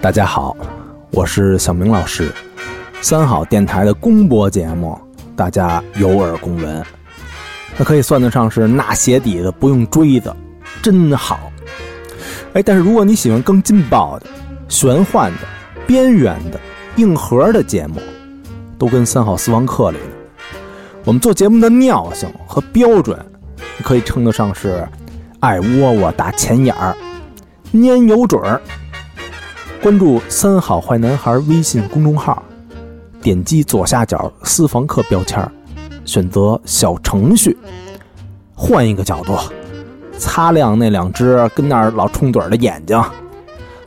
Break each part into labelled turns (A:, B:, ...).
A: 大家好，我是小明老师。三好电台的公播节目，大家有耳共闻，那可以算得上是纳鞋底的不用锥子，真好。哎，但是如果你喜欢更劲爆的、玄幻的、边缘的、硬核的节目，都跟三好私房课里的。我们做节目的尿性和标准，可以称得上是爱窝窝打钱眼儿，蔫有准儿。关注“三好坏男孩”微信公众号，点击左下角私房课标签儿，选择小程序，换一个角度，擦亮那两只跟那儿老冲盹儿的眼睛，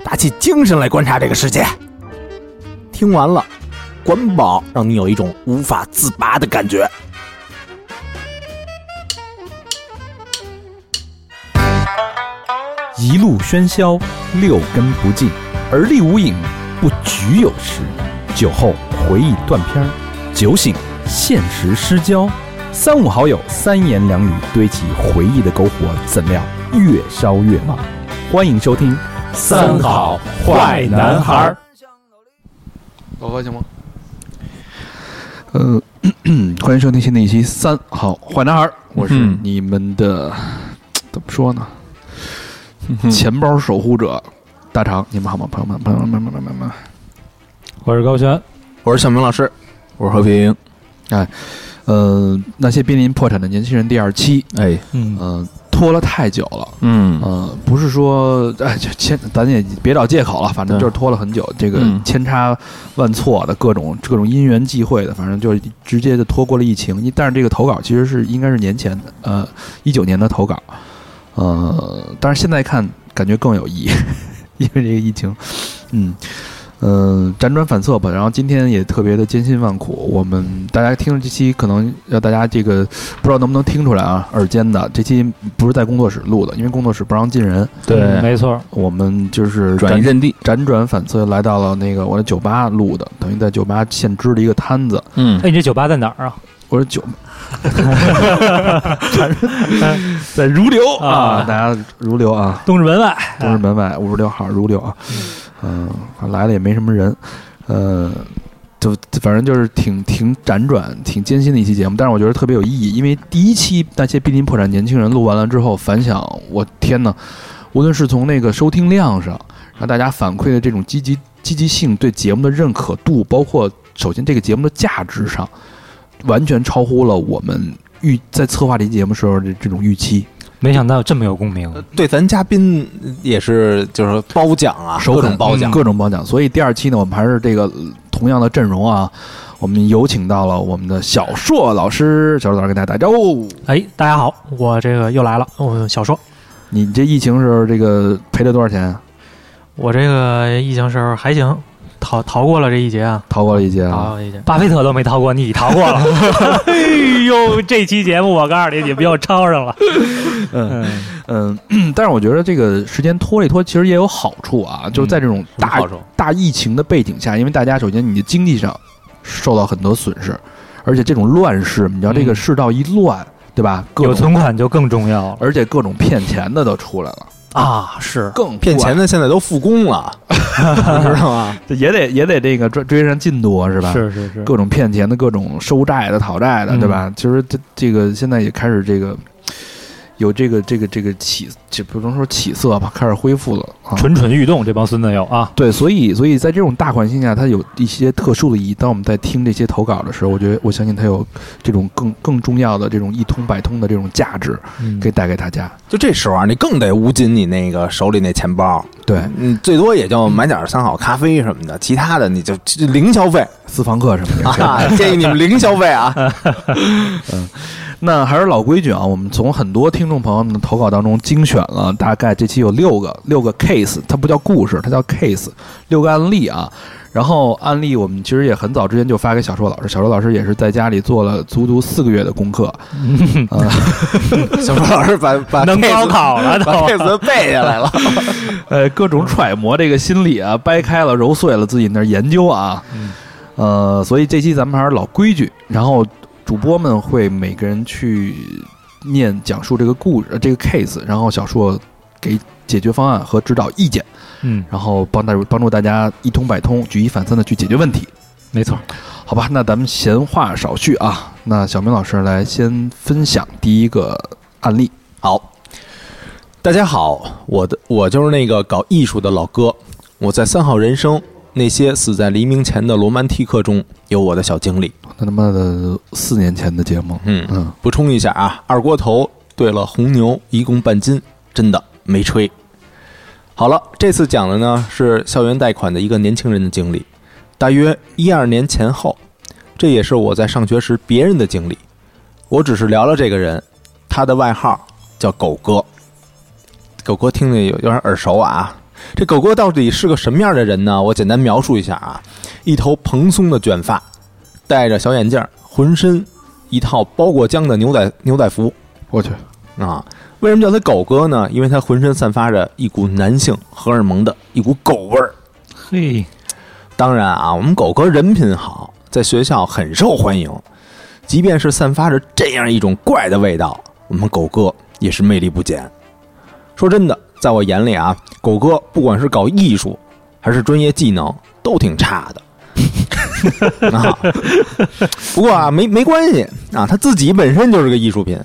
A: 打起精神来观察这个世界。听完了，管饱让你有一种无法自拔的感觉。
B: 一路喧嚣，六根不净，而立无影，不局有时。酒后回忆断片儿，酒醒现实失焦。三五好友，三言两语堆起回忆的篝火，怎料越烧越旺。欢迎收听《
C: 三好坏男孩儿》。
D: 老何行吗？
E: 呃， 欢迎收听新的一期《三好坏男孩儿》，我是
B: 嗯
E: 你们的、怎么说呢？钱包守护者大肠，你们好吗？朋友们，朋友们，朋友们，朋友们，
C: 我是高璇，
A: 我是小明老师，我是和平。
E: 呃，那些濒临破产的年轻人第二期，
A: 哎，
B: 嗯
E: 呃，拖了太久了。
B: 嗯
E: 呃，不是说，哎，就千，咱也别找借口了，反正
B: 对
E: 就是拖了很久，这个
B: 嗯
E: 千差万错的各种各种因缘际会的，反正就是直接就拖过了疫情。你但是这个投稿其实是应该是年前的，呃，一九年的投稿，呃，但是现在看感觉更有意义， 因为这个疫情，嗯。嗯、辗转反侧吧，然后今天也特别的艰辛万苦。我们大家听了这期，可能让大家这个不知道能不能听出来啊，耳尖的。这期不是在工作室录的，因为工作室不让进人。
C: 嗯没错，
E: 我们就是
B: 转移
E: 辗
B: 阵地，
E: 辗转反侧来到了那个我的酒吧录的，等于在酒吧现支了一个摊子。
B: 嗯
C: 哎，你这酒吧在哪儿啊？
E: 我说酒， 在如流啊，
C: 啊
E: 大家如流啊，
C: 东直门外，
E: 东直门外五十六号如流啊，嗯、反正来了也没什么人，呃，就反正就是挺挺辗转、挺艰辛的一期节目，但是我觉得特别有意义，因为第一期那些濒临破产年轻人录完了之后，反响，我天呐，无论是从那个收听量上，让大家反馈的这种积极积极性、对节目的认可度，包括首先这个节目的价值上，完全超乎了我们预在策划这期节目时候的这种预期。
C: 没想到这么有共鸣，
A: 对，咱嘉宾也是就是褒奖啊，
E: 首
A: 各
E: 肯嗯
A: 种褒奖。
E: 各种褒奖。所以第二期呢，我们还是这个呃同样的阵容啊，我们有请到了我们的小硕老师，小硕老师跟大家打招呼。
F: 哎，大家好，我这个又来了，我小硕，
E: 你这疫情时候这个赔了多少钱？
F: 我这个疫情时候还行，逃逃过了这一劫啊，
E: 逃过了一劫
F: 逃
E: 啊！
F: 过了一劫。
C: 巴菲特都没逃过，你逃过了。 哎呦，这期节目我告诉你，你们又抄上了。
E: 嗯嗯， 但是我觉得这个时间拖一拖，其实也有好处啊，就是在这种
C: 嗯
E: 大
A: 好处
E: 大疫情的背景下，因为大家首先你的经济上受到很多损失，而且这种乱世，你知道这个
C: 嗯
E: 世道一乱，对吧？各
C: 有
E: 种
C: 存款就更重要了
E: 而且各种骗钱的都出来了，
C: 啊！是
E: 更
A: 骗
E: 乱
A: 钱的现在都复工了， 你知道吗？
E: 这也得也得这个追追上进度啊，是吧？
C: 是是是，
E: 各种骗钱的，各种收债的、讨债的，
C: 嗯
E: 对吧？其实这这个现在也开始这个有这个这个这个起，这不能说起色吧，开始恢复了啊。
C: 蠢蠢欲动，这帮孙子有啊。
E: 对，所以所以在这种大环境下，它有一些特殊的意义。当我们在听这些投稿的时候，我觉得我相信它有这种更更重要的这种一通百通的这种价值，
C: 嗯
E: 可以带给大家。
A: 就这时候啊，你更得捂紧你那个手里那钱包，
E: 对，
C: 哎
A: 嗯，最多也就买点三好咖啡什么的，其他的你就就零消费
E: 私房课什么 的。
A: 啊，建议你们零消费啊。
E: 那还是老规矩啊，我们从很多听众朋友们的投稿当中精选了，大概这期有六个六个 case，它不叫故事，它叫 case，六个案例啊。然后案例我们其实也很早之前就发给小硕老师，小硕老师也是在家里做了足足四个月的功课，啊，
A: 小周老师把把
C: 能
A: case-
C: 高考了都
A: 把 case 背下来了。
E: 呃，各种揣摩这个心理啊，掰开了揉碎了自己那儿研究啊，呃，所以这期咱们还是老规矩，然后主播们会每个人去念讲述这个故事、呃这个 case，然后小硕给解决方案和指导意见，
C: 嗯，
E: 然后帮大帮助大家一通百通、举一反三的去解决问题。
C: 没错，
E: 好吧，那咱们闲话少叙啊，那小明老师来先分享第一个案例。
A: 好，大家好，我的我就是那个搞艺术的老哥，我在三好人生那些死在黎明前的罗曼蒂克中有我的小经历。
E: 那他妈的四年前的节目，
A: 嗯
E: 嗯，
A: 补充一下啊，二锅头兑了红牛一共半斤，真的没吹。好了，这次讲的呢是校园贷款的一个年轻人的经历，大约一二年前后，这也是我在上学时别人的经历。我只是聊了这个人，他的外号叫狗哥。狗哥听着有有点耳熟啊。这狗哥到底是个什么样的人呢？我简单描述一下啊，一头蓬松的卷发，戴着小眼镜，浑身一套包过浆的牛仔牛仔服
E: 我去，
A: 啊。为什么叫他狗哥呢？因为他浑身散发着一股男性荷尔蒙的一股狗味儿。
C: 嘿，
A: 当然啊，我们狗哥人品好，在学校很受欢迎。即便是散发着这样一种怪的味道，我们狗哥也是魅力不减。说真的，在我眼里啊，狗哥不管是搞艺术还是专业技能，都挺差的。啊，不过啊，没没关系啊，他自己本身就是个艺术品。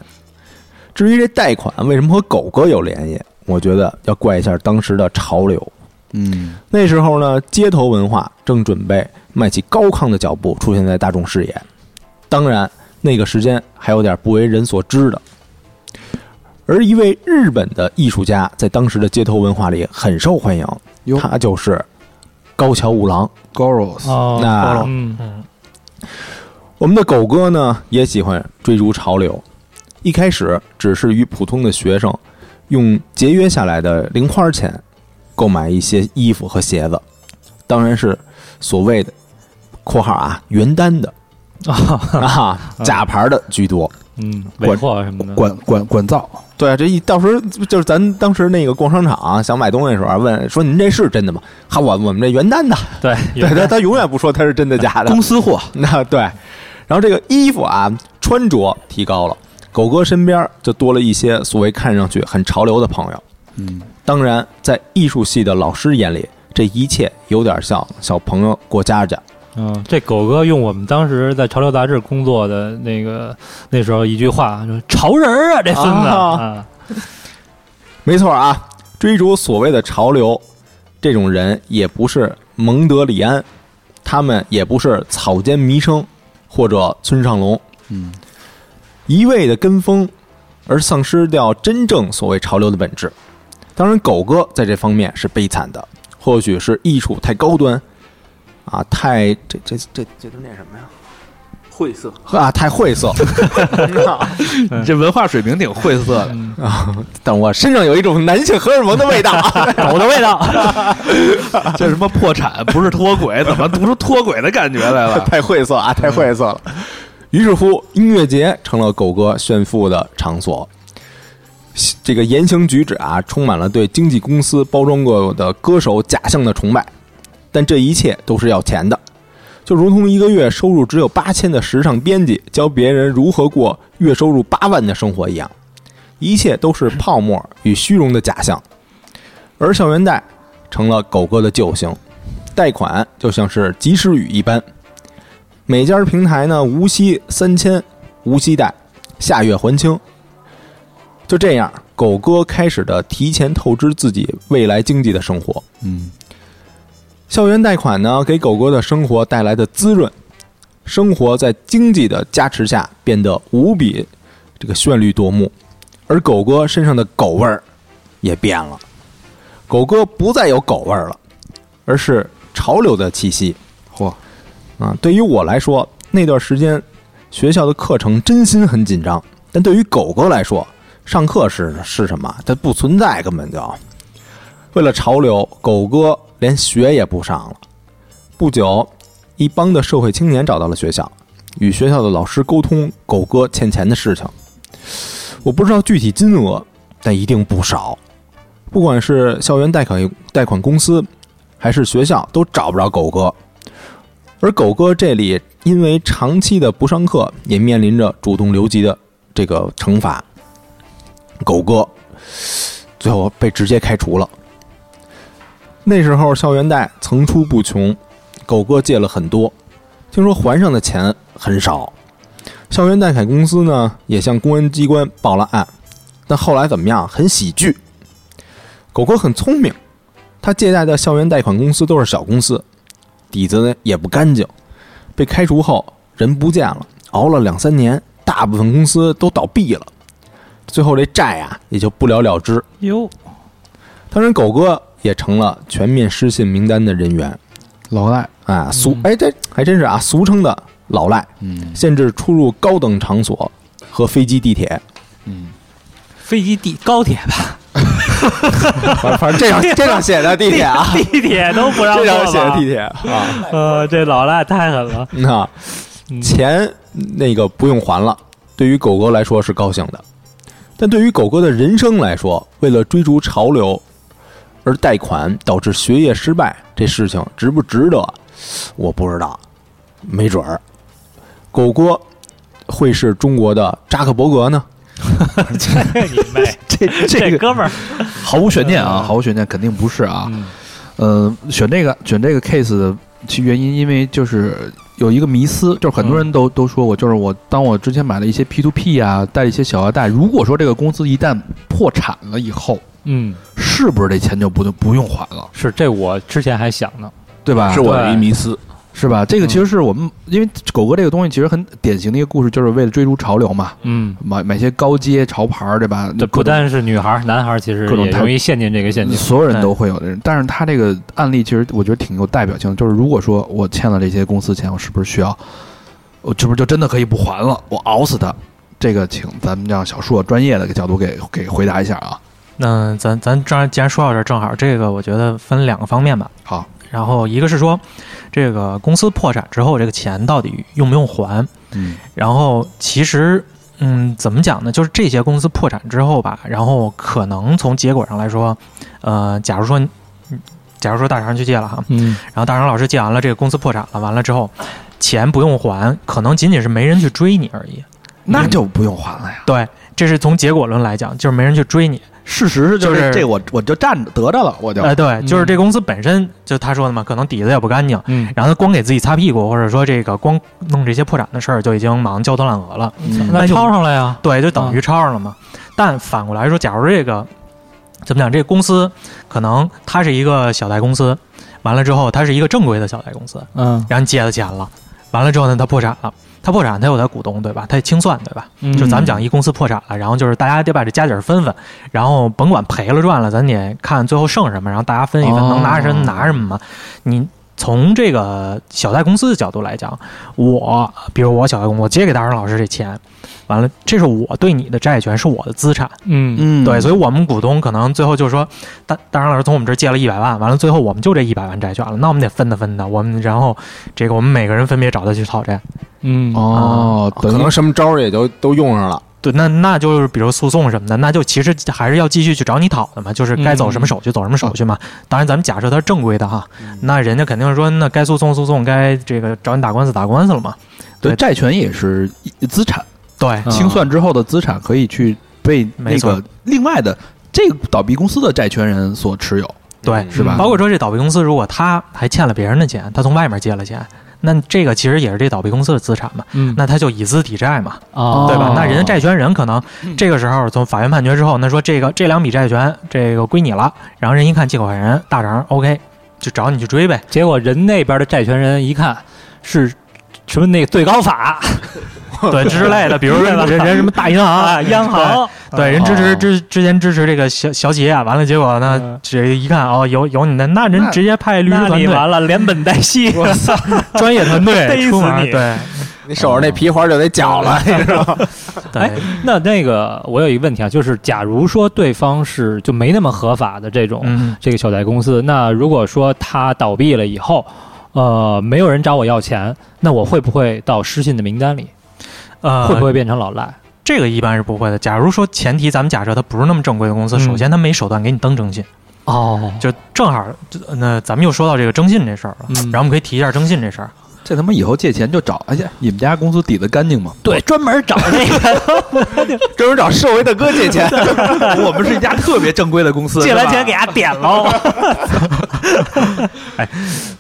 A: 至于这贷款为什么和狗哥有联系，我觉得要怪一下当时的潮流。
E: 嗯，
A: 那时候呢，街头文化正准备迈起高亢的脚步出现在大众视野。当然，那个时间还有点不为人所知的。而一位日本的艺术家在当时的街头文化里很受欢迎，
E: 哟
A: 他就是高桥吾郎。
E: ，Goros，
G: 哦，
A: 那
G: 暴露
C: 嗯，
G: 嗯，
A: 我们的狗哥呢，也喜欢追逐潮流。一开始只是与普通的学生用节约下来的零花钱购买一些衣服和鞋子，当然是所谓的（括号啊原单的啊假牌的居多）。
C: 嗯，尾货什么的，
E: 管管管造，
A: 对啊，这一到时候就是咱当时那个逛商场啊、想买东西的时候啊，问说您这是真的吗？哈，我我们这原单的，
C: 对，
A: 对他他永远不说他是真的假的，
E: 公司货，
A: 那对，然后这个衣服啊，穿着提高了，狗哥身边就多了一些所谓看上去很潮流的朋友。
E: 嗯，
A: 当然，在艺术系的老师眼里，这一切有点像小朋友过家家。
C: 嗯，这狗哥用我们当时在潮流杂志工作的那个那时候一句话，就是潮人儿啊，这孙子
A: 啊
C: 啊，
A: 没错啊，追逐所谓的潮流，这种人也不是蒙德里安，他们也不是草间弥生或者村上隆，
E: 嗯，
A: 一味的跟风，而丧失掉真正所谓潮流的本质。当然，狗哥在这方面是悲惨的，或许是艺术太高端，啊，太这这这这都念什么呀？晦涩啊，太晦涩。
E: 这文化水平挺晦涩的。
A: 但我身上有一种男性荷尔蒙的味道。
C: 狗的味道，
E: 这什么破产不是脱轨，怎么读出脱轨的感觉来了？
A: 太晦涩啊，太晦涩了。于是乎，音乐节成了狗哥炫富的场所。这个言行举止啊，充满了对经纪公司包装过的歌手假象的崇拜。但这一切都是要钱的，就如同一个月收入只有八千的时尚编辑教别人如何过月收入八万的生活一样，一切都是泡沫与虚荣的假象。而校园贷成了狗哥的救星，贷款就像是及时雨一般，每家平台呢无息三千，无息贷，下月还清。就这样，狗哥开始的提前透支自己未来经济的生活。
E: 嗯，
A: 校园贷款呢，给狗哥的生活带来的滋润，生活在经济的加持下变得无比这个绚丽夺目，而狗哥身上的狗味儿也变了，狗哥不再有狗味儿了，而是潮流的气息。
E: 嚯，
A: 啊，对于我来说，那段时间学校的课程真心很紧张，但对于狗狗来说，上课是是什么？它不存在，根本就。为了潮流，狗哥连学也不上了。不久，一帮的社会青年找到了学校，与学校的老师沟通狗哥欠钱的事情。我不知道具体金额，但一定不少。不管是校园贷款贷款公司，还是学校，都找不着狗哥。而狗哥这里因为长期的不上课，也面临着主动留级的这个惩罚。狗哥最后被直接开除了。那时候校园贷层出不穷，狗哥借了很多，听说还上的钱很少。校园贷款公司呢也向公安机关报了案，但后来怎么样？很喜剧。狗哥很聪明，他借贷的校园贷款公司都是小公司，底子呢也不干净。被开除后人不见了，熬了两三年，大部分公司都倒闭了，最后这债啊也就不了了之。
H: 哟，
A: 当然，狗哥也成了全面失信名单的人员
E: 老赖，
A: 啊，俗哎这还真是啊，俗称的老赖，
E: 嗯
A: 限制出入高等场所和飞机、地铁，
E: 嗯，
C: 飞机、地高铁吧，
A: 反反正这上这上写的地铁啊，
C: 地铁都不让
A: 这
C: 坐
A: 上写的
C: 吧
A: 地铁啊，
C: 呃，这老赖太狠了。
A: 那
C: 嗯
A: 钱那个不用还了，对于狗哥来说是高兴的，但对于狗哥的人生来说，为了追逐潮流而贷款导致学业失败这事情值不值得，我不知道，没准儿，狗哥会是中国的扎克伯格呢？
C: 这 你妹！
E: 这
C: 这
E: 这个
C: 哥们儿，
E: 毫无悬念啊，
C: 嗯
E: 毫无悬念，肯定不是啊。
C: 嗯
E: 呃，选这个选这个 case 的其原因，因为就是有一个迷思，就是很多人都、都说我就是我，当我之前买了一些 P to P 啊，贷了一些小额贷，如果说这个公司一旦破产了以后，
C: 嗯，
E: 是不是这钱就不不用还了，
C: 是这我之前还想呢，
E: 啊对吧？
I: 是我
C: 对
I: 的一迷思。
E: 是吧？这个其实是我们，因为狗哥这个东西其实很典型的一个故事，就是为了追逐潮流嘛，
C: 嗯，
E: 买买些高阶潮牌儿，对吧？
C: 这不
E: 各种
C: 单是女孩儿，男孩儿其实
E: 各种
C: 也
E: 谈
C: 容易陷进这个陷阱。
E: 所有人都会有的人，但是他这个案例其实我觉得挺有代表性的，就是如果说我欠了这些公司钱，我是不是需要，我是不是就真的可以不还了？我熬死他！这个请咱们让小硕专业的角度给给回答一下啊。
H: 那咱咱这既然说到这儿，正好这个我觉得分两个方面吧。
E: 好，
H: 然后一个是说，这个公司破产之后，这个钱到底用不用还？
E: 嗯
H: 然后其实，嗯，怎么讲呢？就是这些公司破产之后吧，然后可能从结果上来说，呃，假如说，嗯假如说大肠去借了哈，
C: 嗯，
H: 然后大肠老师借完了，这个公司破产了，完了之后，钱不用还，可能仅仅是没人去追你而已。
E: 那就不用还了呀。
H: 对，这是从结果论来讲，就是没人去追你。
E: 事实是
H: 就是
E: 这我我就站着得着了，我就
H: 哎，对，就是这公司本身就他说的嘛，可能底子也不干净，
C: 嗯，
H: 然后他光给自己擦屁股，或者说这个光弄这些破产的事儿，就已经忙焦头烂额了。
C: 嗯
E: 嗯
C: 那
H: 那就
C: 抄上嗯了呀。
H: 对，就等于抄上了嘛。但反过来说，假如这个怎么讲，这个公司可能它是一个小贷公司，完了之后它是一个正规的小贷公司，
C: 嗯
H: 然后你借了钱了，完了之后呢，它破产了。它破产，它有它股东，对吧？它也清算，对吧？
C: 嗯
H: 就咱们讲一公司破产了，然后就是大家得把这家底儿分分，然后甭管赔了赚了，咱得看最后剩什么，然后大家分一分，
E: 哦
H: 能拿什么拿什么嘛。你从这个小贷公司的角度来讲，我比如我小贷公司，我借给大成老师这钱，完了，这是我对你的债权，是我的资产，
C: 嗯
E: 嗯
H: 对，所以我们股东可能最后就说，大大成老师从我们这儿借了一百万，完了最后我们就这一百万债权了，那我们得分的分的，我们然后这个我们每个人分别找他去讨债。
C: 嗯
E: 哦，
A: 可
E: 等于
A: 能什么招儿也就都用上了。
H: 对，那那就是比如诉讼什么的，那就其实还是要继续去找你讨的嘛，就是该走
E: 嗯
H: 什么手续走什么手续嘛。当然，咱们假设它是正规的哈，那人家肯定是说，那该诉讼诉讼，该这个找你打官司打官司了嘛。嗯
E: 对嗯
H: 对
E: 债权也是一资产，
H: 对，
E: 清算之后的资产可以去被那
H: 没错
E: 个另外的这个倒闭公司的债权人所持有，
H: 对
E: 嗯是吧？
H: 包括说这倒闭公司，如果他还欠了别人的钱，他从外面借了钱，那这个其实也是这倒闭公司的资产嘛，
C: 嗯
H: 那他就以资抵债嘛，
C: 啊
H: 对吧
E: 哦？嗯
H: 那人家债权人可能这个时候从法院判决之后，那说这个这两笔债权这个归你了，然后人一看借款人大肠 OK，就找你去追呗。
C: 结果人那边的债权人一看是什么那个最高法
H: 对之类的，比 如说人人什么大银行
C: 啊，央行
H: 对，对人支
E: 哦
H: 持之之前支持这个小小企业，啊完了结果
C: 嗯
H: 呢，这一看哦，有有你的，那人
E: 那
H: 直接派律师
C: 那
H: 团
C: 你
H: 队、
C: 完了，连本带 息。
H: 专业团
C: 逮
H: 队
C: 死
H: 出马，
C: 你
H: 对
A: 你手上那皮环就得绞了，你知道吗？
H: 对
C: 哎，那那个我有一个问题啊，就是假如说对方是就没那么合法的这种、
H: 嗯，
C: 这个小贷公司，那如果说他倒闭了以后，呃，没有人找我要钱，那我会不会到失信的名单里？
H: 呃，
C: 会不会变成老赖？
H: 这个一般是不会的？假如说前提咱们假设它不是那么正规的公司，
C: 嗯
H: 首先它没手段给你登征信，
C: 哦，
H: 就正好就那咱们又说到这个征信这事儿了，
C: 嗯
H: 然后我们可以提一下征信这事儿。
E: 这他妈以后借钱就找，哎呀，你们家公司底子干 净吗？
C: 对，专门找那 个
E: 专门找社会大哥借钱， 我们是一家特别正规的公司，
C: 借完
E: 是吧
C: 钱给他点喽。嗯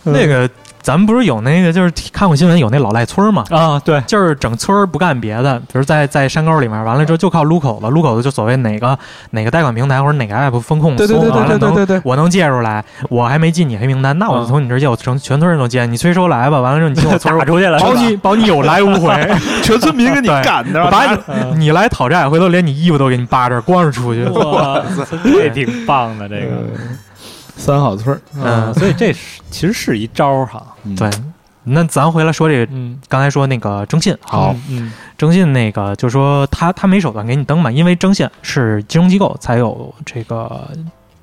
H: 那个咱们不是有那个就是看过新闻有那老赖村儿嘛，
C: 啊，对，
H: 就是整村儿不干别的，比如在在山沟里面，完了之后就靠撸口子，撸口子就所谓哪个哪个贷款平台或者哪个 app 风控
E: 对对
H: 松
E: 对
H: 完了
E: 对对对
H: 能
E: 对对，
H: 我能借出来，我还没进你黑名单，那我就从你这儿借，我成全村人都借，你催收来吧，完了之后你进 我村儿
C: 打，出去了，
H: 保
C: 是吧
H: 你保你有来无 回，
E: 全村民 跟你
H: 对
E: 干的，
H: 我
E: 是吧嗯
H: 把你你来讨债，回头连你衣服都给你扒这儿，光着出去。
C: 哇， 这挺棒的这个，
E: 三好村儿，
C: 嗯，所以这是其实是一招儿哈，
E: 嗯
H: 对，那咱回来说这个，
C: 嗯，
H: 刚才说那个征信，
E: 好，
C: 嗯，
H: 征信那个就说他他没手段给你登嘛，因为征信是金融机构才有这个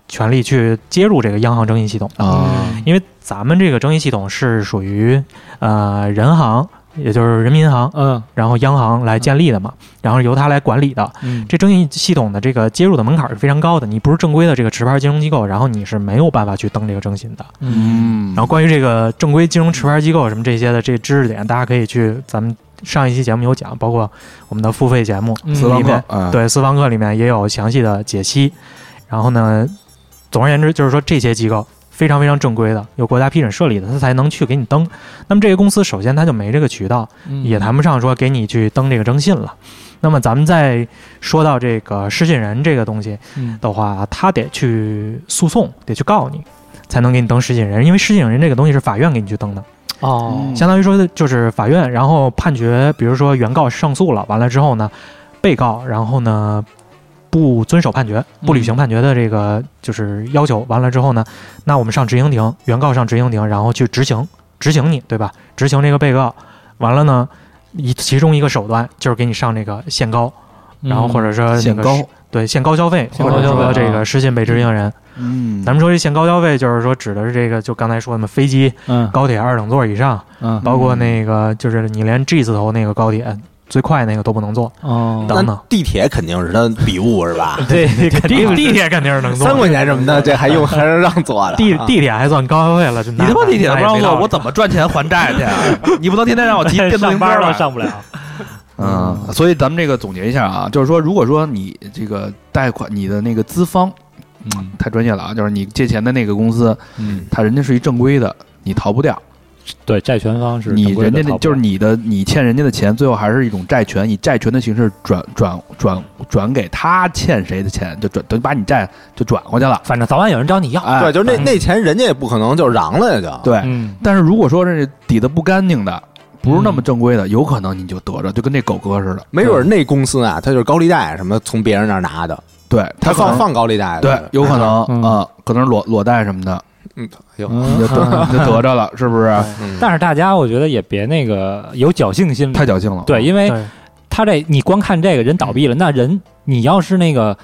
H: 权利去接入这个央行征信系统的，
E: 啊，
H: 因为咱们这个征信系统是属于呃人行，也就是人民银行，
C: 嗯
H: 然后央行来建立的嘛，然后由它来管理的。
C: 嗯，
H: 这征信系统的这个接入的门槛是非常高的，你不是正规的这个持牌金融机构，然后你是没有办法去登这个征信的。
E: 嗯，
H: 然后关于这个正规金融持牌机构什么这些的这知识点，大家可以去咱们上一期节目有讲，包括我们的付费节目，
E: 斯
H: 里
E: 邦克
H: 面，
E: 啊，
H: 对私房课里面也有详细的解析。然后呢，总而言之就是说这些机构非常非常正规的，有国家批准设立的，它才能去给你登。那么这些公司首先它就没这个渠道，
B: 嗯
H: 也谈不上说给你去登这个征信了。那么咱们再说到这个失信人这个东西
C: 嗯
H: 的话，他得去诉讼，得去告你，才能给你登失信人。因为失信人这个东西是法院给你去登的，
C: 哦，
H: 相当于说就是法院，然后判决，比如说原告上诉了，完了之后呢，被告然后呢不遵守判决，不履行判决的这个就是要求，完了之后呢，那我们上执行庭，原告上执行庭，然后去执行执行你，对吧？执行这个被告，完了呢，以其中一个手段就是给你上这个限高，然后或者说
E: 嗯限
H: 那个
E: 高
H: 是，对限高消费，
C: 限
H: 或
C: 高
H: 者
C: 消费
H: 说这
C: 啊
H: 个失信被执行人。
E: 嗯，
H: 咱们说这限高消费，就是说指的是这个，就刚才说的嘛，飞机、
C: 嗯
H: 高铁二等座以上。
C: 嗯
H: 包括那个就是你连 G 字头那个高铁最快那个都不能坐，
E: 嗯
C: 哦，
J: 那
H: 等等。
J: 地铁肯定是他礼物是吧？
C: 对，肯定
H: 地铁肯定是能坐
J: 三，块钱什么的，这还用还是让坐的。
H: 地
A: 啊
H: 地铁还算高消费了，就哎
E: 你他妈地铁不让坐，我怎
H: 么？
E: 么赚钱还债去啊？你不能天天让我 骑电动
C: 上
E: 自行车
C: 班
E: 吧
C: 了上不了，
E: 嗯，所以咱们这个总结一下啊，就是说，如果说你这个贷款，你的那个资方，嗯，太专业了啊，就是你借钱的那个公司，
J: 嗯，
E: 他人家是一正规的，你逃不掉，
C: 对，债权方是
E: 你
C: 正规
E: 人家
C: 的
E: 的
C: 套
E: 就是
C: 路
E: 你的，你欠人家的钱，最后还是一种债权，以债权的形式转转转转给他欠谁的钱，就转等于把你债就转过去了，
C: 反正早晚有人找你要，
E: 哎，
J: 对，就是那
C: 嗯
J: 那钱人家也不可能就嚷了呀，就
E: 对，
C: 嗯，
E: 但是如果说是底子不干净的，不是那么正规的，有可能你就得着，就跟那狗哥似的。
J: 没准儿那公司啊，他就是高利贷什么从别人那儿拿的，
E: 对
J: 他
E: 可
J: 放
E: 能
J: 放高利贷
E: 对
J: 的，，
E: 有可能啊、
C: 嗯
E: 可能是裸裸贷什么的，
J: 嗯，有
E: 你就得 你就得着了，是不是？
J: 嗯
C: 但是大家我觉得也别那个有侥幸心理
E: 太，侥幸了。
C: 对，因为
H: 对
C: 他这你光看这个人倒闭了，那人你要是那个，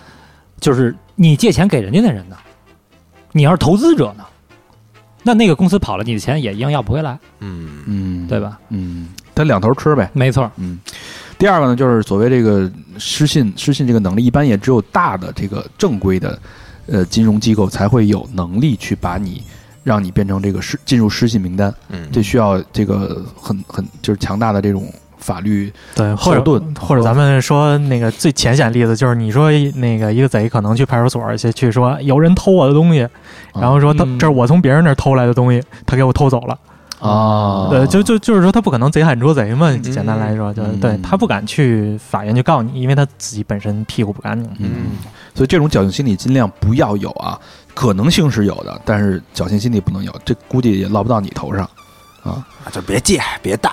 C: 就是你借钱给人家的人呢，你要是投资者呢，那那个公司跑了，你的钱也一样要不回来，
J: 嗯
E: 嗯，
C: 对？吧？
E: 嗯，他两头吃呗。
C: 没错，
E: 嗯，第二个呢，就是所谓这个失信失信这个能力，一般也只有大的这个正规的呃金融机构才会有能力去把你让你变成这个失进入失信名单，
J: 嗯，
E: 这需要这个很很就是强大的这种法律
H: 对，
E: 后
H: 或者
E: 盾，
H: 或者咱们说那个最浅显例子就是，你说那个一个贼可能去派出所去去说有人偷我的东西，然后说他
C: 嗯
H: 这是我从别人那儿偷来的东西，他给我偷走了。
E: 啊，
H: 对，呃就就就是说他不可能贼喊捉贼嘛，
J: 嗯
H: 简单来说，就
E: 嗯
H: 对他不敢去法院去告你，因为他自己本身屁股不干净。
E: 嗯，所以这种侥幸心理尽量不要有啊，可能性是有的，但是侥幸心理不能有，这估计也落不到你头上。
J: 啊就别借别贷，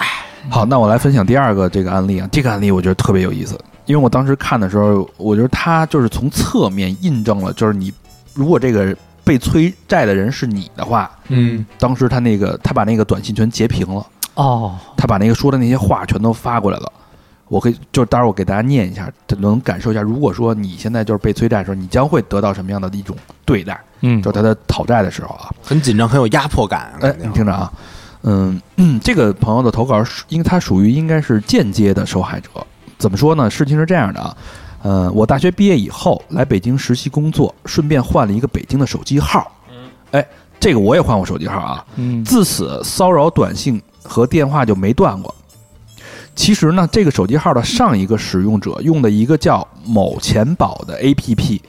E: 好，那我来分享第二个这个案例啊，这个案例我觉得特别有意思，因为我当时看的时候，我觉得他就是从侧面印证了，就是你如果这个被催债的人是你的话，
J: 嗯
E: 当时他那个他把那个短信全截屏了，
C: 哦，
E: 他把那个说的那些话全都发过来了。我可以，就待会儿我给大家念一下，就能感受一下。如果说你现在就是被催债的时候，你将会得到什么样的一种对待？
C: 嗯
E: 就他在讨债的时候啊，
J: 很紧张，很有压迫感。
E: 哎
J: 肯，
E: 你
J: 定
E: 听着啊，嗯， 嗯这个朋友的投稿是，因为他属于应该是间接的受害者。怎么说呢？事情是这样的啊，呃，我大学毕业以后来北京实习工作，顺便换了一个北京的手机号。哎，这个我也换过手机号啊。
C: 嗯
E: 自此，骚扰短信和电话就没断过。其实呢，这个手机号的上一个使用者用的一个叫某钱宝的 APP，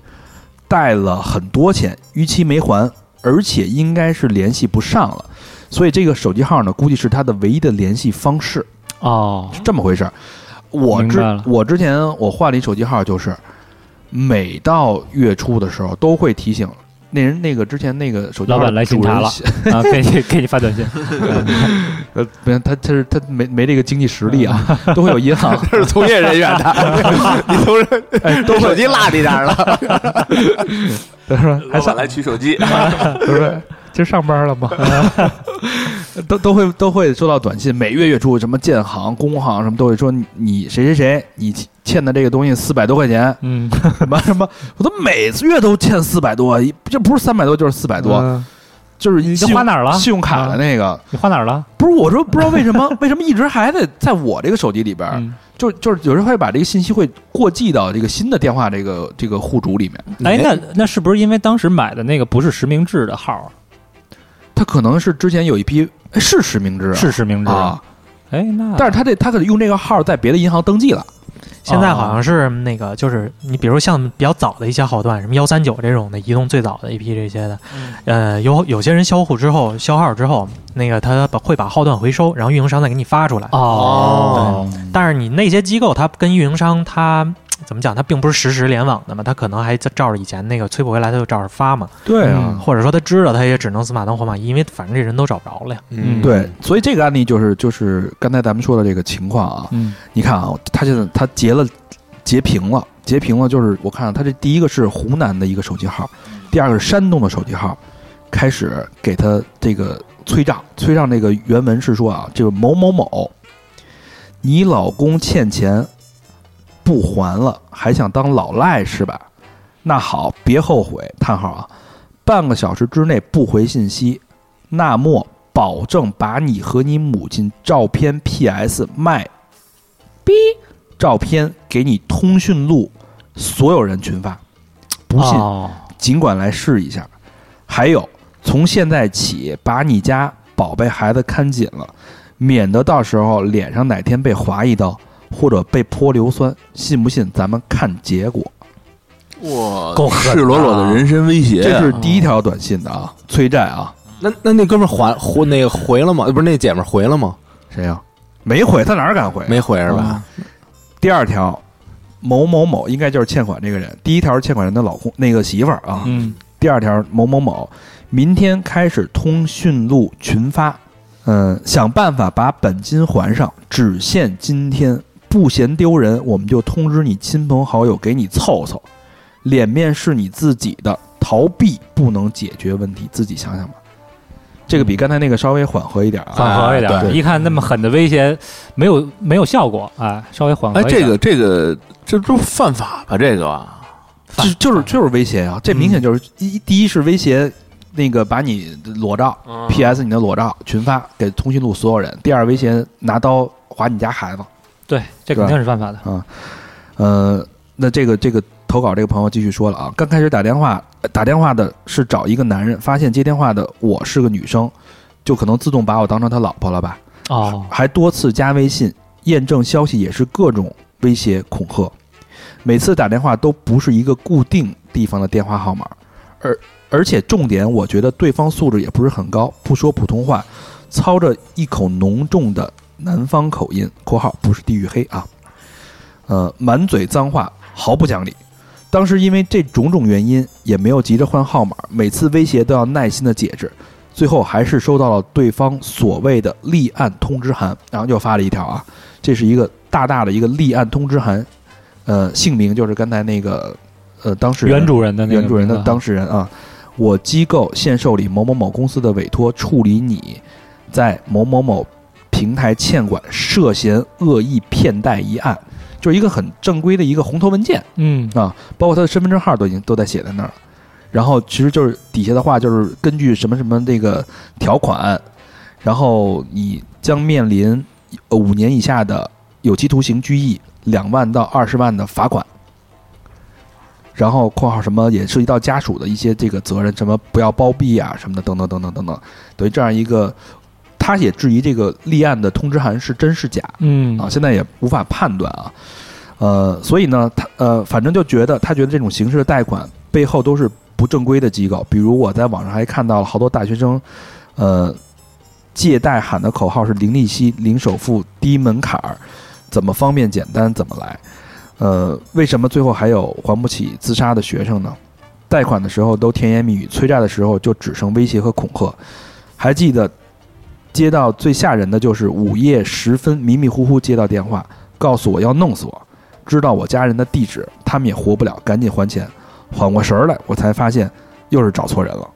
E: 贷了很多钱，逾期没还，而且应该是联系不上了，所以这个手机号呢，估计是他的唯一的联系方式。
C: 哦，
E: 是这么回事儿。我之
C: 明白了
E: 我之前我换了一手机号，就是每到月初的时候都会提醒那人那个之前那个手机号
C: 老板来
E: 主
C: 检查
E: 人
C: 了
E: 写，
C: 啊，给你给你发短信，
E: 呃，没有他他是他没没这个经济实力啊，
C: 嗯
E: 都会有银行
K: 这是从业人员 的，你从这
E: 哎都
K: 手
E: 会
K: 机落你那儿了，
E: 他说 还嗯
K: 老
E: 上
A: 哦
K: 板来取手机，
E: 他说今儿上班了吗？都都会都会收到短信，每月月初什么建行、工行什么都会说你你谁谁谁你欠的这个东西四百多块钱，
C: 嗯，
E: 什么什么，我都每次月都欠四百多，一这不是三百多就是四百多，
C: 嗯
E: 就是
C: 你
E: 信用
C: 花哪儿了？
E: 信用卡的那个，
C: 你花哪儿了？
E: 不是我说不知道为什么 为什么一直还得在我这个手机里边儿，
C: 嗯，
E: 就就是有时候会把这个信息会过继到这个新的电话这个这个户主里面，
C: 哎，那那是不是因为当时买的那个不是实名制的号啊？
E: 他可能是之前有一批哎是实名制啊
C: 是实名制
E: 啊，
C: 哎，那
E: 但是他这他可能用这个号在别的银行登记了，
H: 现在好像是那个，就是你比如像比较早的一些号段，什么幺三九这种的，移动最早的一批这些的，呃，有有些人销户之后，销号之后，那个他把会把号段回收，然后运营商再给你发出来。
C: 哦，
H: 但是你那些机构，它跟运营商它。怎么讲？它并不是实时联网的嘛，它可能还在照着以前那个催不回来，它就照着发嘛。
E: 对
C: 啊
E: 啊
H: 嗯或者说他知道，他也只能死马当活马医，因为反正这人都找不着了呀。
C: 嗯
E: 对，所以这个案例就是就是刚才咱们说的这个情况啊，
C: 嗯
E: 你看啊，他现在他截了截屏了，截屏了就是我看他这第一个是湖南的一个手机号，
C: 嗯
E: 第二个是山东的手机号，开始给他这个催账，催账这个原文是说啊，这个某某某，你老公欠钱不还了，还想当老赖是吧？那好，别后悔，叹号啊，半个小时之内不回信息，那么保证把你和你母亲照片 PS 卖。照片给你通讯录所有人群发，不信
C: 哦
E: 尽管来试一下。还有，从现在起把你家宝贝孩子看紧了，免得到时候脸上哪天被划一刀或者被泼硫酸，信不信咱们看结果。
K: 哇，
C: 够狠的啊
K: 赤裸裸的人身威胁啊
E: 这
K: 呀，
E: 是第一条短信的啊，催债啊，
J: 那那那哥们儿还回那个回了吗？呃不是那姐们儿回了吗？
E: 谁呀、没回，他哪儿敢回？
J: 没回是吧？
E: 第二条，某某某应该就是欠款这个人，第一条是欠款人的老公那个媳妇儿啊，
C: 嗯，
E: 第二条，某某某，明天开始通讯录群发，嗯，想办法把本金还上，只限今天，不嫌丢人，我们就通知你亲朋好友给你凑凑，脸面是你自己的，逃避不能解决问题，自己想想吧。这个比刚才那个稍微缓和一点啊，
C: 缓和一点
K: 哎
C: 儿。
K: 对
C: 一看那么狠的威胁，没有没有效果，哎，稍微
J: 啊
C: 缓和
K: 哎，
C: 一点儿。
K: 这个这个这不是犯法吧？这个啊
E: 就就是就是威胁啊，这明显就是一第一是威胁那个把你裸照 PS 你的裸照群发给通讯录所有人，第二威胁拿刀划你家孩子。
C: 对，这肯定是犯法的。
E: 呃，那这个这个投稿这个朋友继续说了啊，刚开始打电话呃打电话的是找一个男人，发现接电话的我是个女生，就可能自动把我当成他老婆了吧，
C: 哦，
E: 还多次加微信验证消息，也是各种威胁恐吓。每次打电话都不是一个固定地方的电话号码，而而且重点，我觉得对方素质也不是很高，不说普通话，操着一口浓重的南方口音（括号不是地域黑啊），呃，满嘴脏话，毫不讲理。当时因为这种种原因，也没有急着换号码，每次威胁都要耐心的解释，最后还是收到了对方所谓的立案通知函，然后又发了一条啊，这是一个大大的一个立案通知函，呃，姓名就是刚才那个呃当事人
C: 原主人的那个
E: 原主人的
C: 名字
E: 当事人啊，我机构现受理某某某公司的委托，处理你在某某某平台欠款涉嫌恶意骗贷一案，就是一个很正规的一个红头文件，
C: 嗯
E: 包括他的身份证号都已经都在写在那儿了。然后其实就是底下的话就是根据什么什么这个条款，然后你将面临呃五年以下的有期徒刑、拘役，两万到二十万的罚款。然后（括号什么也涉及到家属的一些这个责任，什么不要包庇啊什么的等等等等等等，等于这样一个，他他也质疑这个立案的通知函是真是假
C: 嗯
E: 啊，现在也无法判断啊。呃，所以呢，他呃，反正就觉得他觉得这种形式的贷款背后都是不正规的机构，比如我在网上还看到了好多大学生，呃，借贷喊的口号是零利息、零首付、低门槛儿，怎么方便简单怎么来。呃，为什么最后还有还不起自杀的学生呢？贷款的时候都甜言蜜语，催债的时候就只剩威胁和恐吓。还记得接到最吓人的就是午夜时分，迷迷糊糊接到电话，告诉我要弄死我，知道我家人的地址，他们也活不了，赶紧还钱。缓过神儿来，我才发现又是找错人了。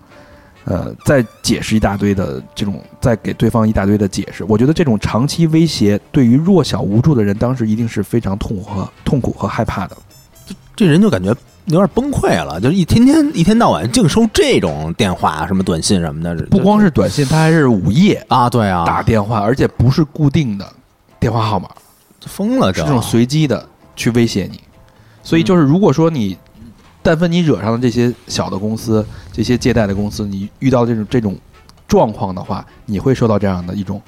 E: 呃，再解释一大堆的这种，再给对方一大堆的解释，我觉得这种长期威胁对于弱小无助的人，当时一定是非常痛苦和痛苦和害怕的。
J: 这人就感觉有点崩溃了，就是一天天一天到晚净收这种电话、啊什么短信什么的，
E: 不光是短信，他还是午夜
J: 啊，对啊，
E: 打电话，而且不是固定的电话号码，
J: 疯了，
E: 是这种随机的去威胁你。所以就是，如果说你，但凡你惹上了这些小的公司、这些借贷的公司，你遇到这种这种状况的话，你会受到这样的一种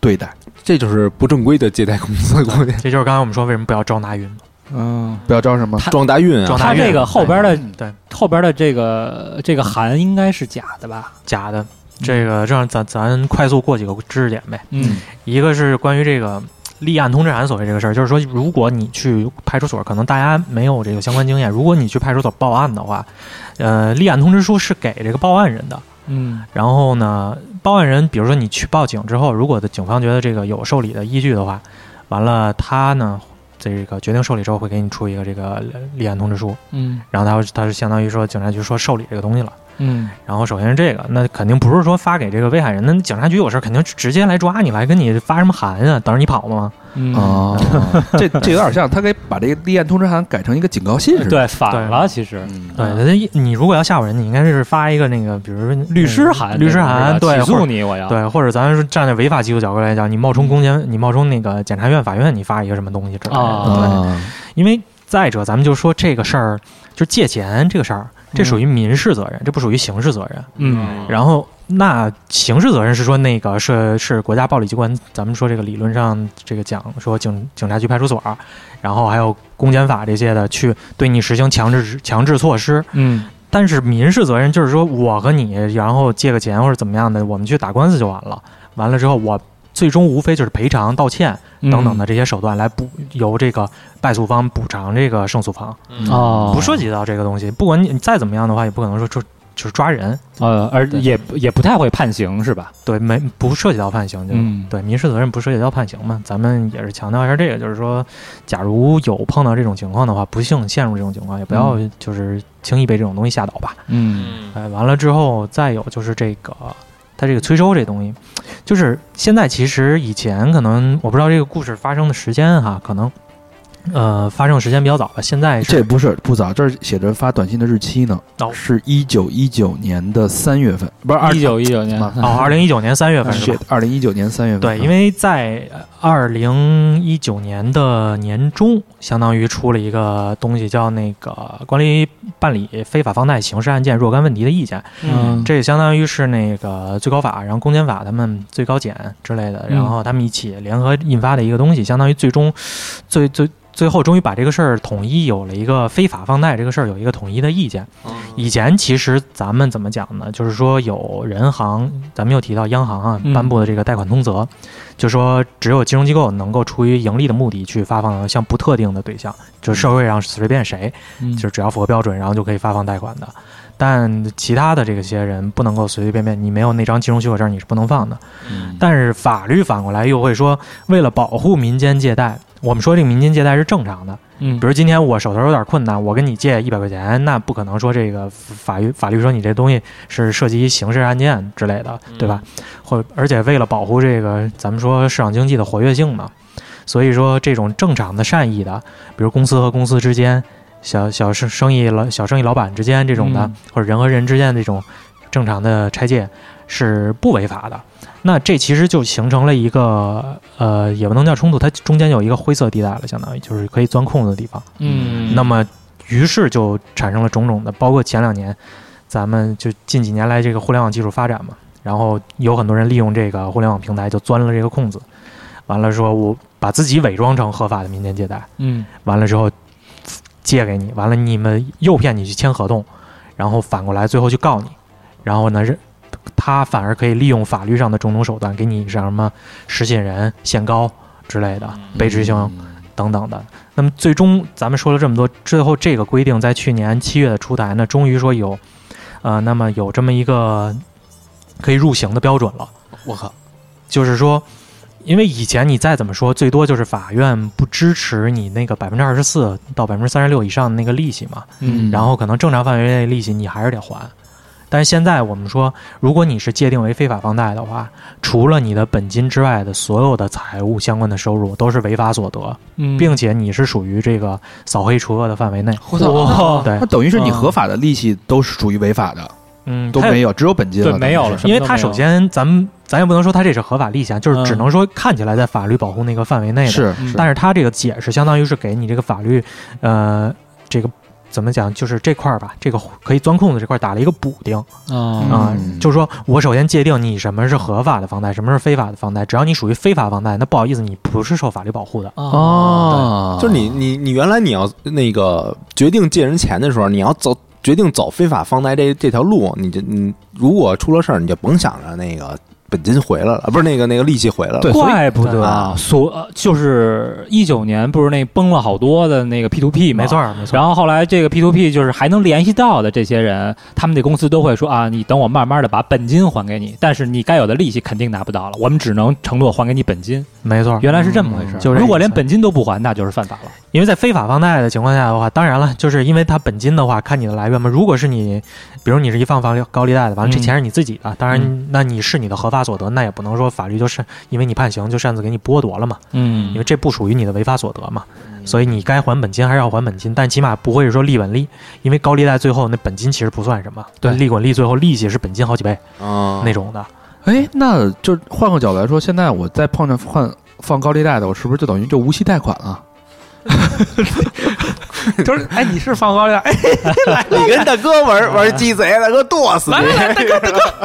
E: 对待。
A: 这就是不正规的借贷公司，估计
H: 这就是刚才我们说为什么不要招拿云嘛，
E: 嗯，不要招什么
C: 他
J: 撞大运啊
H: 装，
C: 他
H: 大运
C: 这个后边的
H: 对
C: 后边的这个这个函应该是假的吧？
H: 假的。这个这样咱咱快速过几个知识点呗。
C: 嗯
H: 一个是关于这个立案通知函所谓这个事儿，就是说，如果你去派出所，可能大家没有这个相关经验，如果你去派出所报案的话，呃，立案通知书是给这个报案人的。
C: 嗯
H: 然后呢，报案人，比如说你去报警之后，如果的警方觉得这个有受理的依据的话，完了他呢，这个决定受理之后会给你出一个这个呃立案通知书，
C: 嗯
H: 然后他他是相当于说警察局说受理这个东西了。
C: 嗯
H: 然后首先是这个，那肯定不是说发给这个被害人，那警察局有事儿肯定直接来抓你来跟你发什么函啊，等着你跑嘛。
C: 嗯，
E: 啊，这这有点像他给把这个立案通知函改成一个警告信似的。
C: 嗯
E: 啊
C: 对，反了，其实
E: 嗯
H: 对，那你如果要吓唬人，你应该是发一个那个，比如说
C: 律师函，
H: 律师函，对，
C: 起
H: 或
C: 诉
H: 者
C: 你，我要，
H: 对，或者咱是站在违法机构角度来讲，你冒充公检，你冒充那个检察院、法院，你发一个什么东西之类的。
C: 啊
H: 对，因为再者，咱们就说这个事儿，就借钱这个事儿，这属于民事责任，这不属于刑事责任。
C: 嗯
H: 然后，那刑事责任是说那个是是国家暴力机关，咱们说这个理论上这个讲说警警察局、派出所，然后还有公检法这些的去对你实行强制强制措施。
C: 嗯
H: 但是民事责任就是说我和你，然后借个钱或者怎么样的，我们去打官司就完了。完了之后，我最终无非就是赔偿、道歉
C: 嗯
H: 等等的这些手段来补由这个败诉方补偿这个胜诉方，
C: 哦，
H: 不涉及到这个东西。不管你你再怎么样的话，也不可能说就就是抓人。
C: 呃，而也也不太会判刑是吧？
H: 对，没不涉及到判刑，就、
C: 嗯
H: 对民事责任不涉及到判刑嘛。咱们也是强调一下这个，就是说，假如有碰到这种情况的话，不幸陷入这种情况，也不要就是轻易被这种东西吓倒吧。
C: 嗯
H: 哎，完了之后，再有就是这个，它这个催收这东西，就是现在其实以前可能我不知道这个故事发生的时间哈，可能呃发生的时间比较早吧。现在
E: 这
H: 是
E: 不是不早，这儿写着发短信的日期呢，
H: 哦
E: 是一九一九年的三月份，不是二
C: 一九一九年
H: 哦，二零一九年三月份是吧？
E: 二零一九年三月份。
H: 对，因
E: 为
H: 为在二零一九年的年中，相当于出了一个东西，叫那个《关于办理非法放贷刑事案件若干问题的意见》，
C: 嗯
H: 这也相当于是那个最高法，然后公检法他们最高检之类的，
C: 嗯
H: 然后他们一起联合印发的一个东西，相当于最终最最。最后终于把这个事儿统一有了一个非法放贷这个事儿有一个统一的意见。以前其实咱们怎么讲呢？就是说有人行，咱们又提到央行啊
C: 嗯
H: 颁布的这个贷款通则，就说只有金融机构能够出于盈利的目的去发放向不特定的对象，就是社会上随便谁，
C: 嗯
H: 就是只要符合标准，然后就可以发放贷款的。但其他的这些人不能够随随便便，你没有那张金融许可证你是不能放的。但是法律反过来又会说，为了保护民间借贷，我们说这个民间借贷是正常的。
C: 嗯
H: 比如今天我手头有点困难，我跟你借一百块钱，那不可能说这个法律法律说你这东西是涉及刑事案件之类的，对吧？或者而且为了保护这个咱们说市场经济的活跃性嘛，所以说这种正常的善意的，比如公司和公司之间、小小生生意老小生意老板之间这种的，
C: 嗯
H: 或者人和人之间的这种正常的拆借是不违法的。那这其实就形成了一个呃，也不能叫冲突，它中间有一个灰色地带了，相当于就是可以钻空子的地方。
C: 嗯
H: 那么，于是就产生了种种的，包括前两年，咱们就近几年来这个互联网技术发展嘛，然后有很多人利用这个互联网平台就钻了这个空子，完了说我把自己伪装成合法的民间借贷，
C: 嗯
H: 完了之后借给你，完了你们诱骗你去签合同，然后反过来最后去告你，然后呢是他反而可以利用法律上的种种手段给你什么失信人、限高之类的
E: 嗯
H: 被执行等等的。那么最终咱们说了这么多，最后这个规定在去年七月的出台呢，终于说有呃，那么有这么一个可以入刑的标准了。
K: 我靠，
H: 就是说，因为以前你再怎么说，最多就是法院不支持你那个百分之二十四到百分之三十六以上的那个利息嘛，
C: 嗯
H: 然后可能正常范围内利息你还是得还。但是现在我们说，如果你是界定为非法放贷的话，除了你的本金之外的所有的财务相关的收入都是违法所得，
C: 嗯，
H: 并且你是属于这个扫黑除恶的范围内。
C: 哇
H: 对
E: 那，等于是你合法的利息都是属于违法的，
H: 嗯，
E: 都
H: 它
E: 没有，只有本金
C: 对
E: 了。
C: 没有
E: 等于
C: 了，
E: 是
C: 什么都
H: 因为
C: 没
H: 它
C: 有
H: 首先，咱们咱也不能说它这是合法立项，就是只
C: 嗯
H: 能说看起来在法律保护那个范围内的。，
E: 是
C: 嗯
H: 但是它这个解释相当于是给你这个法律，呃，这个怎么讲，就是这块儿吧，这个可以钻空子这块儿打了一个补丁
C: 啊
H: 啊、
E: 嗯
H: 就是说我首先界定你什么是合法的房贷，什么是非法的房贷，只要你属于非法房贷，那不好意思，你不是受法律保护的。
E: 哦，
J: 就是你你你原来你要那个决定借人钱的时候，你要走决定走非法放贷这这条路，你就你如果出了事儿，你就甭想着那个本金回来了，不是那个那个利息回来了。
E: 对所以
C: 怪不得
J: 啊
C: 所呃就是一九年不是那崩了好多的那个 P to P
H: 没错，儿，没错儿。
C: 然后后来这个 P to P 就是还能联系到的这些人，他们的公司都会说啊，你等我慢慢的把本金还给你，但是你该有的利息肯定拿不到了，我们只能承诺还给你本金。
H: 没错儿，
C: 原来是这么回事儿，
H: 嗯就是这
C: 如果
H: 意
C: 连
H: 思
C: 本金都不还，那就是犯法了。
H: 因为在非法放贷的情况下的话，当然了，就是因为它本金的话，看你的来源嘛。如果是你，比如你是一放房高利贷的，完了这
C: 嗯
H: 钱是你自己的，当然那你是你的合法所得，那也不能说法律就是因为你判刑就擅自给你剥夺了嘛，因
C: 嗯
H: 为这不属于你的违法所得嘛。所以你该还本金还是要还本金，但起码不会说利滚利，因为高利贷最后那本金其实不算什么，
C: 对哦
H: 利滚利最后利息是本金好几倍
J: 啊，
H: 那种的。
E: 哎，那就是换个角度来说，现在我再碰上换放高利贷的，我是不是就等于就无息贷款了？就是，哎，你是放高利贷，哎，
J: 你跟大哥
K: 哎
J: 玩玩鸡贼，大哥剁死你！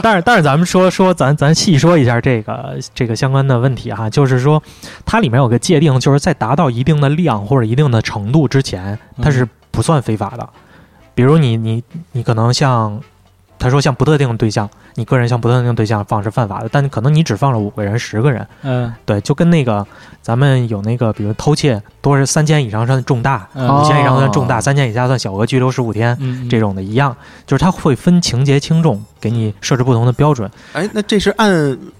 H: 但是但是咱们说说咱咱细说一下这个这个相关的问题哈，就是说它里面有个界定，就是在达到一定的量或者一定的程度之前，它是不算非法的。比如你你你可能像他说像不特定对象，你个人像不特定对象放是犯法的，但可能你只放了五个人、十个人，
C: 嗯
H: 对，就跟那个咱们有那个比如偷窃多是三千以上算重大，
C: 嗯
H: 五千以上算
E: 哦
H: 重大，三千以下算小额拘留十五天。
C: 嗯，
H: 这种的一样，就是它会分情节轻重，给你设置不同的标准，
J: 哎，那这是按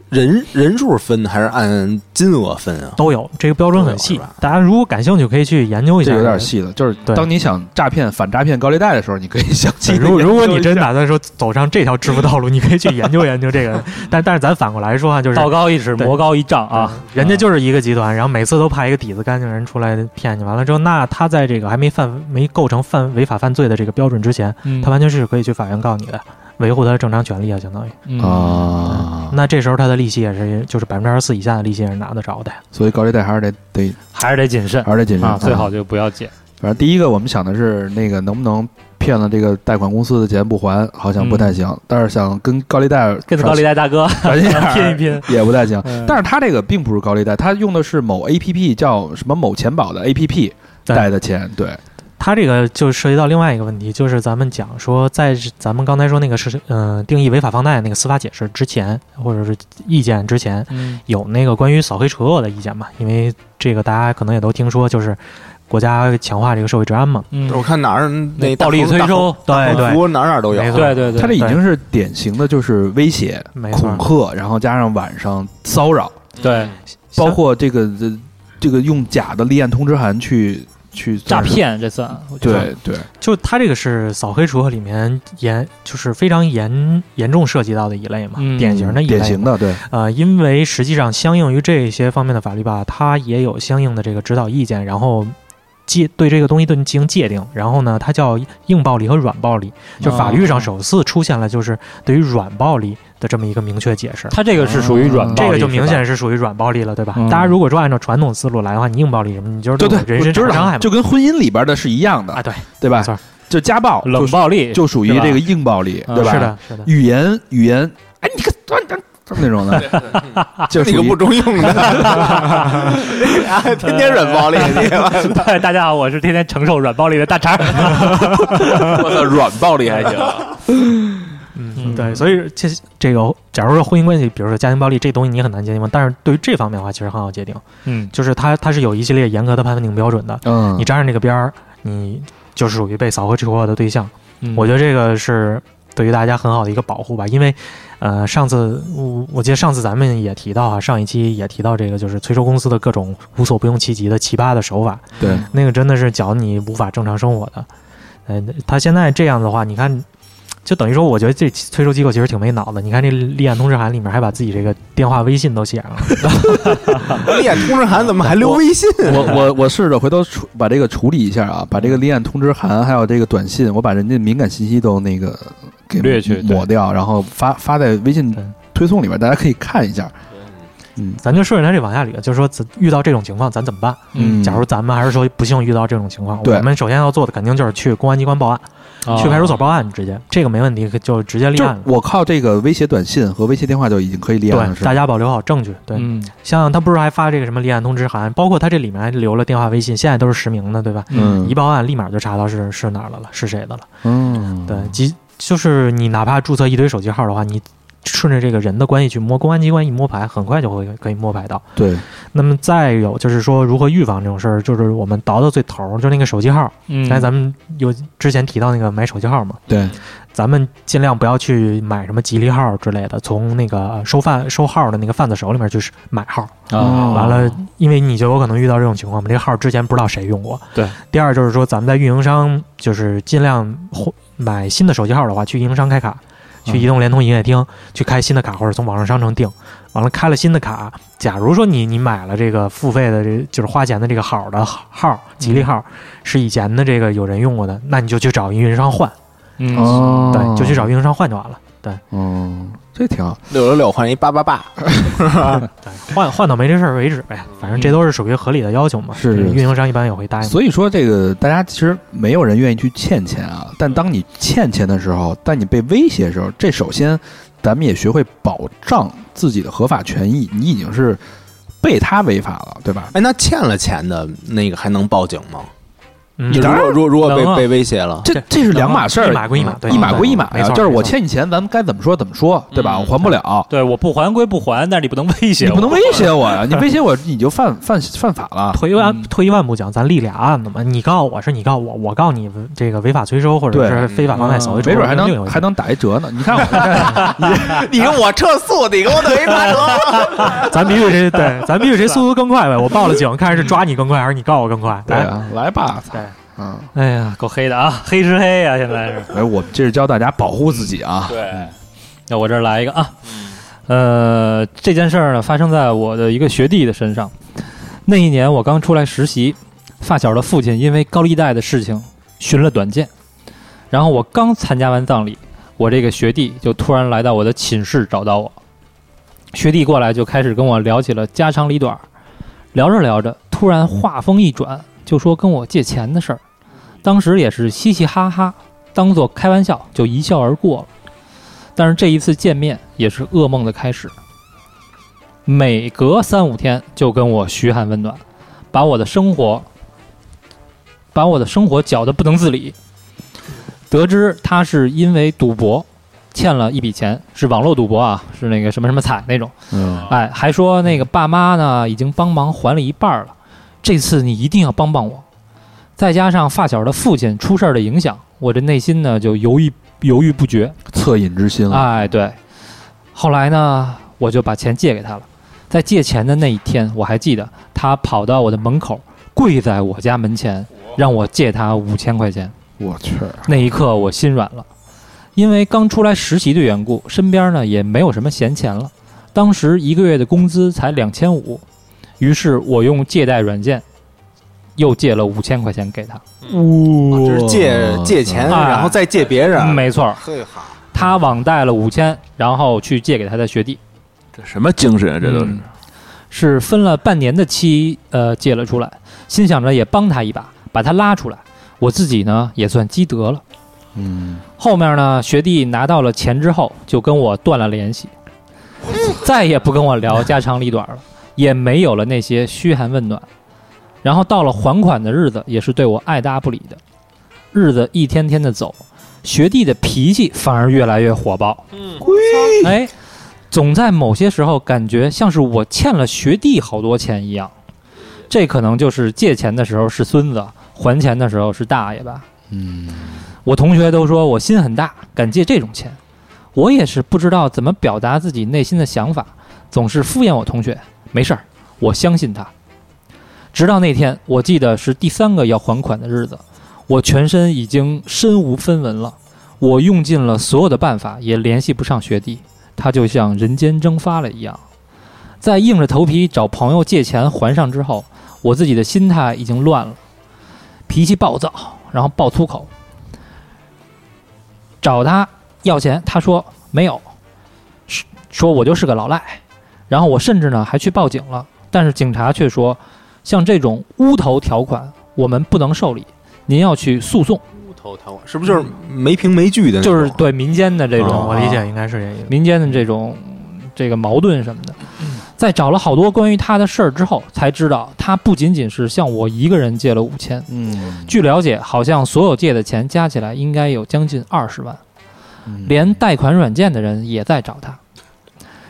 J: 人人数分还是按金额分啊？
H: 都有这个标准很
J: 都
H: 细
J: 有是吧，
H: 大家如果感兴趣可以去研究一下。
E: 这有点。细了。就是
H: 对
E: 当你想诈骗、反诈骗高利贷的时候，你可以想起。
H: 如果如果你真打算说走上这条致富道路，你可以去研究研究这 个。但但是咱反过来说啊，就是
C: 道高一尺，
H: 对
C: 魔高一丈啊。
H: 人
E: 嗯
H: 家就是一个集团，然后每次都派一个底子干净人出来骗你，完了之后，那他在这个还没犯没构成犯违法犯罪的这个标准之前，
C: 嗯
H: 他完全是可以去法院告你的，维护他的正当权利啊，相当于。
C: 嗯
J: 嗯
E: 啊，
H: 那这时候他的利息也是就是百分之二十四以下的利息也是拿得着的。
E: 所以高利贷还是得得
C: 还是得谨慎
E: 还是得谨慎
C: 啊，最好就不要借。
E: 反正第一个我们想的是那个能不能骗了这个贷款公司的钱不还，好像不太行。但是想跟高利贷
C: 嗯跟高利贷大 哥拼一拼，
E: 也不太行。
C: 嗯
E: 但是他这个并不是高利贷，他用的是某 A P P 叫什么某钱宝的 A P P
H: 对
E: 贷的钱，对，
H: 它这个就涉及到另外一个问题，就是咱们讲说，在咱们刚才说那个是嗯、呃定义违法放贷那个司法解释之前，或者是意见之前，
C: 嗯
H: 有那个关于扫黑除恶的意见嘛？因为这个大家可能也都听说，就是国家强化这个社会治安嘛。
J: 我
C: 嗯，
J: 看哪儿那
C: 暴力催收，
J: 大
H: 对
J: 横
H: 对，
J: 幅哪儿哪儿都有
H: 没。错
C: 对对对，
E: 他这已经是典型的就是威胁、
H: 没错
E: 恐，吓，然后加上晚上骚扰，
C: 对
H: 像
E: 包括这个这这个用假的立案通知函去去
C: 诈，骗这算我觉得
E: 对对，
H: 就它这个是扫黑除恶里面严，就是非常严严重涉及到的一类嘛，
C: 嗯
H: 典型的一类。
E: 典型的对，
H: 呃，因为实际上相应于这些方面的法律吧，它也有相应的这个指导意见，然后界对这个东西进行界定。然后呢，它叫硬暴力和软暴力，
C: 嗯哦
H: 就法律上首次出现了就是对于软暴力的这么一个明确解释。
C: 嗯他这个是属于软暴力，
H: 嗯这个就是
C: 吧
H: 明显是属于软暴力了，对吧？
C: 嗯
H: 大家如果说按照传统思路来的话，你硬暴力什么，你就是
E: 对对
H: 我，人身
E: 我知道
H: 伤害嘛，
E: 就跟婚姻里边的是一样的
H: 啊，，对，
E: 对吧
H: 没错？
E: 就家暴就
C: 冷暴力，
E: 就属于
C: 对吧
E: 这个硬暴力，
C: 嗯
E: 对吧？
H: 啊是的，是的，
E: 语言语言，哎，你个 那种的，就
K: 这
E: 属
K: 嗯个
E: 于
K: 不中用 的，哎天天软暴力，哎你
C: 对， 大家好，我是天天承受软暴力的大肠。
K: 我操，软暴力还行。
H: 嗯，对，所以这这个，假如说婚姻关系，比如说家庭暴力这东西，你很难界定嘛。但是对于这方面的话，其实很好界定，
C: 嗯
H: 就是它它是有一系列严格的判定标准的。
E: 嗯，
H: 你沾上这个边儿，你就是属于被扫黑除恶的对象。
C: 嗯
H: 我觉得这个是对于大家很好的一个保护吧，因为，呃，上次我我记得上次咱们也提到啊，上一期也提到这个，就是催收公司的各种无所不用其极的奇葩的手法，
E: 对，
H: 那个真的是搅你无法正常生活的。嗯、他现在这样的话，你看，就等于说，我觉得这催收机构其实挺没脑子。你看这立案通知函里面还把自己这个电话、微信都写上了，
K: 练通知函怎么还留微信？
E: 我我我试着回头处把这个处理一下啊，把这个立案通知函还有这个短信，我把人家敏感信息都那个给
C: 略去对
E: 抹掉，然后发发在微信
H: 对
E: 推送里边，大家可以看一下。嗯
H: 咱就顺着他这往下捋，就是说咱遇到这种情况咱怎么办？
E: 嗯
H: 假如咱们还是说不幸遇到这种情况，
E: 对啊
H: 我们首先要做的肯定就是去公安机关报案，
C: 哦
H: 去派出所报案，直接这个没问题，就直接立
E: 就是
H: 案了。
E: 我靠这个威胁短信和威胁电话就已经可以立案了，
H: 对，
E: 是吧
H: 大家保留好证据。对，
C: 嗯
H: 像他不是还发这个什么立案通知函，包括他这里面还留了电话、微信，现在都是实名的，对吧？
E: 嗯
H: 一报案立马就查到是是哪儿的了，是谁的了。
E: 嗯
H: 对，即就是你哪怕注册一堆手机号的话，你顺着这个人的关系去摸，公安机关一摸排，很快就会可以摸排到。
E: 对
H: 那么再有就是说如何预防这种事儿，就是我们倒到最头儿，就那个手机号。
C: 嗯
H: 刚才咱们有之前提到那个买手机号嘛，
E: 对，
H: 咱们尽量不要去买什么吉利号之类的，从那个呃收贩收号的那个贩子手里面去买号。
E: 哦
H: 完了，因为你就有可能遇到这种情况嘛，这个号之前不知道谁用过。
C: 对。
H: 第二就是说，咱们在运营商就是尽量换买新的手机号的话，去运营商开卡，去
E: 嗯
H: 移动、联通营业厅去开新的卡，或者从网上商城订。完了，开了新的卡，假如说你你买了这个付费的这就是花钱的这个好的号吉利
E: 嗯
H: 号，是以前的这个有人用过的，那你就去找运营商换，
C: 嗯
E: 哦
H: 对，就去找运营商换就完了。
E: 嗯，这挺好，
K: 六六六换一八八八，
H: 对，换换到没这事儿为止呗，反正这都是属于合理的要求嘛。
E: 嗯是
H: 这
E: 是
H: 运营商一般也会答应。
E: 所以说，这个大家其实没有人愿意去欠钱啊。但当你欠钱的时候，但你被威胁的时候，这首先咱们也学会保障自己的合法权益。你已经是被他违法了，对吧？
K: 哎，那欠了钱的那个还能报警吗？
H: 嗯
K: 就如果如果如果
H: 能啊
K: 被被威胁了，
E: 这这是两码事儿，
H: 一码归一码对
E: 一码归一码
H: 没
E: 呀。
H: 错
E: 就是我
H: 没错
E: 欠你钱，咱们该怎么说怎么说，对吧？
K: 嗯
E: 我还不了，
C: 对，我不还归不还，但是你不能威胁
E: 你
C: 我，
E: 不能威胁我呀！你威胁我，你就犯犯犯法了。
H: 退一万退一万步讲，咱立俩案子嘛，你告我是你告我，我告你这个违法催收或者
E: 对
H: 是非法妨碍扫黑
E: 嗯
H: 除
E: 没
H: 恶，
E: 准还
H: 另有
E: 能
H: 一
E: 还能打一折呢。你看我，
K: 你跟我撤诉，你跟我等于八折。
H: 咱比比 谁对，咱比比谁速度更快呗。我报了警，看是抓你更快还是你告我更快。
E: 对
H: 来，
E: 啊，来吧，
H: 对
E: 嗯，
H: 哎呀，
C: 够黑的啊，黑吃黑呀、现在是。
E: 哎，我们这是教大家保护自己啊。
C: 对，那我这儿来一个啊，呃，这件事儿呢发生在我的一个学弟的身上。那一年我刚出来实习，发小的父亲因为高利贷的事情寻了短见，然后我刚参加完葬礼，我这个学弟就突然来到我的寝室找到我，学弟过来就开始跟我聊起了家长里短儿，聊着聊着，突然话锋一转，就说跟我借钱的事儿，当时也是嘻嘻哈哈，当做开玩笑就一笑而过了。但是这一次见面也是噩梦的开始。每隔三五天就跟我嘘寒问暖，把我的生活，把我的生活搅得不能自理。得知他是因为赌博欠了一笔钱，是网络赌博啊，是那个什么什么彩那种。
B: 啊
E: 嗯，
C: 哎，还说那个爸妈呢已经帮忙还了一半儿了，这次你一定要帮帮我。再加上发小的父亲出事儿的影响，我这内心呢就犹豫犹豫不决。
E: 恻隐之心了。啊
C: 哎，对。后来呢，我就把钱借给他了。在借钱的那一天，我还记得他跑到我的门口，跪在我家门前，让我借他五千块钱。
E: 我去，
C: 那一刻我心软了，因为刚出来实习的缘故，身边呢也没有什么闲钱了。当时一个月的工资才两千五，于是我用借贷软件又借了五千块钱给他。
K: 就是借借钱，
C: 哎
K: 然后再借别
A: 啊
K: 人。
C: 没错儿，
K: 嘿哈，
C: 他网贷了五千，然后去借给他的学弟。
K: 这什么精神啊？这都是
C: 嗯是分了半年的期，呃，借了出来，心想着也帮他一把，把他拉出来。我自己呢也算积德了。
E: 嗯，
C: 后面呢，学弟拿到了钱之后，就跟我断了联系。再也不跟我聊家长里短了，也没有了那些嘘寒问暖。然后到了还款的日子，也是对我爱搭不理的。日子一天天的走，学弟的脾气反而越来越火爆。
K: 嗯，
C: 哎，总在某些时候感觉像是我欠了学弟好多钱一样。这可能就是借钱的时候是孙子，还钱的时候是大爷吧。
E: 嗯，
C: 我同学都说我心很大，敢借这种钱。我也是不知道怎么表达自己内心的想法，总是敷衍我同学。没事儿，我相信他。直到那天，我记得是第三个要还款的日子，我全身已经身无分文了。我用尽了所有的办法，也联系不上学弟，他就像人间蒸发了一样。在硬着头皮找朋友借钱还上之后，我自己的心态已经乱了，脾气暴躁，然后爆粗口，找他要钱，他说没有，是说我就是个老赖。然后我甚至呢还去报警了，但是警察却说，像这种乌头条款我们不能受理，您要去诉讼，
K: 秃头条款
A: 是不是就是没凭没据的那种？
C: 就是对民间的这种、
A: 哦
H: 我理解应该是这意思。
C: 民间的这种这个矛盾什么的。在找了好多关于他的事儿之后，才知道他不仅仅是向我一个人借了五千。
E: 嗯，
C: 据了解，好像所有借的钱加起来应该有将近二十万，连贷款软件的人也在找他。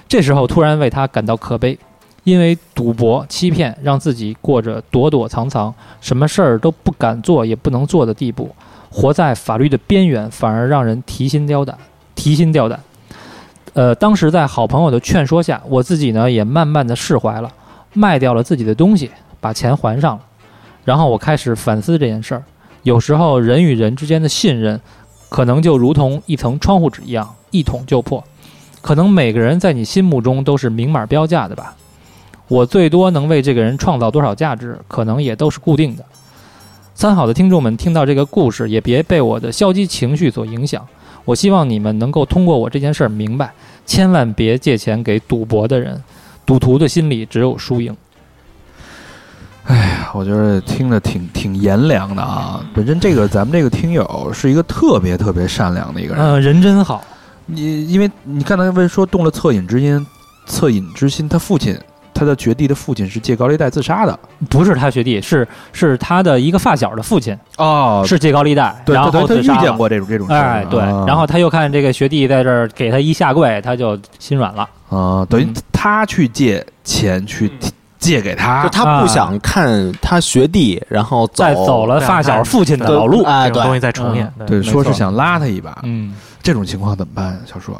C: 这时候突然为他感到可悲，因为赌博、欺骗，让自己过着躲躲藏藏、什么事儿都不敢做也不能做的地步，活在法律的边缘，反而让人提心吊胆。提心吊胆。呃，当时在好朋友的劝说下，我自己呢也慢慢的释怀了，卖掉了自己的东西，把钱还上了。然后我开始反思这件事儿，有时候人与人之间的信任，可能就如同一层窗户纸一样，一捅就破。可能每个人在你心目中都是明码标价的吧。我最多能为这个人创造多少价值，可能也都是固定的。三好的听众们听到这个故事，也别被我的消极情绪所影响。我希望你们能够通过我这件事儿明白，千万别借钱给赌博的人，赌徒的心里只有输赢。
E: 哎我觉得听着挺挺炎凉的啊。本身这个咱们这个听友是一个特别特别善良的一个人，
C: 嗯、人真好，
E: 你因为你看他为说动了恻隐之心，恻隐之心，他父亲，他的绝地的父亲是借高利贷自杀的。
C: 不是他学弟，是是他的一个发小的父亲，
E: 哦
C: 是借高利贷，
E: 对，
C: 然
E: 对
C: 后
E: 他
C: 自
E: 遇
C: 杀
E: 见
C: 了。
E: 过这种这种事儿啊。
C: 哎，对，然后他又看这个学弟在这儿给他一下跪，他就心软了。
E: 啊，等于
C: 嗯
E: 他去借钱去借给
A: 就
E: 他，
A: 他不想看他学弟，然后走
C: 啊再走了发小父亲的
A: 对
C: 老路。
A: 哎，
H: 这种东
A: 对，
H: 西在重演。
E: 嗯对，
A: 错
E: 说是想拉他一把，
C: 嗯，
E: 这种情况怎么办？小叔，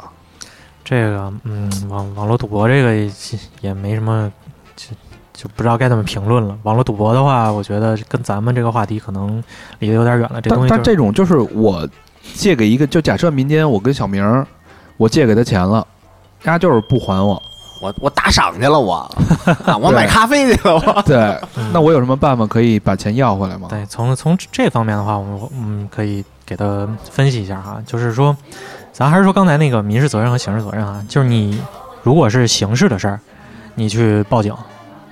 H: 这个，嗯，网网络赌博这个也也没什么，就就不知道该怎么评论了。网络赌博的话，我觉得跟咱们这个话题可能离得有点远了。这东
E: 但
H: 西、
E: 但
H: 就是
E: 这种就是我借给一个，就假设民间我跟小明儿，我借给他钱了，他就是不还 我，
K: 我我打赏去了， 我啊我买咖啡去了，我
E: 对，
H: 嗯
E: 那我有什么办法可以把钱要回来吗？
H: 对，从从这方面的话，我们我们可以给他分析一下哈，就是说，咱还是说刚才那个民事责任和刑事责任啊，就是你如果是刑事的事儿，你去报警，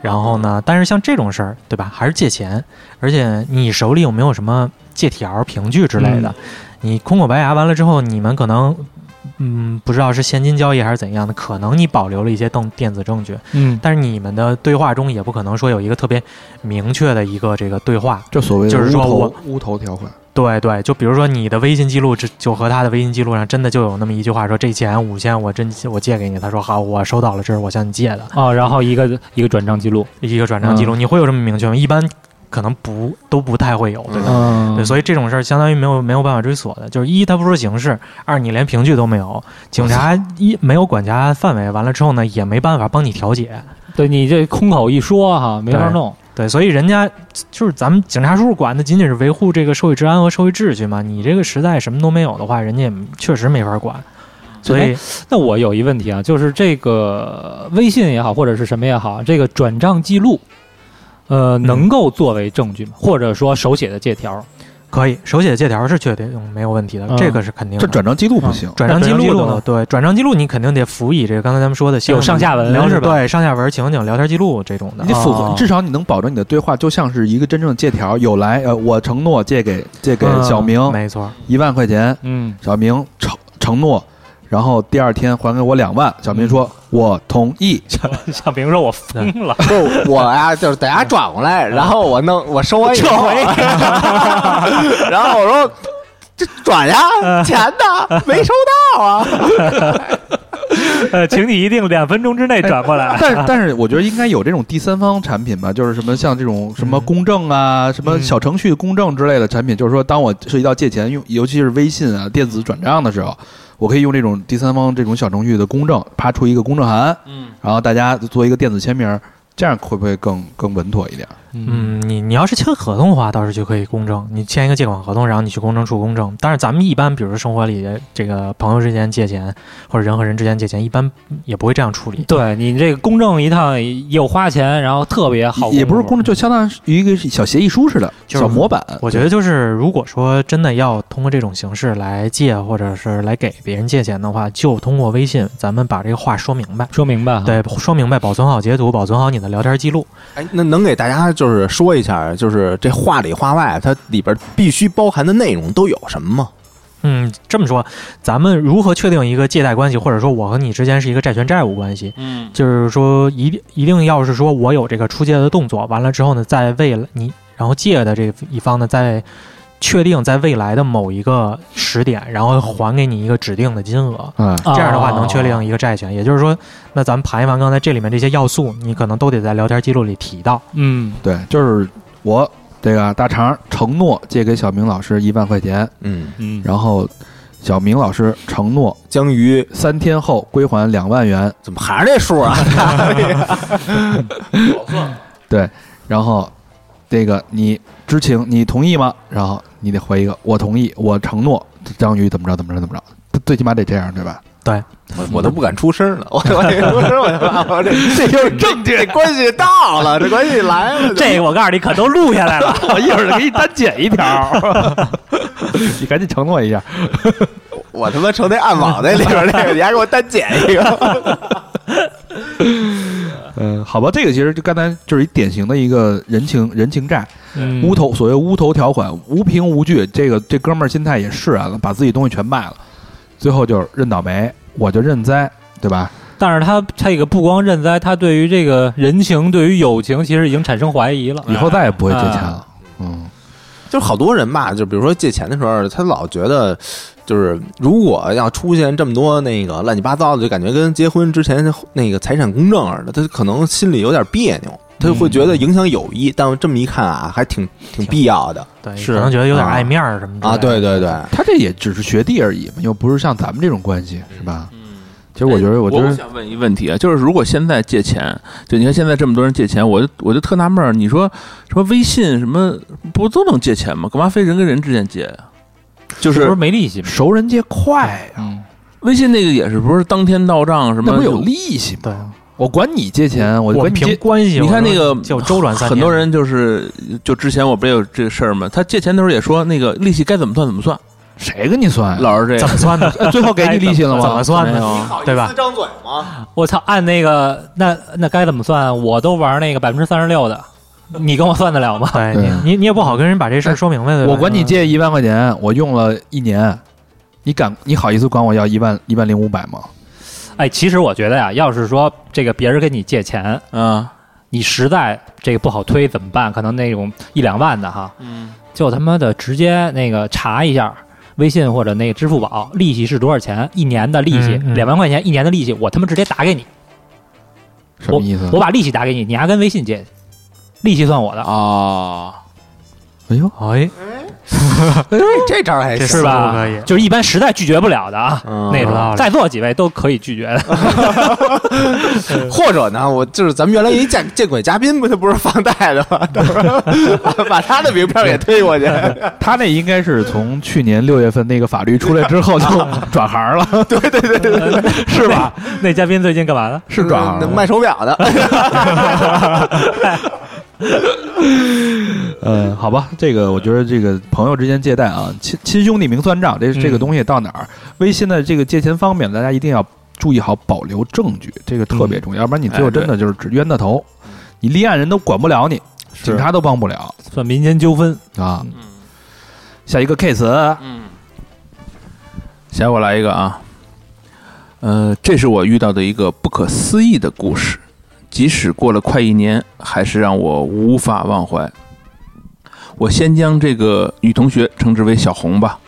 H: 然后呢，但是像这种事儿，对吧，还是借钱，而且你手里有没有什么借条、凭据之类的，你空口白牙完了之后，你们可能。嗯，不知道是现金交易还是怎样的，可能你保留了一些电电子证据，
C: 嗯，
H: 但是你们的对话中也不可能说有一个特别明确的一个这个对话，
E: 就所谓的
H: 就是说
E: 乌头
H: 我
E: 乌头条款，
H: 对对，就比如说你的微信记录，这就和他的微信记录上真的就有那么一句话说：“这钱五千，我真我借给你。”他说：“好，我收到了，这是我向你借的。
C: 哦，然后一个一个转账记录，”
H: 一个转账记录，你会有这么明确吗？一般可能不都不太会有，对吧？
C: 嗯
H: 对，所以这种事儿相当于没有没有办法追索的，就是一它不是刑事，二你连凭据都没有，警察一没有管辖范围，完了之后呢也没办法帮你调解，
C: 对你这空口一说哈，没法弄。
H: 对，所以人家就是咱们警察叔叔管的仅仅是维护这个社会治安和社会秩序嘛，你这个时代什么都没有的话，人家也确实没法管。所以，
C: 哎那我有一问题啊，就是这个微信也好，或者是什么也好，这个转账记录，呃，
E: 嗯
C: 能够作为证据吗？或者说手写的借条？
H: 可以，手写的借条是确定没有问题的，
C: 嗯
H: 这个是肯定
E: 这
H: 的。
E: 转账记录不行，
H: 转账记
C: 那转账记
H: 录
C: 录
H: 呢
C: 呢？
H: 对，转账记录你肯定得辅以这个刚才咱们说的
C: 有上下文
H: 聊
C: 是吧
H: 对，上下文、情景、聊天记录这种的
E: 你。得符合
C: 哦，
E: 至少你能保证你的对话就像是一个真正的借条，有来呃，我承诺借给借给小明
H: 嗯没错，
E: 一万块钱，
C: 嗯
E: 小明承承诺然后第二天还给我两万。小
H: 嗯
E: 明说：“我同意。
C: 像比如说我疯了，
A: 不是我呀， 就是等家转过来，然后我弄我收完以后， 然后我说这转
C: 嗯
A: 呀，钱呢？没收到啊。
C: 呃，请你一定两分钟之内转过来。
E: 但是但是我觉得应该有这种第三方产品吧，就是什么像这种什么公证啊，什么小程序公证之类的产品，就是说当我涉及到借钱用，尤其是微信啊电子转账的时候。我可以用这种第三方这种小程序的公证，啪出一个公证函，嗯，然后大家做一个电子签名，这样会不会更更稳妥一点？
H: 嗯，你你要是签合同的话，倒是就可以公证。你签一个借款合同，然后你去公证处公证。但是咱们一般，比如说生活里这个朋友之间借钱，或者人和人之间借钱，一般也不会这样处理。
C: 对你这个公证一趟又花钱，然后特别好，
E: 也不是公证，就相当于一个小协议书似的，
H: 就是
E: 小模板。
H: 我觉得就是，如果说真的要通过这种形式来借，或者是来给别人借钱的话，就通过微信，咱们把这个话说明白。
C: 说明白。，
H: 对，说明白，保存好截图，保存好你的聊天记录。
A: 哎，那能给大家就是说一下，就是这话里话外，它里边必须包含的内容都有什么吗？
H: 嗯，这么说，咱们如何确定一个借贷关系，或者说我和你之间是一个债权债务关系？
K: 嗯，
H: 就是说一定一定要是说我有这个出借的动作，完了之后呢，再为了你，然后借的这一方呢，再确定在未来的某一个时点，然后还给你一个指定的金额。
E: 啊、
C: 这
H: 这样的话能确
C: 啊
H: 定一个债权，也就是说，那咱们盘一盘刚才这里面这些要素，你可能都得在聊天记录里提到。
C: 嗯，
E: 对，就是我这个大肠承诺借给小明老师一万块钱，
A: 嗯，
C: 嗯，
E: 然后小明老师承诺
A: 江鱼
E: 三天后归还两万元，
A: 怎么还是这数啊？
E: 然后这个你知情，你同意吗？然后你得回一个我同意，我承诺章鱼怎么着怎么着怎么着，最最起码得这样对吧？
A: 我我都不敢出声了，我我得出声，我就怕我 这这就是证据，这关系到了，这关系来了。
C: 这个我告诉你，可都录下来了。
E: 我 一会儿给你单剪一条，你赶紧承诺一下。
A: 我他妈成那暗网那里 边那个，你还给我单剪一个。
E: 嗯，好吧，这个其实就刚才就是一典型的一个人情人情债，
C: 嗯
E: 无头所谓无头条款，无凭无据，这个这哥们儿心态也释然了，把自己东西全卖了，最后就是认倒霉，我就认栽，对吧？
C: 但是他他这个不光认栽，他对于这个人情、对于友情，其实已经产生怀疑了。
E: 以后再也不会借钱了。嗯，
A: 就是好多人吧，就比如说借钱的时候，他老觉得，就是如果要出现这么多那个乱七八糟的，就感觉跟结婚之前那个财产公证似的，他可能心里有点别扭，他会觉得影响友谊。但这么一看啊，还挺挺必要的
H: 对，
C: 是
H: 可能觉得有点爱面儿什么之类的
A: 啊！对对对，
E: 他这也只是学弟而已嘛，又不是像咱们这种关系，是吧？其实我觉得，
B: 我
E: 觉得
B: 想问一问题啊，就是如果现在借钱，就你看现在这么多人借钱，我就我就特纳闷儿，你说什么微信什么不都能借钱吗？干嘛非人跟人之间借呀？就
C: 这不是
B: 是
C: 没利息吗？
E: 熟人借快啊，
B: 微信那个也是，不是当天到账什么？
E: 那不是有利息吗？
H: 对，
E: 我管你借钱，我
H: 我
E: 管你
H: 凭
E: 借，
H: 关系，
B: 你看
H: 我
B: 那个
H: 就周转三
B: 很
H: 年
B: 多人就是就之前我不也有这个事儿吗？他借钱的时候也说那个利息该怎么算怎么算，
E: 谁跟你算呀？
B: 老是这
H: 怎
B: 样
H: 么算的？
E: 最后给你利息了
H: 怎么
E: 吗？
H: 算
B: 没
H: 的？
B: 有
H: 对吧？
A: 张嘴吗？
C: 啊我操，按那个那那该怎么算？我都玩那个百分之三十六的，你跟我算得了吗？
H: 对
E: 对
H: 你，你你也不好跟人把这事儿说明白对吧
E: 我管你借一万块钱，我用了一年，你敢你好意思管我要一万一万零五百吗？
C: 哎，其实我觉得呀，要是说这个别人跟你借钱，
B: 啊？
C: 你实在这个不好推怎么办？可能那种一两万的哈，
B: 嗯，
C: 就他妈的直接那个查一下微信或者那个支付宝利息是多少钱，一年的利息
H: 嗯嗯
C: 两万块钱，一年的利息，我他妈直接打给你，
E: 什么意
K: 嗯
E: 思？
C: 我把利息打给你，你还跟微信借，利息算我的，
B: 哦，
E: 哎呦，
H: 哎，
A: 这招还
H: 这
A: 行
C: 是吧
H: 思路可以？
C: 就是一般实在拒绝不了的啊，
A: 嗯
C: 那
H: 有道
C: 种
H: 理
C: 在座几位都可以拒绝 的。
A: 或者呢，我就是咱们原来一见见鬼嘉宾，不他不是放贷的吗？ 到时候把他的名片也推过去。
E: 他那应该是从去年六月份那个法律出来之后就 转行了，
C: 是吧？那嘉宾最近干嘛呢？
E: 是转行
A: 那
E: 了。
A: 卖手表的，
E: 呃，好吧，这个我觉得这个朋友之间借贷啊，亲亲兄弟明算账，这这个
C: 嗯
E: 东西到哪儿？微信的这个借钱方面，大家一定要注意好保留证据，这个特
C: 嗯
E: 别重要，要不然你最后
B: 哎对
E: 真的就是只冤大头，
C: 哎
E: 你立案人都管不了你，警察都帮不了
C: 算民间纠纷，
E: 啊
B: 嗯。
E: 下一个 case，
B: 嗯，下回我来一个啊，呃，这是我遇到的一个不可思议的故事，即使过了快一年，还是让我无法忘怀。我先将这个女同学称之为小红吧，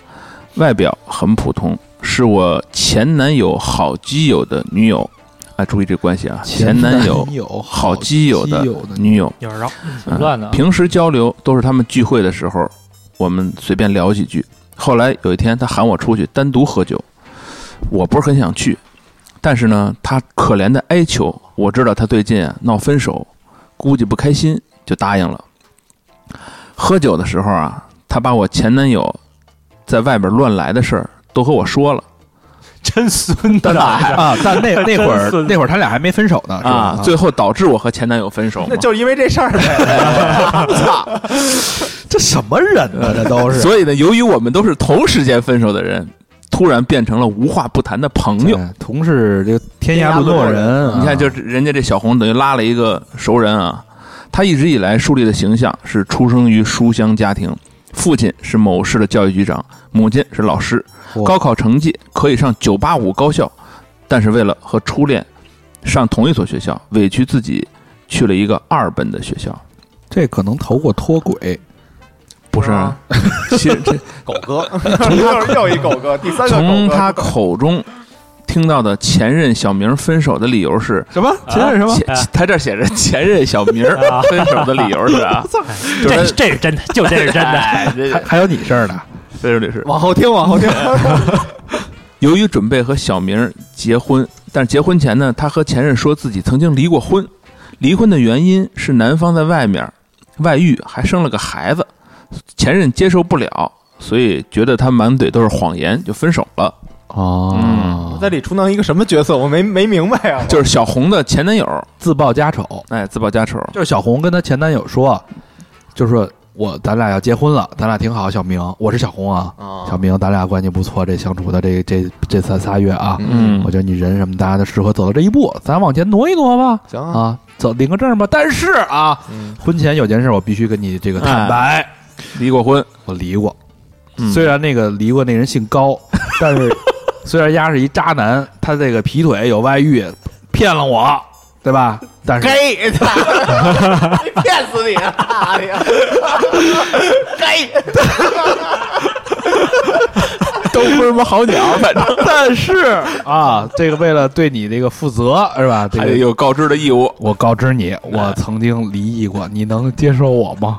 B: 外表很普通，是我前男友好基友的女友。啊，注意这关系啊，前男友
E: 友
B: 好基友的女友。
H: 有人绕，
K: 嗯
C: 挺乱的啊。
B: 平时交流都是他们聚会的时候，我们随便聊几句。后来有一天，他喊我出去单独喝酒，我不是很想去，但是呢，他可怜的哀求，我知道他最近啊闹分手，估计不开心，就答应了。喝酒的时候啊，他把我前男友在外边乱来的事儿都和我说了
C: 真孙子
E: 但
C: 啊，
E: 啊，但那那会儿
C: 真孙子
E: 那会儿他俩还没分手呢，是吧？
B: 啊，最后导致我和前男友分手嘛。
K: 那就是因为这事儿呗。我操！
E: 这什么人呢？这都是
B: 所以呢，由于我们都是同时间分手的人，突然变成了无话不谈的朋友。
E: 对同是这个天
K: 涯
E: 涯
K: 沦
E: 沦
K: 落
E: 落人，啊
B: 你看，就是是人家这小红等于拉了一个熟人啊。他一直以来树立的形象是出生于书香家庭，父亲是某市的教育局长，母亲是老师，
E: 哇
B: 高考成绩可以上985高校，但是为了和初恋上同一所学校，委屈自己去了一个二本的学校。
E: 这可能投过脱轨，
B: 不是啊， 其实这
A: 狗哥，
K: 又又一狗哥，第三个
B: 从
K: 狗
B: 他
K: 哥。
B: 口中听到的前任小明分手的理由是
E: 什么
C: 前任
E: 什么
B: 前
C: 啊
B: 他这儿写着前任小明儿
K: 啊
B: 分手的理由是啊，就是
H: 这
B: 他
H: 这是真的，就这是真 的。
B: 哎，这
E: 还还有你事儿呢？
B: 分手律师。
K: 往后听，往后 听。
B: 由于准备和小明儿结婚，但是结婚前呢，他和前任说自己曾经离过婚，离婚的原因是男方在外面外遇，还生了个孩子，前任接受不了，所以觉得他满嘴都是谎言，就分手了。
E: 哦，
A: 在里充当一个什么角色？我没没明白啊。
B: 就是小红的前男友，
E: 自报家丑，
B: 哎，自报家丑。
E: 就是小红跟她前男友说，就说我咱俩要结婚了，咱俩挺好，小明，我是小红啊，
B: 嗯
E: 小明，咱俩关系不错，这相处的这这这三仨月啊，
B: 嗯
E: 我觉得你人什么，大家都适合走到这一步，咱往前挪一挪吧，
A: 行
B: 嗯
A: 啊，
E: 啊，走领个证吧。但是啊，
A: 嗯
E: 婚前有件事我必须跟你这个坦白，
B: 离过婚，
E: 我离过，
B: 嗯
E: 虽然那个离过那人 姓高，但是虽然丫是一渣男，他这个劈腿有外遇，骗了我，对吧？但是
K: 嘿，你骗死你了！大爷 嘿，
B: 都不是什么好鸟，反 正
E: 但是啊，这个为了对你这个负责是吧？这
B: 还得
E: 个
B: 有哎告知的义务。
E: 我告知你，我曾经离异过，你能接受我吗？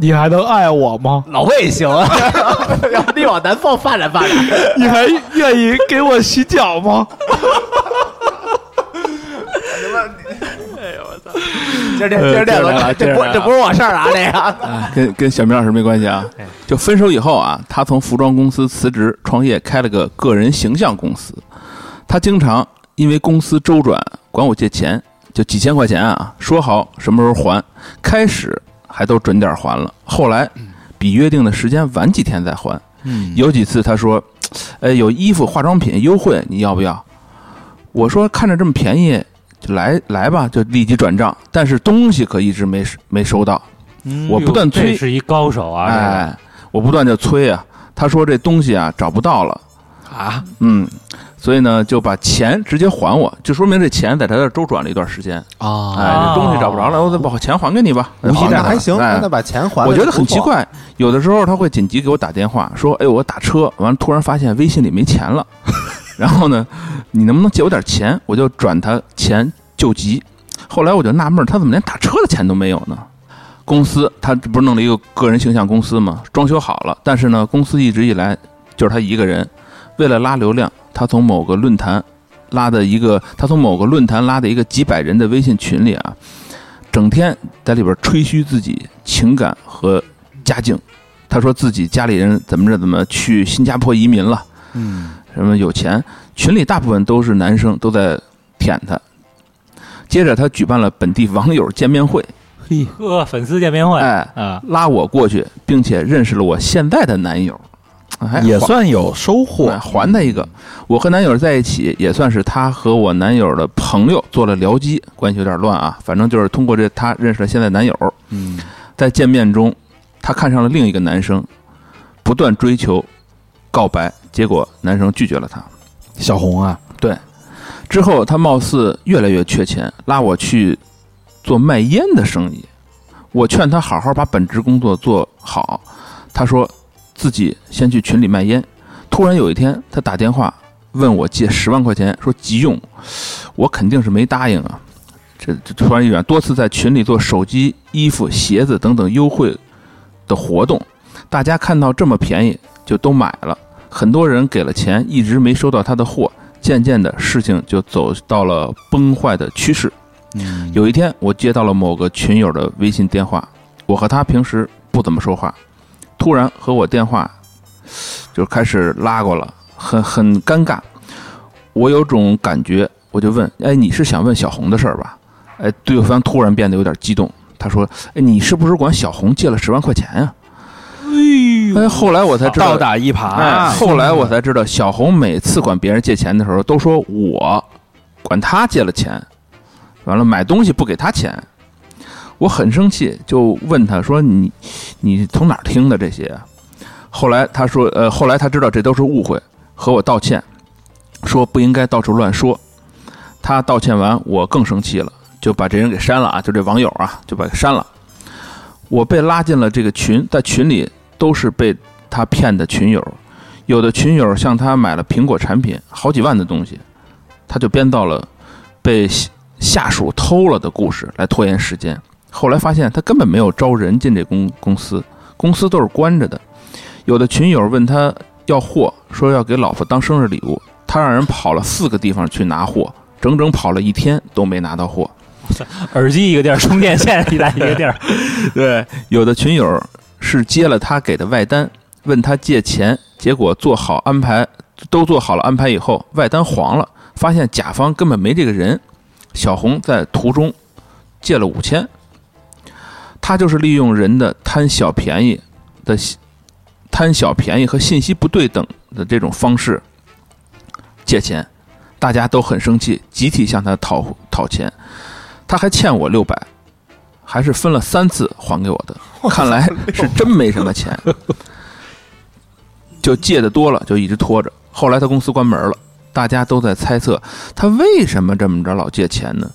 E: 你还能爱我吗？
K: 老魏行啊， 要不你往南方发展发展。
E: 你还愿意给我洗脚吗？
K: 今儿这
E: 呃
K: 今儿这个这不这不是我事儿啊，这个。
B: 跟跟小明老师没关系啊。就分手以后啊，他从服装公司辞职，创业开了个个人形象公司。他经常因为公司周转管我借钱，就几千块钱啊，说好什么时候还，开始还都准点还了，后来比约定的时间晚几天再还。
E: 嗯，
B: 有几次他说：“哎，有衣服、化妆品优惠，你要不要？”我说：“看着这么便宜，就来来吧，就立即转账。”但是东西可一直没没收到。
C: 嗯
B: 我不断催
H: 这是一高手啊！这个
B: 哎，我不断就催啊，他说这东西啊找不到了
E: 啊，
B: 嗯，所以呢就把钱直接还我，就说明这钱在他这儿周转了一段时间，
E: 啊
B: 哎，这东西找不着了，我得把钱还给你吧，
A: 无锡
B: 好
A: 站还行，
B: 哎
A: 那把钱还了。
B: 我觉得很奇，怪，啊有的时候他会紧急给我打电话说：“哎，我打车，完了突然发现微信里没钱了，然后呢，你能不能借我点钱？”我就转他钱救急。后来我就纳闷儿，他怎么连打车的钱都没有呢？公司他这不是弄了一个个人形象公司吗？装修好了，但是呢，公司一直以来就是他一个人。为了拉流量，他从某个论坛拉的一个，他从某个论坛拉的一个几百人的微信群里啊，整天在里边吹嘘自己情感和家境。他说自己家里人怎么着怎么去新加坡移民了，
E: 嗯，
B: 什么有钱。群里大部分都是男生，都在舔他。接着他举办了本地网友见面会，
E: 嘿，
C: 呵，粉丝见面会
B: 哎，
C: 啊，
B: 拉我过去，并且认识了我现在的男友，哎
E: 也
B: 还
E: 算有收获
B: 哎，还他一个。我和男友在一起，也算是他和我男友的朋友做了僚机，关系有点乱啊。反正就是通过这，他认识了现在男友。
E: 嗯，
B: 在见面中，他看上了另一个男生，不断追求告白，结果男生拒绝了他。
E: 小红啊，
B: 对，之后他貌似越来越缺钱，拉我去做卖烟的生意。我劝他好好把本职工作做好，他说自己先去群里卖烟。突然有一天，他打电话问我借十万块钱，说急用，我肯定是没答应啊。这这突然一转，多次在群里做手机、衣服、鞋子等等优惠的活动，大家看到这么便宜就都买了。很多人给了钱，一直没收到他的货，渐渐的事情就走到了崩坏的趋势。
E: 嗯
B: 有一天，我接到了某个群友的微信电话，我和他平时不怎么说话，突然和我电话就开始拉过了，很 很尴尬。我有种感觉，我就问：“哎，你是想问小红的事儿吧？”哎，对方突然变得有点激动，他说：“哎，你是不是管小红借了十万块钱呀、哎，后来我才知道，
E: 倒打一耙，
B: 哎，后来我才知道，小红每次管别人借钱的时候，都说我管他借了钱，完了买东西不给他钱，我很生气，就问他说你你从哪儿听的这些啊？后来他说，呃，后来他知道这都是误会，和我道歉，说不应该到处乱说。他道歉完，我更生气了，就把这人给删了啊，就这网友啊，就把他删了。我被拉进了这个群，在群里都是被他骗的群友，有的群友向他买了苹果产品好几万的东西，他就编造了被下下属偷了的故事来拖延时间。后来发现他根本没有招人进这公公司，公司都是关着的。有的群友问他要货，说要给老婆当生日礼物，他让人跑了四个地方去拿货，整整跑了一天都没拿到货。
C: 耳机一个地儿，充电线一来一个地儿，
B: 对，有的群友是接了他给的外单，问他借钱，结果做好安排，都做好了安排以后，外单黄了，发现甲方根本没这个人。小红在途中借了五千，他就是利用人的贪小便宜的信贪小便宜和信息不对等的这种方式借钱，大家都很生气，集体向他讨讨钱，他还欠我六百。还是分了三次还给我的，看来是真没什么钱，就借的多了，就一直拖着。后来他公司关门了，大家都在猜测他为什么这么着老借钱呢？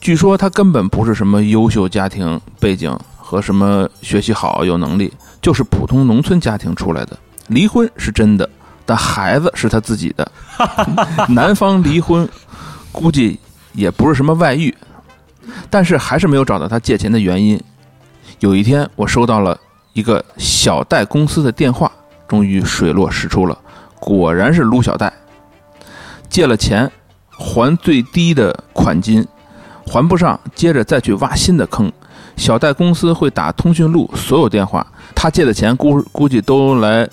B: 据说他根本不是什么优秀家庭背景和什么学习好有能力，就是普通农村家庭出来的。离婚是真的，但孩子是他自己的。 男方离婚，估计也不是什么外遇，但是还是没有找到他借钱的原因。有一天，我收到了一个小贷公司的电话，终于水落石出了，果然是撸小贷，借了钱，还最低的款金，还不上，接着再去挖新的坑。小贷公司会打通讯录所有电话，他借的钱估估计都来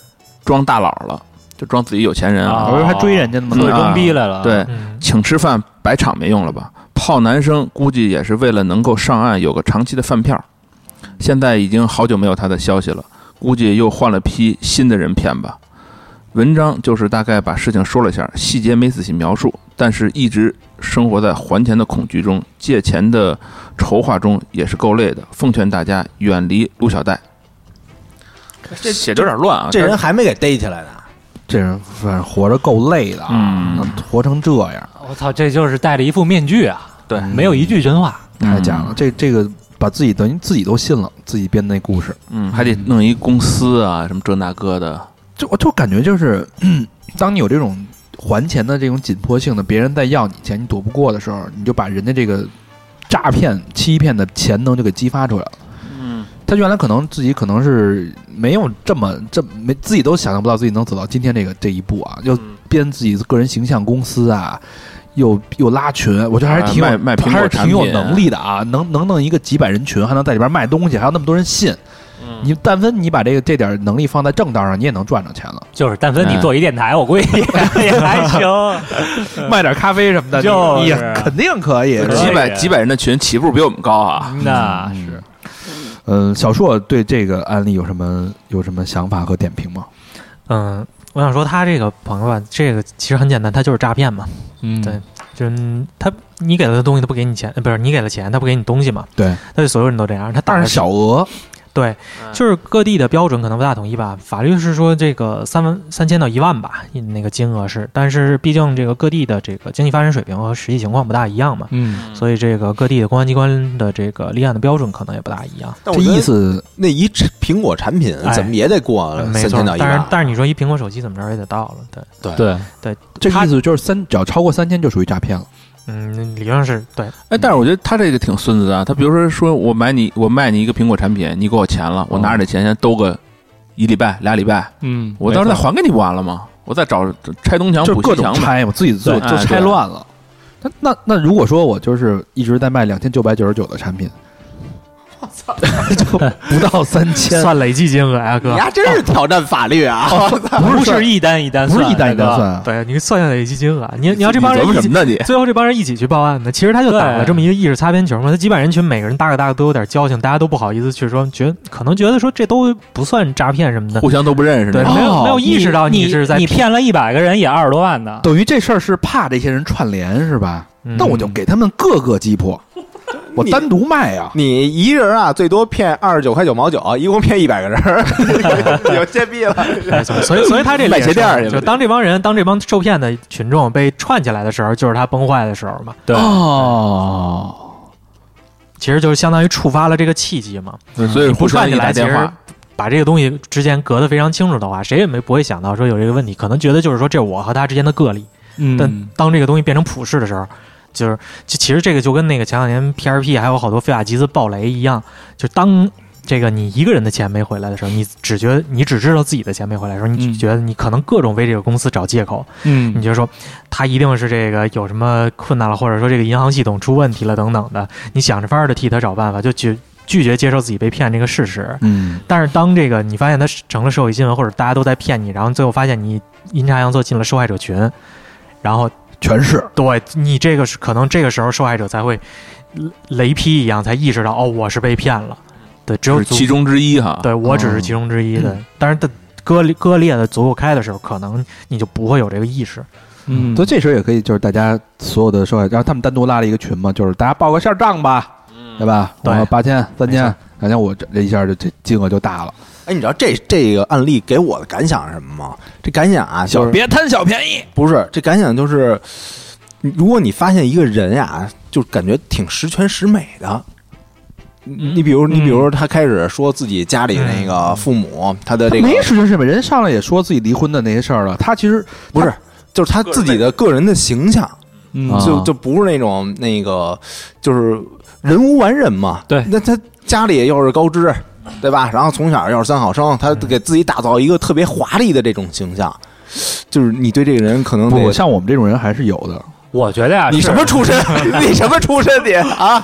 B: 装大佬了，就装自己有钱人
K: 哎
B: 啊。
E: 我说还追人家呢
C: 所以
E: 嘛，
B: 嗯
C: 装逼来了。
B: 对，
H: 嗯，
B: 请吃饭白场没用了吧？泡男生估计也是为了能够上岸，有个长期的饭票。现在已经好久没有他的消息了，估计又换了批新的人骗吧。文章就是大概把事情说了一下，细节没仔细描述，但是一直生活在还钱的恐惧中，借钱的筹划中也是够累的。奉劝大家远离陆小贷。这写的有点乱啊，
A: 这人还没给逮起来呢。
E: 这人反正活着够累的啊，
B: 嗯
E: 活成这样
C: 我操，这就是戴着一副面具啊，
B: 对
C: 没有一句真话。
E: 太假
B: 嗯
E: 了，这这个把自己等于自己都信了，自己编那故事，
B: 嗯，还得弄一公司啊，什么这那个的，
E: 就我就感觉就是，当你有这种还钱的这种紧迫性的，别人再要你钱，你躲不过的时候，你就把人家这个诈骗、欺骗的潜能就给激发出来了。
B: 嗯，
E: 他原来可能自己可能是没有这么这么没自己都想象不到自己能走到今天这个这一步
B: 嗯
E: 啊，又编自己的个人形象公司啊，又又拉群，我觉得还是挺有、
B: 啊卖卖苹果
E: 还是挺有
B: 产品
E: 能力的啊，能能弄一个几百人群，还能在里边卖东西，还有那么多人信。
B: 嗯
E: 你但凡你把这个这点能力放在正道上，你也能赚着钱了。
C: 就是，但凡
K: 哎
C: 你做一电台，我估计 也还行。
E: 卖点咖啡什么的，
C: 就是
E: 你也肯定可以。
C: 可以
B: 几百几百人的群起步比我们高啊。
C: 那
E: 是，嗯，小硕对这个案例有什么有什么想法和点评吗？
H: 嗯，我想说他这个朋友啊，这个其实很简单，他就是诈骗嘛。
E: 嗯
H: 对就是他你给了他东西，他不给你钱，呃不是你给了钱，他不给你东西嘛？
E: 对，
H: 他对所有人都这样。他打
E: 但
H: 的
E: 是小额，
H: 对，就是各地的标准可能不大统一吧。法律是说这个三万三千到一万吧，那个金额是，但是毕竟这个各地的这个经济发展水平和实际情况不大一样嘛，
C: 嗯，
H: 所以这个各地的公安机关的这个立案的标准可能也不大一样。
A: 但
E: 这
A: 我觉得
E: 意思
A: 那一产苹果产品
H: 哎
A: 怎么也得过
H: 没
A: 呃三
H: 错
A: 千到，一
H: 但是
A: 万，
H: 但是你说一苹果手机怎么着也得到了，对，
C: 对，
E: 这
H: 他
E: 意思就是三，只要超过三千就属于诈骗了。
H: 嗯，理论上是对，
B: 哎，但是我觉得他这个挺孙子的啊。他比如说说我买你，我卖你一个苹果产品，你给我钱了，我拿着这钱先兜个一礼拜、俩礼拜，
C: 嗯，
B: 我到时候再还给你不完了吗？我再找拆东墙
E: 就是
B: 补
E: 各
B: 西
E: 种
B: 墙呗。
E: 拆嘛，自己做
B: 对
E: 就
B: 哎
E: 拆
B: 对
E: 乱了。那那那如果说我就是一直在卖两千九百九十九的产品，我操，就不到三千，
H: 算累计金额呀，
A: 你
H: 哥，
A: 丫真是挑战法律啊！
C: 不是一单一单
E: 不
C: 算，
E: 是一单一单
C: 大哥，
E: 算啊，
H: 对你算下累计金额，你你要这帮
B: 你琢
H: 人
B: 磨
H: 一
B: 什
H: 起
B: 么呢你？
H: 最后这帮人一起去报案的，其实他就打了
C: 对
H: 这么一个意识擦边球嘛。他几百人群，每个人大概大概都有点交情，大家都不好意思去说，觉可能觉得说这都不算诈骗什么的。
B: 互相都不认识
H: 对，
B: 那种，
H: 没有没有
C: 你
H: 意识到
C: 你
H: 是在
C: 你骗了一百个人也二十多万呢，
E: 等于这事儿是怕这些人串联是吧？
H: 嗯
E: 那我就给他们各个击 破，我单独卖啊。
A: 你一人啊，最多骗二十九块九毛九，一共骗一百个人儿， 有接币了。
H: 没错嗯所以所以他这里
A: 卖鞋
H: 也是
A: 垫儿去了
H: 就当这帮人当这帮受骗的群众被串起来的时候，就是他崩坏的时候嘛。
C: 对，
E: 哦，
H: 其实就是相当于触发了这个契机嘛。
B: 对所以
H: 你不
B: 互相
H: 串
B: 一
H: 起
B: 打
H: 来，其
B: 电
H: 实
B: 话，
H: 把这个东西之间隔得非常清楚的话，谁也没不会想到说有这个问题，可能觉得就是说这我和他之间的个例。但
C: 嗯，
H: 当这个东西变成普世的时候，就是就其实这个就跟那个前两年 PRP 还有好多菲亚吉斯暴雷一样，就当这个你一个人的钱没回来的时候，你只觉得你只知道自己的钱没回来的时候，你
C: 嗯
H: 只觉得你可能各种为这个公司找借口，你
C: 嗯，
H: 就说他一定是这个有什么困难了，或者说这个银行系统出问题了等等的，你想着法儿的替他找办法，就拒拒绝接受自己被骗这个事实。
E: 嗯，
H: 但是当这个你发现他是成了社会新闻，或者大家都在骗你，然后最后发现你阴差阳错进了受害者群，然后
E: 全是
H: 对你这个是可能这个时候受害者才会呃雷劈一样才意识到哦，我是被骗了。对，只有
B: 是
H: 足
B: 其中之一哈。
H: 对我只是其中之一的，但是它割裂割裂的足够开的时候，可能你就不会有这个意识。
C: 嗯
E: 所以这时候也可以，就是大家所有的受害者，然后他们单独拉了一个群嘛，就是大家报个下账吧，嗯对吧？
H: 对
E: 我八千、三千
H: 没，
E: 两千，我这这一下就这金额就大了。
A: 哎，你知道这这个案例给我的感想是什么吗？这感想啊，就是
E: 别贪小便宜，
A: 不是这感想就是，如果你发现一个人呀、就感觉挺十全十美的。你你比如，你比如他开始说自己家里那个父母，他的这个
E: 没十全十美，人上来也说自己离婚的那些事儿了，他其实
A: 不是，就是他自己的个人的形象，
C: 嗯
E: 啊
A: 就就不是那种那个，就是人无完人嘛。
C: 对
A: 那他家里又是高知，对吧？然后从小又是三好生，他
E: 嗯
A: 给自己打造一个特别华丽的这种形象，就是你对这个人可能
E: 不
A: 得
E: 像我们这种人还是有的。
C: 我觉得呀，
A: 你
C: 是
A: 什么出身？ 你什么出身？你啊？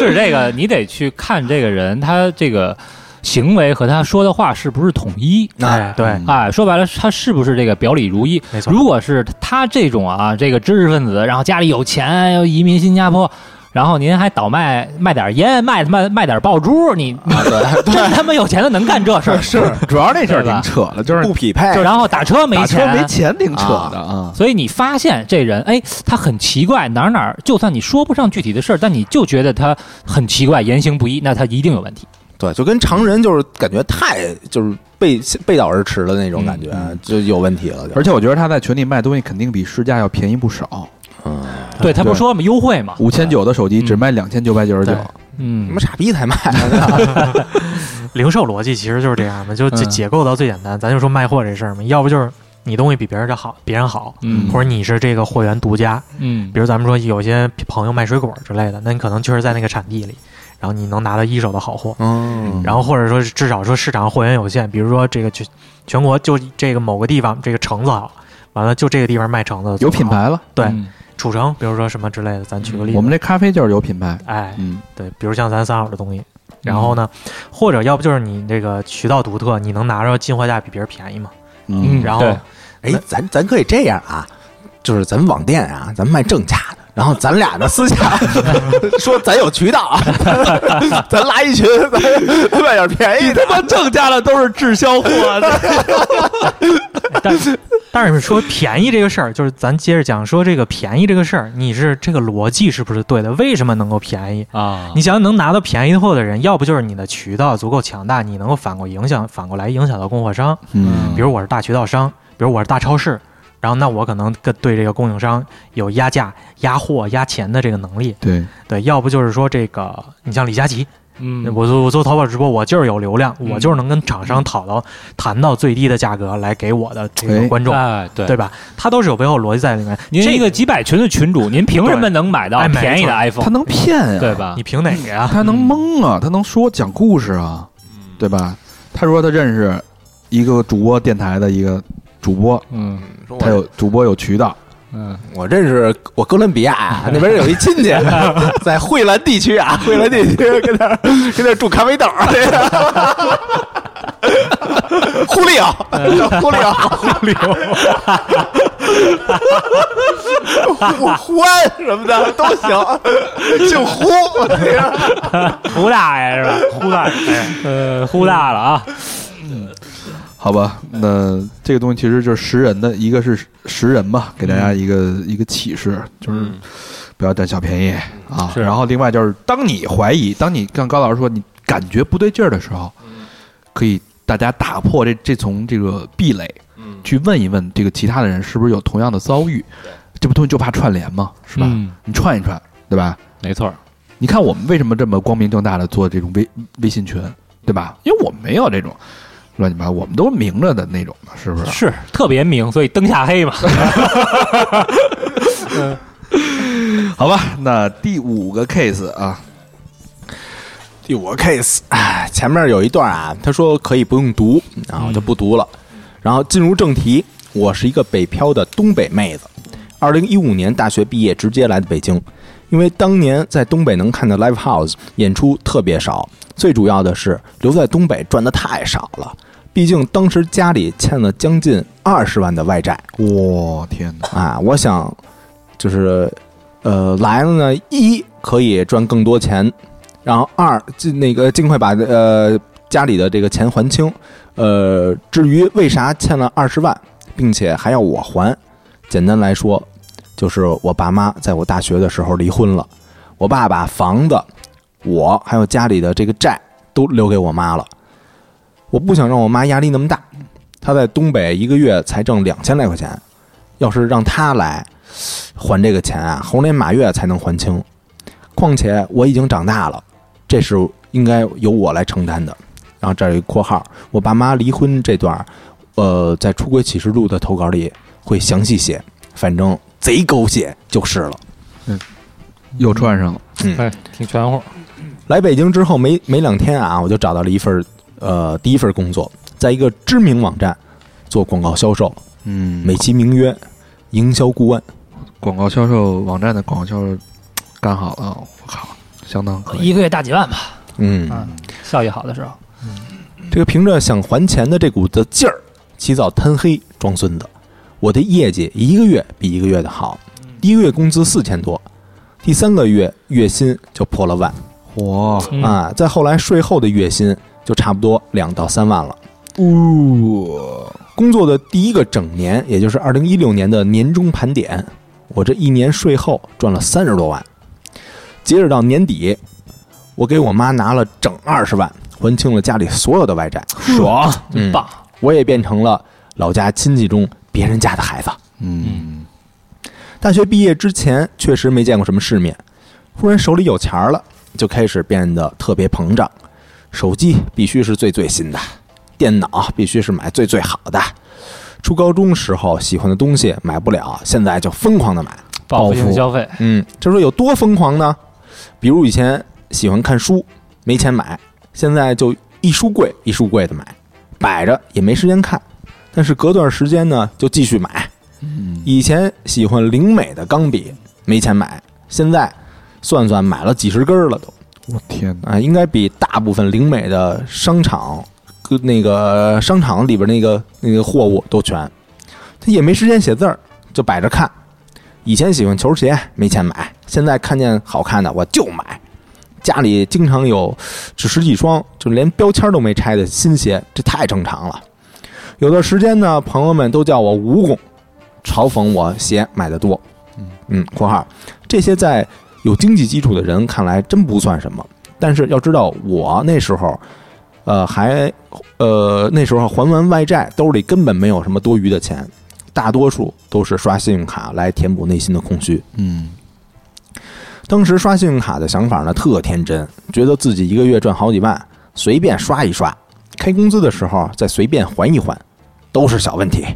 C: 是这个，你得去看这个人他这个行为和他说的话是不是统一。
A: 那
H: 哎，对，
E: 嗯
C: 哎，说白了，他是不是这个表里如一？
H: 没错。
C: 如果是他这种啊，这个知识分子，然后家里有钱，要移民新加坡，然后您还倒卖卖点烟，卖卖卖点爆珠，你
A: 啊， 对，
C: 真他妈有钱的能干这事儿？
E: 是， 主要那事儿
C: 对吧
E: 挺扯的，就是
A: 不匹配。
C: 然后打车没
E: 打车
C: 钱，
E: 没钱挺扯的啊。
C: 所以你发现这人，哎，他很奇怪，哪儿哪儿，就算你说不上具体的事儿，但你就觉得他很奇怪，言行不一，那他一定有问题。
A: 对，就跟常人就是感觉太就是背背道而驰的那种感觉，就有问题了。就
E: 嗯而且我觉得他在群里卖东西肯定比市价要便宜不少，
A: 嗯
C: 对他不
E: 对
C: 说嘛，优惠嘛，
E: 五千九的手机只卖两千九百九十九
H: 对，
A: 你
C: 嗯
A: 们，傻逼 才卖，
H: 零售逻辑其实就是这样嘛，就解
E: 嗯
H: 解构到最简单，咱就说卖货这事儿嘛，要不就是你东西比别人的好，别人好，
C: 嗯
H: 或者你是这个货源独家，
C: 嗯
H: 比如咱们说有些朋友卖水果之类的，那你可能确实在那个产地里，然后你能拿到一手的好货，
A: 嗯，
H: 然后或者说是至少说市场货源有限，比如说这个全全国就这个某个地方这个橙子好，完了就这个地方卖橙子
E: 有品，牌了。
H: 对
C: 嗯
H: 储橙，比如说什么之类的，咱举个例子，
E: 我们这咖啡就是有品牌，
H: 哎，
E: 嗯，
H: 对，比如像咱三好的东西，然后呢，或者要不就是你这个渠道独特，你能拿着进货价比别人便宜嘛，
E: 嗯
H: 然后
C: 对
A: 哎，咱咱可以这样啊，就是咱网店啊，咱卖正价的，然后咱俩呢私下 说咱有渠道啊， 咱拉一群，咱 卖点便宜的。
J: 他妈挣家的都是滞销货，
H: 但但是说便宜这个事儿，就是咱接着讲说这个便宜这个事儿，你是这个逻辑是不是对的？为什么能够便宜？
C: 啊
H: 你想想能拿到便宜货的人，要不就是你的渠道足够强大，你能够反过影响反过来影响到供货商。
E: 嗯
H: 比如我是大渠道商，比如我是大超市，然后那我可能跟对这个供应商有压价、压货、压钱的这个能力。
E: 对，
H: 对，要不就是说这个，你像李佳琦，
C: 嗯
H: 我做我做淘宝直播，我就是有流量，
C: 嗯
H: 我就是能跟厂商讨到谈到最低的价格来给我的这
E: 哎
H: 个观众，
C: 哎对
H: 对。吧？他都是有背后逻辑在里面。
C: 您
H: 这
C: 一个几百群的群主，您凭什么能买到
H: 哎没
C: 便宜的
H: 错
C: iPhone？
E: 他能骗呀、
C: 对吧
H: 你？凭哪个 呀？
E: 他能蒙啊，他能说讲故事啊，
H: 嗯
E: 对吧？他说他认识一个主播电台的一个主播，
C: 嗯
A: 说
E: 他有
A: 我
E: 主播有渠道，
C: 嗯，
A: 我认识我哥伦比亚啊那边有一亲戚在惠兰地区啊，惠兰地区跟那儿跟那儿种咖啡豆儿， 这个忽略啊，忽略啊，忽 略，胡胡安什么的都行，姓胡，这个
C: 胡大爷是吧？胡大爷，呃，胡大了啊，
E: 好吧？那这个东西其实就是识人的，一个是识人嘛，给大
C: 嗯
E: 家一个、一个启示，就是不要占小便宜啊。
C: 是
E: 然后另外就是，当你怀疑，当你像高老师说你感觉不对劲儿的时候，
C: 嗯
E: 可以大家打破这这层这个壁垒，
C: 嗯
E: 去问一问这个其他的人是不是有同样的遭遇。这不东西就怕串联嘛，是吧？
C: 嗯
E: 你串一串，对吧？
C: 没错儿，
E: 你看我们为什么这么光明正大的做这种微微信群，对吧？因为我们没有这种乱七八，糟，我们都明着的那种嘛，是不是？
C: 是特别明，所以灯下黑嘛。
E: 好吧，那第五个 case 啊，
A: 第五个 case，哎，前面有一段啊，他说可以不用读啊，我就不读了。然后进入正题，我是一个北漂的东北妹子，二零一五年大学毕业，直接来的北京。因为当年在东北能看的 live house 演出特别少，最主要的是留在东北赚的太少了，毕竟当时家里欠了将近二十万的外债。
E: 哇、天哪，
A: 啊，我想就是呃来了呢，一可以赚更多钱，然后二尽那个尽快把呃家里的这个钱还清。呃，至于为啥欠了二十万，并且还要我还，简单来说，就是我爸妈在我大学的时候离婚了，我爸把房子、我还有家里的这个债都留给我妈了。我不想让我妈压力那么大，她在东北一个月才挣两千来块钱，要是让他来还这个钱啊，猴年马月才能还清。况且我已经长大了，这是应该由我来承担的。然后这儿有一括号，我爸妈离婚这段儿，呃，在《出轨启示录》的投稿里会详细写，反正贼狗血就是了。
E: 又串上了，
C: 哎，挺全乎。
A: 来北京之后没没两天啊，我就找到了一份呃第一份工作，在一个知名网站做广告销售，
E: 嗯
A: 美其名曰营销顾问。
E: 广告销售网站的广告销售干好了，我靠，相当可以。
C: 一个月大几万吧，
A: 嗯，
C: 效益好的时候，
A: 这个凭着想还钱的这股子劲儿，起早贪黑装孙子。我的业绩一个月比一个月的好，第一个月工资四千多，第三个月月薪就破了万、
E: 哇，
C: 嗯
A: 啊！再后来税后的月薪就差不多两到三万了。
E: 呜、
A: 工作的第一个整年，也就是二零一六年的年终盘点，我这一年税后赚了三十多万。截止到年底，我给我妈拿了整二十万，还清了家里所有的外债，
C: 爽，
A: 嗯
C: 棒。
A: 我也变成了老家亲戚中别人家的孩子。
E: 嗯，
A: 大学毕业之前确实没见过什么世面，忽然手里有钱儿了，就开始变得特别膨胀。手机必须是最最新的，电脑必须是买最最好的。初高中时候喜欢的东西买不了，现在就疯狂的买。
C: 报复
E: 报
C: 性
E: 复
C: 消费，
A: 嗯，这说有多疯狂呢？比如以前喜欢看书，没钱买，现在就一书柜一书柜的买，摆着也没时间看，但是隔段时间呢就继续买。以前喜欢灵美的钢笔，没钱买，现在算算买了几十根儿了都
E: 我天哪，
A: 啊，应该比大部分灵美的商场跟那个商场里边那个那个货物都全。他也没时间写字儿，就摆着看。以前喜欢球鞋没钱买，现在看见好看的我就买。家里经常有只十几双，就连标签都没拆的新鞋，这太正常了。有段时间呢，朋友们都叫我蜈蚣，嘲讽我鞋买的多。嗯，括号这些在有经济基础的人看来真不算什么，但是要知道我那时候，呃，还呃那时候还完外债，兜里根本没有什么多余的钱，大多数都是刷信用卡来填补内心的空虚。
E: 嗯，
A: 当时刷信用卡的想法呢特天真，觉得自己一个月赚好几万，随便刷一刷，开工资的时候再随便还一还，都是小问题。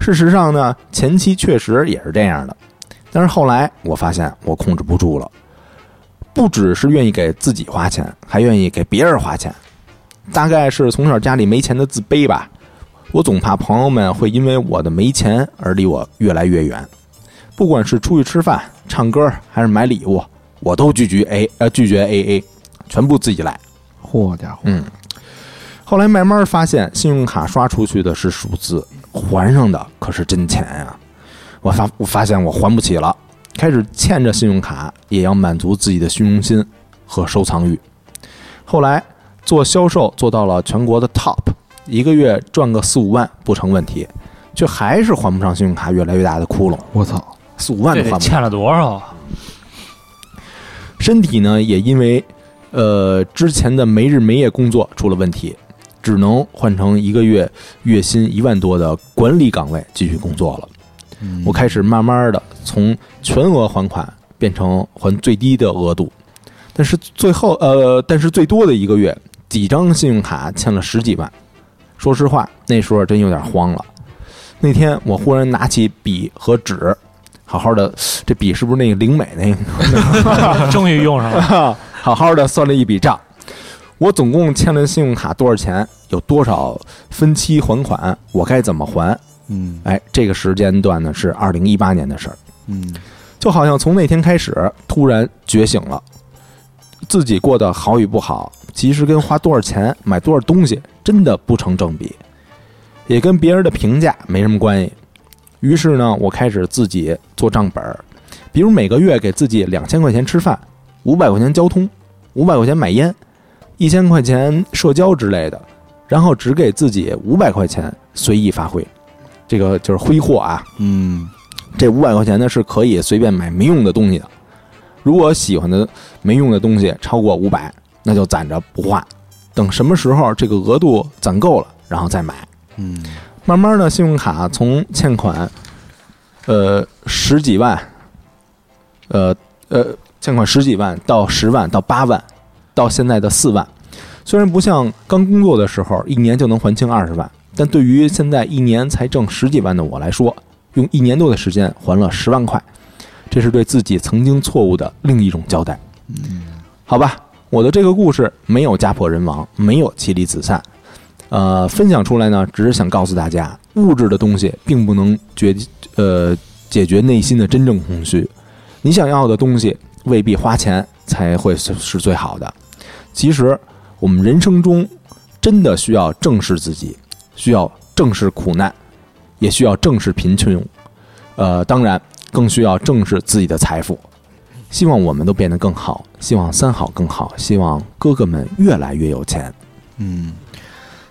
A: 事实上呢，前期确实也是这样的，但是后来我发现我控制不住了，不只是愿意给自己花钱，还愿意给别人花钱。大概是从小家里没钱的自卑吧，我总怕朋友们会因为我的没钱而离我越来越远。不管是出去吃饭、唱歌还是买礼物，我都拒绝 A 呃拒绝 AA，全部自己来。
E: 嚯家伙，
A: 嗯，后来慢慢发现，信用卡刷出去的是数字，还上的可是真钱呀、我发我发现我还不起了，开始欠着信用卡，也要满足自己的虚荣心和收藏欲。后来做销售做到了全国的 top，一个月赚个四五万不成问题，却还是还不上信用卡越来越大的窟窿，
E: 我操，
A: 四五万
C: 这
A: 都还
C: 得
A: 不上。
C: 欠了多少啊？
A: 身体呢也因为呃之前的没日没夜工作出了问题，只能换成一个月月薪一万多的管理岗位继续工作了。
E: 嗯
A: 我开始慢慢的从全额还款变成还最低的额度，但是最后呃，但是最多的一个月几张信用卡欠了十几万。说实话，那时候真有点慌了。那天我忽然拿起笔和纸，好好的，这笔是不是那个灵美那个？
C: 终于用上了，
A: 好好的算了一笔账，我总共欠了信用卡多少钱，有多少分期还款，我该怎么还？
E: 嗯
A: 哎，这个时间段呢是二零一八年的事儿，
E: 嗯，
A: 就好像从那天开始突然觉醒了，自己过得好与不好，其实跟花多少钱买多少东西真的不成正比，也跟别人的评价没什么关系。于是呢，我开始自己做账本儿，比如每个月给自己两千块钱吃饭，五百块钱交通，五百块钱买烟，一千块钱社交之类的，然后只给自己五百块钱随意发挥，这个就是挥霍啊。
E: 嗯
A: 这五百块钱呢是可以随便买没用的东西的。如果喜欢的没用的东西超过五百，那就攒着不花，等什么时候这个额度攒够了，然后再买。
E: 嗯，
A: 慢慢的，信用卡从欠款，呃，十几万，呃呃，欠款十几万到十万到八万，到现在的四万。虽然不像刚工作的时候一年就能还清二十万，但对于现在一年才挣十几万的我来说，用一年多的时间还了十万块，这是对自己曾经错误的另一种交代。好吧，我的这个故事没有家破人亡，没有妻离子散，呃，分享出来呢，只是想告诉大家，物质的东西并不能决呃解决内心的真正空虚。你想要的东西，未必花钱才会是是最好的。其实，我们人生中真的需要正视自己，需要正视苦难，也需要正视贫穷，呃，当然更需要正视自己的财富。希望我们都变得更好，希望三好更好，希望哥哥们越来越有钱。
E: 嗯，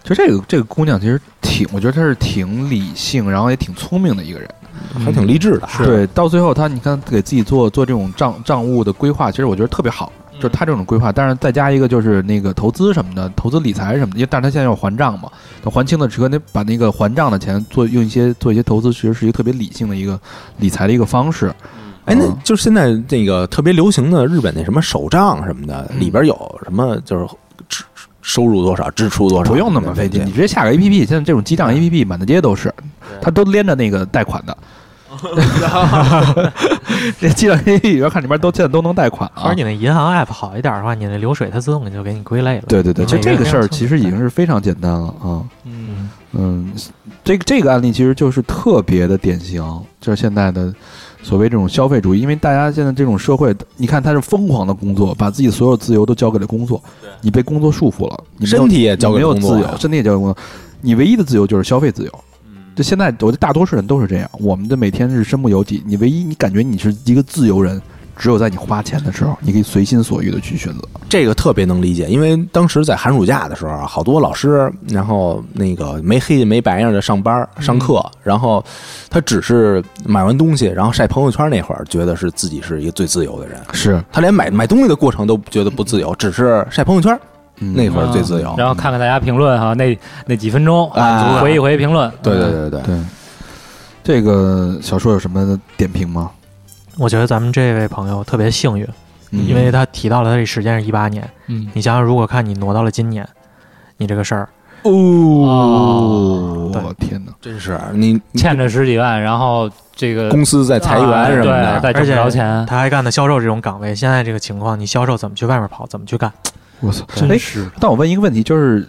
E: 就这个这个姑娘其实挺，我觉得她是挺理性，然后也挺聪明的一个人。
A: 还挺励志的，啊
E: 对，到最后她你看给自己做做这种账账务的规划，其实我觉得特别好。就是她这种规划，但是再加一个就是那个投资什么的，投资理财什么的，因为但是她现在要还账嘛，等还清的时候，得把那个还账的钱做用一些做一些投资，其实是一个特别理性的一个理财的一个方式。
A: 哎，那
E: 嗯
A: 就是现在那个特别流行的日本那什么手账什么的，
E: 嗯
A: 里边有什么就是支收入多少，支出多少，
E: 不用那么费劲，嗯你直接下个 A P P，现在这种记账 A P P 满大街都是，它都连着那个贷款的。哦 这记账 A P P 里边看里边都现在都能贷款
H: 或者
E: 啊。
H: 你那银行 app 好一点的话，你那流水它自动就给你归类了。
E: 对对对，
H: 嗯
E: 就这个事
H: 没有
E: 儿其实已经是非常简单了啊。
H: 嗯，
E: 嗯，这个这个案例其实就是特别的典型，就是现在的所谓这种消费主义，因为大家现在这种社会，你看他是疯狂的工作，把自己所有自由都交给了工作，你被工作束缚了，你没有
A: 身体也交
E: 你
A: 给
E: 没有
A: 工
E: 自
A: 作呀啊嗯
E: 由，身体也交给工作，你唯一的自由就是消费自由。就现在，我觉得大多数人都是这样，我们的每天是身不由己。你唯一你感觉你是一个自由人，只有在你花钱的时候，你可以随心所欲的去选择。
A: 这个特别能理解，因为当时在寒暑假的时候啊，好多老师，然后那个没黑没白样的上班上
E: 嗯
A: 课，然后他只是买完东西，然后晒朋友圈那会儿，觉得是自己是一个最自由的人，
E: 是
A: 他连买买东西的过程都觉得不自由，只是晒朋友圈
E: 嗯
A: 那会儿最自由。
C: 然后看看大家评论哈，那那几分钟
A: 啊
C: 回一回评论。
A: 对对对对对，
E: 对这个小说有什么点评吗？
H: 我觉得咱们这位朋友特别幸运，
E: 嗯
H: 因为他提到了他这时间是一八年，
C: 嗯，
H: 你想想，如果看你挪到了今年，你这个事儿，
E: 哦，
H: 对
E: 我天哪！
A: 真是你你
C: 欠着十几万，然后这个
A: 公司在裁员什么
C: 啊
A: 的，
C: 对，再挣不着钱，
H: 他还干的销售这种岗位，现在这个情况，你销售怎么去外面跑，怎么去干？
E: 我操！
H: 真
E: 哎，
H: 是
E: 但我问一个问题，就是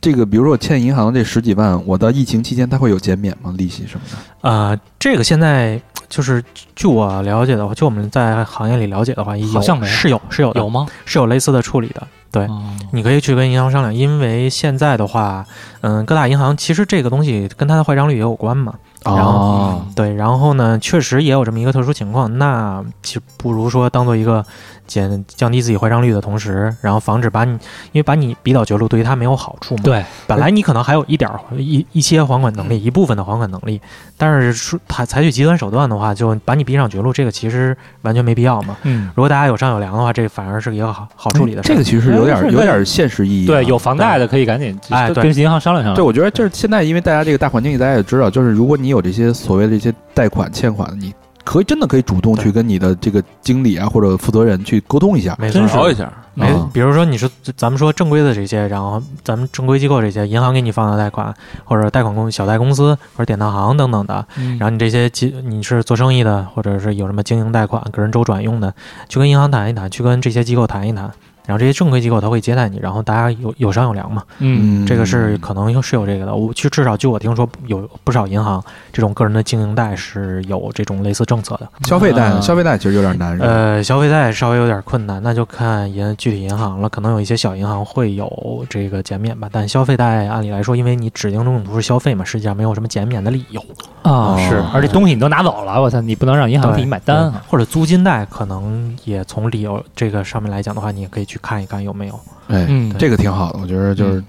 E: 这个，比如说我欠银行这十几万，我到疫情期间它会有减免吗？利息什么的？
H: 呃，这个现在就是据我了解的话，就我们在行业里了解的话，有
C: 好像没有
H: 是有是有的
C: 有吗？
H: 是有类似的处理的，对。
C: 哦
H: 你可以去跟银行商量，因为现在的话，嗯，各大银行其实这个东西跟它的坏账率也有关嘛。然后
E: 哦，
H: 对，然后呢，确实也有这么一个特殊情况，那其实不如说当做一个减降低自己坏账率的同时，然后防止把你，因为把你逼到绝路，对于他没有好处嘛。，
C: 对，
H: 本来你可能还有一点儿一一些还款能力，一部分的还款能力，但是说他采取极端手段的话，就把你逼上绝路，这个其实完全没必要嘛。
C: 嗯，
H: 如果大家有商有量的话，这反而是一个好好处理的事儿。
E: 这个其实有点
C: 哎是
E: 有点现实意义啊。
C: 对，有房贷的可以赶紧
H: 哎对
C: 跟银行商量商量。
E: 对，我觉得就是现在，因为大家这个大环境，大家也知道，就是如果你有这些所谓的这些贷款、欠款，你可以真的可以主动去跟你的这个经理啊或者负责人去沟通一下。
H: 没错
B: 真
H: 儿，
B: 聊一下，
H: 没
E: 啊，
H: 比如说你是咱们说正规的这些，然后咱们正规机构这些，银行给你放的贷款，或者贷款公小贷公司或者典当行等等的，
C: 嗯，
H: 然后你这些机你是做生意的，或者是有什么经营贷款、个人周转用的，去跟银行谈一谈，去跟这些机构谈一谈。然后这些正规机构他会接待你，然后大家有有商有量嘛，
C: 嗯，
H: 这个是可能是有这个的。我去至少据我听说，有不少银行这种个人的经营贷是有这种类似政策的。
E: 消费贷呢，
A: 啊
E: 消费贷其实有点难。是吧，
H: 呃，消费贷稍微有点困难，那就看银具体银行了。可能有一些小银行会有这个减免吧，但消费贷啊按理来说，因为你指定用途是消费嘛，实际上没有什么减免的理由。
C: 啊是，而且东西你都拿走了，我操，你不能让银行
H: 对
C: 替你买单
H: 对
C: 啊。
H: 或者租金贷，可能也从理由这个上面来讲的话，你也可以去看一看有没有。
E: 哎，
C: 嗯，
E: 这个挺好的，我觉得就是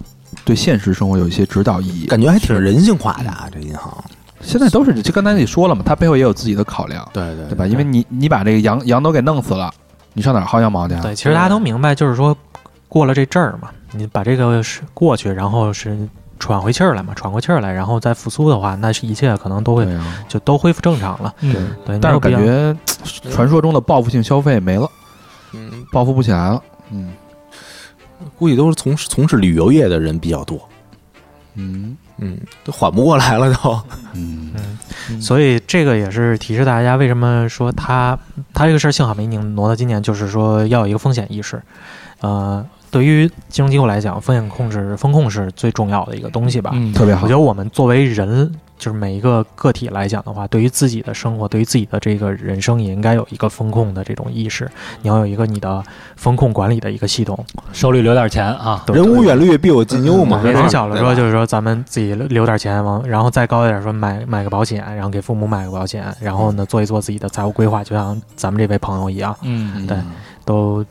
E: 对现实生活有一些指导意
H: 嗯
E: 义。
A: 感觉还挺人性化的啊，这银行。
E: 现在都是就刚才你说了嘛，他背后也有自己的考量，
A: 对对
E: 对吧？因为你你把这个羊羊都给弄死了，你上哪儿薅羊毛去啊？
H: 对，其实大家都明白，就是说过了这阵儿嘛，你把这个是过去，然后是喘回气儿来嘛，喘过气儿来，然后再复苏的话，那是一切可能都会
E: 对啊，
H: 就都恢复正常了。
C: 嗯
E: 对。
H: 对，没
E: 但是
H: 有
E: 我
H: 必
E: 感
H: 要
E: 觉传说中的报复性消费没了，
A: 嗯，
E: 报复不起来了。嗯
A: 估计都是从事从事旅游业的人比较多，
E: 嗯
A: 嗯，都缓不过来了都。
E: 嗯，
H: 嗯，所以这个也是提示大家，为什么说他他这个事儿幸好没拧挪到今年，就是说要有一个风险意识。呃，对于金融机构来讲，风险控制风控是最重要的一个东西吧。
C: 嗯，
E: 特别好
H: 我觉。得我们作为人，就是每一个个体来讲的话，对于自己的生活，对于自己的这个人生，也应该有一个风控的这种意识。你要有一个你的风控管理的一个系统。
C: 手里留点钱啊。
H: 对
A: 人无远虑，必有近忧嘛。
H: 年
A: 是吧
H: 龄小了说，就是说咱们自己留留点钱，往然后再高一点说买买个保险，然后给父母买个保险，然后呢做一做自己的财务规划，就像咱们这位朋友一样，
C: 嗯，
H: 对都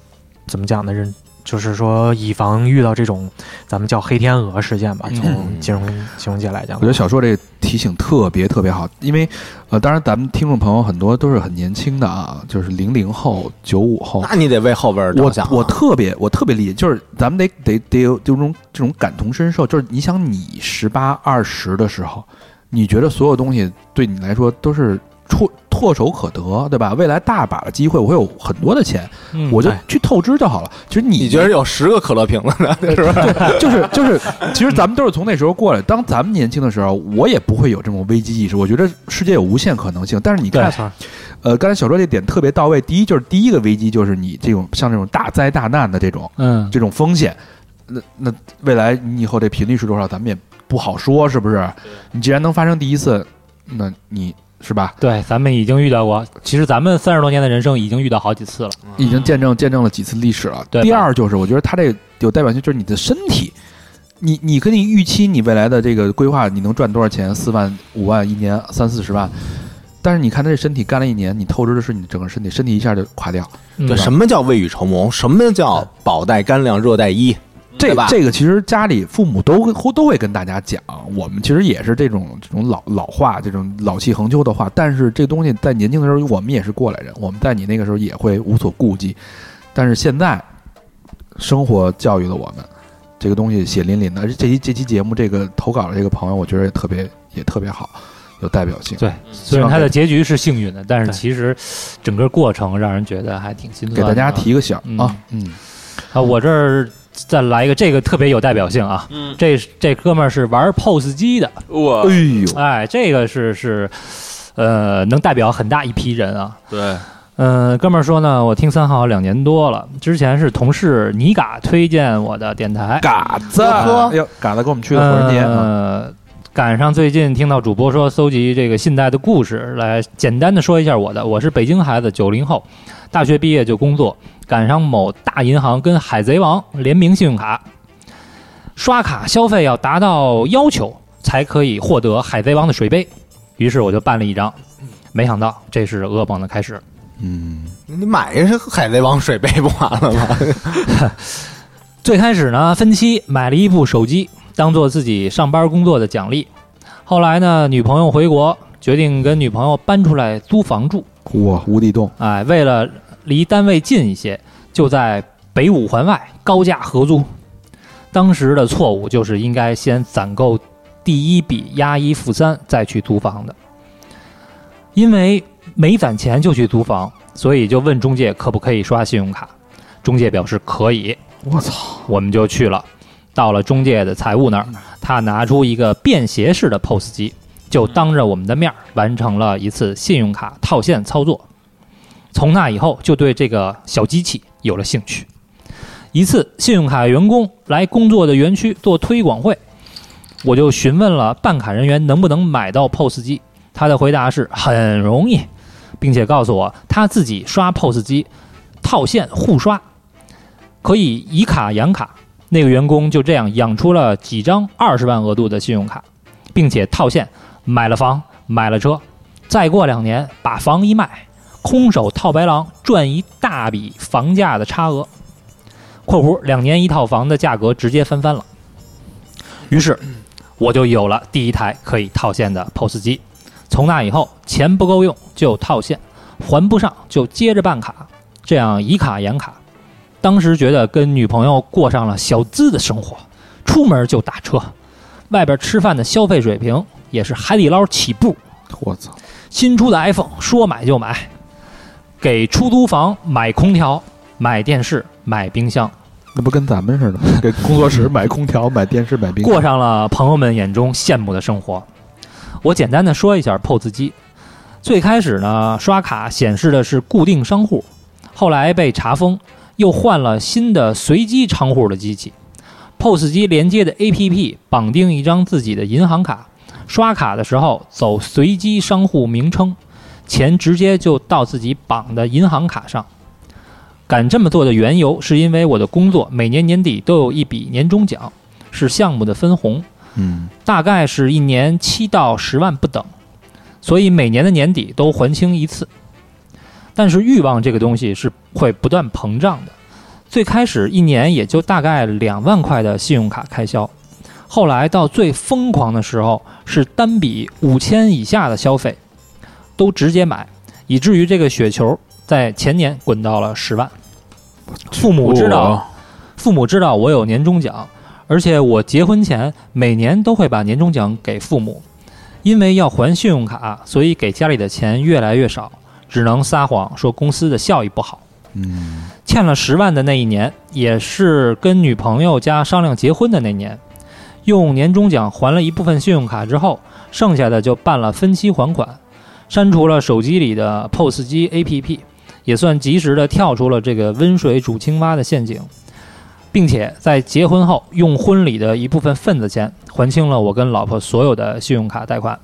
H: 怎么讲呢？人就是说以防遇到这种咱们叫黑天鹅事件吧，
C: 嗯
H: 从金融金融界来讲
E: 我觉，得小硕这个提醒特别特别好，因为呃，当然咱们听众朋友很多都是很年轻的啊，就是零零后、九五后。
A: 那你得为后边着
E: 我
A: 想啊。
E: 我特别我特别理解，就是咱们得得得有这种这种感同身受，就是你想你十八二十的时候，你觉得所有东西对你来说都是唾唾手可得，对吧？未来大把的机会，我会有很多的钱，
C: 嗯
E: 我就
H: 哎
E: 去透支就好了。其实你
A: 你觉得有十个可乐瓶子呢，是吧？
E: 就是就是，其实咱们都是从那时候过来。当咱们年轻的时候，我也不会有这种危机意识。我觉得世界有无限可能性。但是你看
H: 没，错
E: 呃，刚才小说这点特别到位。第一就是第一个危机就是你这种像这种大灾大难的这种
C: 嗯，
E: 这种风险，那那未来你以后这频率是多少，咱们也不好说，是不是？你既然能发生第一次，那你是吧？
C: 对，咱们已经遇到过，其实咱们三十多年的人生已经遇到好几次了。
E: 已经见证见证了几次历史了。
C: 对吧
E: 第二就是，我觉得他这个有代表性，就是你的身体，你你跟你预期你未来的这个规划，你能赚多少钱？四万、五万一年，三四十万。但是你看他这身体干了一年，你透支的是你整个身体，身体一下就垮掉。
C: 嗯
A: 对，什么叫未雨绸缪？什么叫宝带干粮热带衣？
E: 这
A: 对吧
E: 这个其实家里父母都会都会跟大家讲，我们其实也是这种这种老老话，这种老气横秋的话。但是这东西在年轻的时候，我们也是过来人，我们在你那个时候也会无所顾忌。但是现在，生活教育了我们，这个东西血淋淋的。而且这期这期节目这个投稿的这个朋友，我觉得也特别也特别好，有代表性。
C: 对，虽然它的结局是幸运的，但是其实整个过程让人觉得还挺心酸
E: 给
C: 的啊。
E: 大家提个醒
C: 嗯
E: 啊，嗯，
C: 啊，我这儿再来一个，这个特别有代表性啊。
K: 嗯
C: 这这哥们儿是玩 POS 机的，
E: 哎
K: 我
E: 呦，
C: 哎，这个是是，呃，能代表很大一批人啊。
K: 对，
C: 嗯、哥们儿说呢，我听三好两年多了，之前是同事尼嘎推荐我的电台，
E: 嘎子，哎呦，嘎子跟我们去的火人节啊，
C: 呃，赶上最近听到主播说搜集这个近代的故事，来简单的说一下我的。我是北京孩子，九零后，大学毕业就工作，赶上某大银行跟海贼王联名信用卡，刷卡消费要达到要求才可以获得海贼王的水杯，于是我就办了一张。没想到这是噩梦的开始。啊
E: 嗯，
A: 你买一个海贼王水杯不完了吗？
C: 最开始呢，分期买了一部手机，当做自己上班工作的奖励。后来呢，女朋友回国，决定跟女朋友搬出来租房住。
E: 哇，无底洞，
C: 哎，为了离单位近一些，就在北五环外高价合租。当时的错误就是应该先攒够第一笔押一付三，再去租房的。因为没攒钱就去租房，所以就问中介可不可以刷信用卡。中介表示可以。
E: 我操，
C: 我们就去了。到了中介的财务那儿，他拿出一个便携式的 POS 机，就当着我们的面儿完成了一次信用卡套现操作。从那以后，就对这个小机器有了兴趣。一次，信用卡员工来工作的园区做推广会，我就询问了办卡人员能不能买到 POS 机，他的回答是很容易，并且告诉我他自己刷 POS 机套现互刷，可以以卡养卡。那个员工就这样养出了几张二十万额度的信用卡，并且套现买了房，买了车。再过两年把房一卖，空手套白狼赚一大笔房价的差额（括弧两年一套房的价格直接翻番了）。于是我就有了第一台可以套现的 POS 机。从那以后，钱不够用就套现，还不上就接着办卡，这样以卡养卡。当时觉得跟女朋友过上了小资的生活，出门就打车，外边吃饭的消费水平也是海底捞起步。
E: 我操，
C: 新出的 iPhone 说买就买，给出租房买空调、买电视、买冰箱，
E: 那不跟咱们似的，给工作室买空调、买电视、买冰箱
C: 过上了朋友们眼中羡慕的生活。我简单的说一下 POS 机，最开始呢刷卡显示的是固定商户，后来被查封，又换了新的随机商户的机器。POS 机连接的 APP 绑定一张自己的银行卡，刷卡的时候走随机商户名称，钱直接就到自己绑的银行卡上。敢这么做的缘由，是因为我的工作每年年底都有一笔年终奖，是项目的分红，
E: 嗯，
C: 大概是一年七到十万不等，所以每年的年底都还清一次。但是欲望这个东西是会不断膨胀的，最开始一年也就大概两万块的信用卡开销，后来到最疯狂的时候是单笔五千以下的消费，都直接买，以至于这个雪球在前年滚到了十万。父母知道
B: 哦
C: 父母知道我有年终奖，而且我结婚前每年都会把年终奖给父母，因为要还信用卡，所以给家里的钱越来越少，只能撒谎说公司的效益不好。嗯，欠了十万的那一年，也是跟女朋友家商量结婚的那年，用年终奖还了一部分信用卡之后，剩下的就办了分期还款，删除了手机里的 POS 机 APP，也算及时的跳出了这个温水煮青蛙的陷阱。并且在结婚后用婚礼的一部分份子钱还清了我跟老婆所有的信用卡贷款。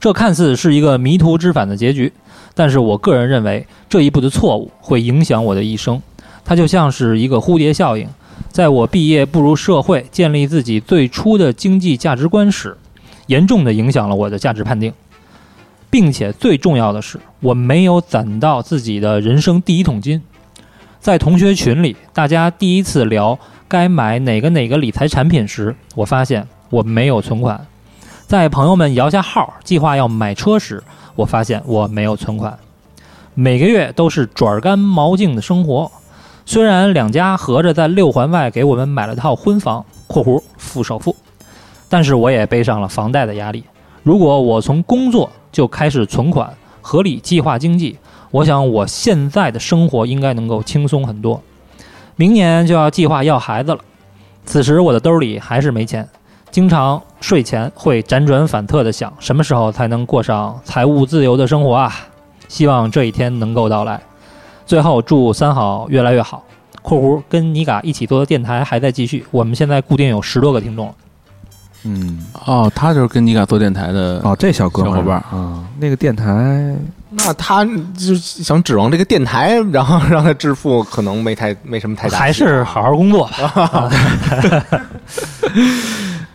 C: 这看似是一个迷途知返的结局，但是我个人认为这一步的错误会影响我的一生。它就像是一个蝴蝶效应，在我毕业步入社会、建立自己最初的经济价值观时，严重的影响了我的价值判定，并且最重要的是，我没有攒到自己的人生第一桶金。在同学群里，大家第一次聊该买哪个哪个理财产品时，我发现我没有存款；在朋友们摇下号计划要买车时，我发现我没有存款。每个月都是转干毛净的生活。虽然两家合着在六环外给我们买了套婚房（括弧付首付），但是我也背上了房贷的压力。如果我从工作就开始存款，合理计划经济，我想我现在的生活应该能够轻松很多。明年就要计划要孩子了，此时我的兜里还是没钱，经常睡前会辗转反侧的想，什么时候才能过上财务自由的生活啊？希望这一天能够到来。最后祝三好越来越好。（括弧跟妮嘎一起做的电台还在继续，我们现在固定有十多个听众了。
E: 嗯，
B: 哦，他就是跟妮卡做电台的
E: 哦，这小哥们儿
B: 小伙伴
E: 啊，那个电台
A: 那他就想指望这个电台，然后让他致富，可能没太没什么太大希望。
C: 还是好好工作吧。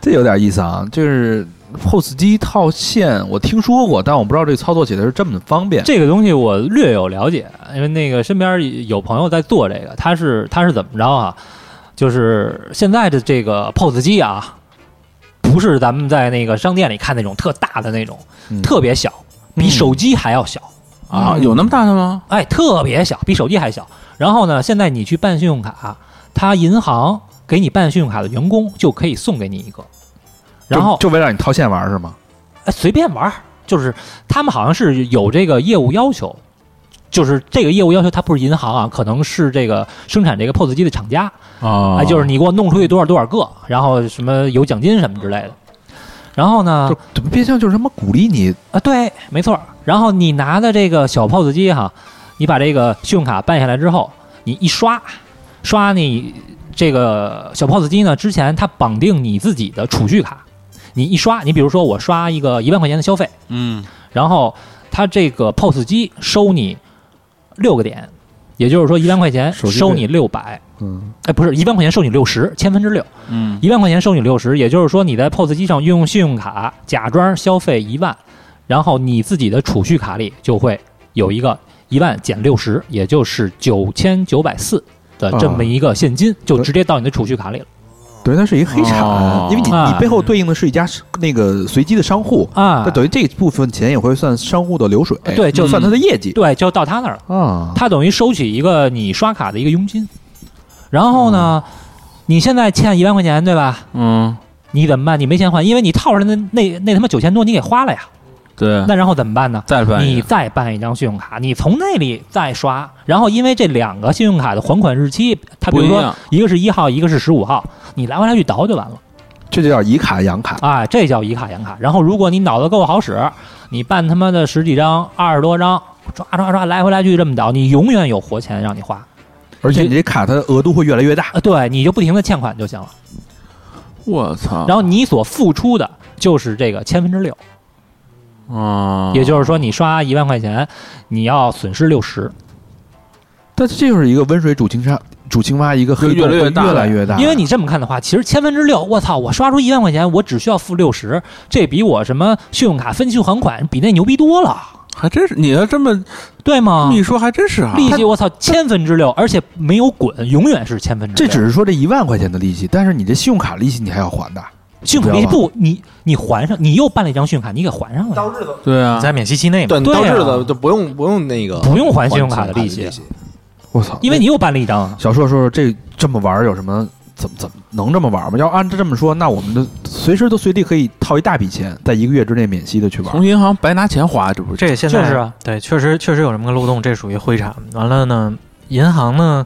E: 这有点意思啊，就是 POS 机套现，我听说过，但我不知道这操作起来是这么方便。
C: 这个东西我略有了解，因为那个身边有朋友在做这个，他是他是怎么着啊？就是现在的这个 POS 机啊，不是咱们在那个商店里看那种特大的那种，
E: 嗯
C: 特别小，比手机还要小。
B: 啊，有那么大的吗？
C: 哎，特别小，比手机还小。然后呢，现在你去办信用卡，他银行给你办信用卡的员工就可以送给你一个，然后
E: 就就为了让你套现玩儿是吗？
C: 哎随便玩儿，就是他们好像是有这个业务要求，就是这个业务要求，它不是银行啊，可能是这个生产这个 POS 机的厂家，
B: 啊
C: 哎，就是你给我弄出去多少多少个，然后什么有奖金什么之类的。然后呢，
E: 就怎么变相就是他妈鼓励你
C: 啊，对，没错儿。然后你拿的这个小 POS 机哈，你把这个信用卡办下来之后，你一刷，刷你这个小 POS 机呢，之前它绑定你自己的储蓄卡，你一刷，你比如说我刷一个一万块钱的消费，
B: 嗯，
C: 然后它这个 POS 机收你六个点，也就是说一万块钱
E: 手机
C: 收
E: 费
C: 你六百，
E: 嗯
C: 哎，不是一万块钱收你六十，千分之六。
B: 嗯，
C: 一万块钱收你六十，也就是说你在 POS 机上运用信用卡假装消费一万，然后你自己的储蓄卡里就会有一个一万减六十，也就是九千九百四的这么一个现金，
E: 啊
C: 就直接到你的储蓄卡里了
E: 等于它是一个黑产，
B: 哦
E: 因为你
C: 啊
E: 你背后对应的是一家那个随机的商户，
C: 啊
E: 那、等于这部分钱也会算商户的流水，
C: 对就
E: 嗯算他的业绩、
C: 对，就到他那儿了。
E: 啊。
C: 他等于收取一个你刷卡的一个佣金，然后
E: 哦
C: 呢，你现在欠一万块钱对吧？
B: 嗯，
C: 你怎么办？你没钱还，因为你套上那那那他妈九千多你给花了呀，
B: 对，
C: 那然后怎么办呢？
B: 再办一
C: 你
B: 个
C: 再办一张信用卡，你从那里再刷，然后因为这两个信用卡的还款日期，它比
B: 不
C: 如
B: 一
C: 说
B: 样，
C: 一个是一号，一个是十五号，你来回来去倒就完了。
E: 这就叫以卡养卡，
C: 啊，这叫以卡养卡。然后如果你脑子够好使，你办他妈的十几张、二十多张，抓抓抓，来回来去这么倒，你永远有活钱让你花。
E: 而且你这卡它的额度会越来越大。
C: 啊，对，你就不停的欠款就行了。
B: 我操，
C: 然后你所付出的就是这个千分之六，
B: 啊，
C: 也就是说你刷一万块钱，你要损失六十。
E: 但这就是一个温水煮青蛙，煮青蛙一个黑洞
B: 就越来越
E: 会
B: 大
E: 越来越大，
C: 因为你这么看的话，其实千分之六，我操，我刷出一万块钱，我只需要付六十，这比我什么信用卡分期还款比那牛逼多了，
B: 还真是，你要这么
C: 对吗
B: 一？说，还真是啊，
C: 利息我操千分之六，而且没有滚，永远是千分之
E: 这
C: 六。
E: 只是说这一万块钱的利息，但是你这信用卡利息你还要还的。
C: 信用卡利息不，你你还上，你又办了一张信用卡，你给还上了，
A: 日子
B: 对啊
H: 你，在免息期内嘛。
A: 对，你
C: 对
A: 到
C: 啊
A: 日子就不用不用那个
C: 不用还信用卡
A: 还
C: 的
A: 信用卡
C: 利
A: 利
C: 息，
E: 我操！
C: 因为你又办了一张啊。
E: 小硕说说这这么玩儿有什么？怎么怎么能这么玩儿吗？要按这么说，那我们就随时都随地可以套一大笔钱，在一个月之内免息的去玩儿。
B: 从银行白拿钱花，这不是
H: 这现在
C: 就是啊
H: 对，确实确实有这么个漏洞，这属于灰产。完了呢，银行呢，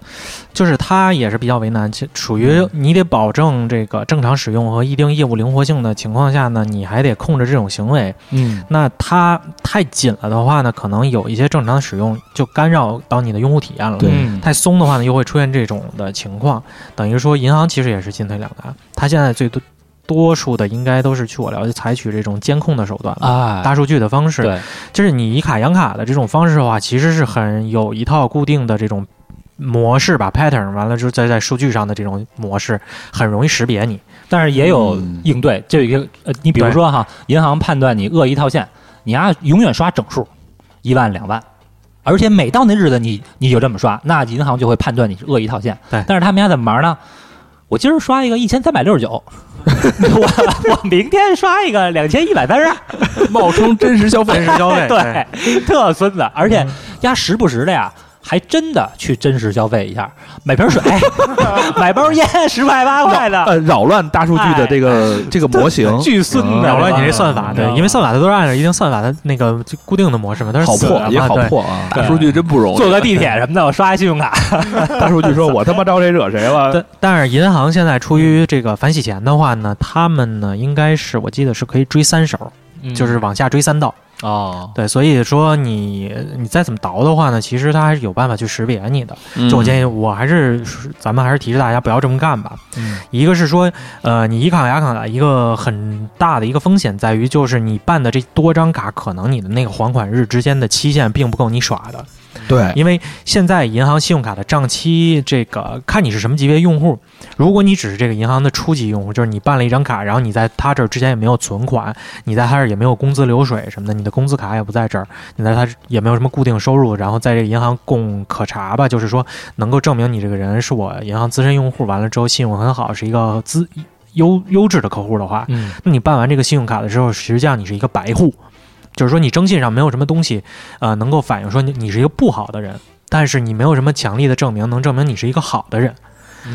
H: 就是它也是比较为难，其属于
C: 嗯
H: 你得保证这个正常使用和一定业务灵活性的情况下呢，你还得控制这种行为。
C: 嗯，
H: 那它太紧了的话呢，可能有一些正常使用就干扰到你的用户体验了。
E: 对
C: 嗯
H: 太松的话呢，又会出现这种的情况。等于说，银行其实也是进退两难。它现在最多多数的应该都是，据我了解，采取这种监控的手段了，
C: 啊，
H: 大数据的方式。
C: 对，
H: 就是你以卡养卡的这种方式的话，其实是很有一套固定的这种模式吧，pattern，完了之后再在数据上的这种模式，很容易识别你。
C: 但是也有
H: 嗯
C: 应对，就有一个呃，你比如说哈，银行判断你恶意套现，你啊永远刷整数，一万两万，而且每到那日子你你就这么刷，那银行就会判断你是恶意套现。
H: 对
C: 但是他们家怎么玩呢？我今儿刷一个一千三百六十九， 我我明天刷一个两千一百三十二，
B: 冒充真实消费
H: 真实消费，对，嗯
C: 对，特孙子，而且丫时不时的呀，还真的去真实消费一下，买瓶水， 买包烟，十块八块的，
E: 呃，扰乱大数据的这个 这个模型，
C: 巨孙子，
H: 扰乱你这算法，
C: 嗯
H: 对，因为算法它都是按照一定算法的那个固定的模式嘛，它是
E: 好
H: 死
E: 破
H: 的
E: 也
H: 嘛
E: 好
H: 对
E: 破啊！
B: 大数据真不容易。
C: 坐个地铁什么的，我刷信用卡，
E: 大数据说我他妈招谁惹谁了？
H: 但但是银行现在出于这个反洗钱的话呢，他们呢应该是我记得是可以追三手，就是往下追三道。
C: 哦，
H: 对，所以说你你再怎么倒的话呢，其实它还是有办法去识别你的。
B: 嗯
H: 就我建议，我还是咱们还是提示大家不要这么干吧。一个是说，呃，你一卡牙卡一个很大的一个风险在于，就是你办的这多张卡，可能你的那个还款日之间的期限并不够你耍的。
E: 对，
H: 因为现在银行信用卡的账期，这个看你是什么级别用户。如果你只是这个银行的初级用户，就是你办了一张卡，然后你在他这儿之前也没有存款，你在他这儿也没有工资流水什么的，你的工资卡也不在这儿，你在他这儿也没有什么固定收入，然后在这个银行供可查吧，就是说能够证明你这个人是我银行资深用户，完了之后信用很好，是一个资优优质的客户的话，
C: 嗯，
H: 那你办完这个信用卡的时候，实际上你是一个白户，就是说你征信上没有什么东西，呃，能够反映说你你是一个不好的人，但是你没有什么强力的证明能证明你是一个好的人。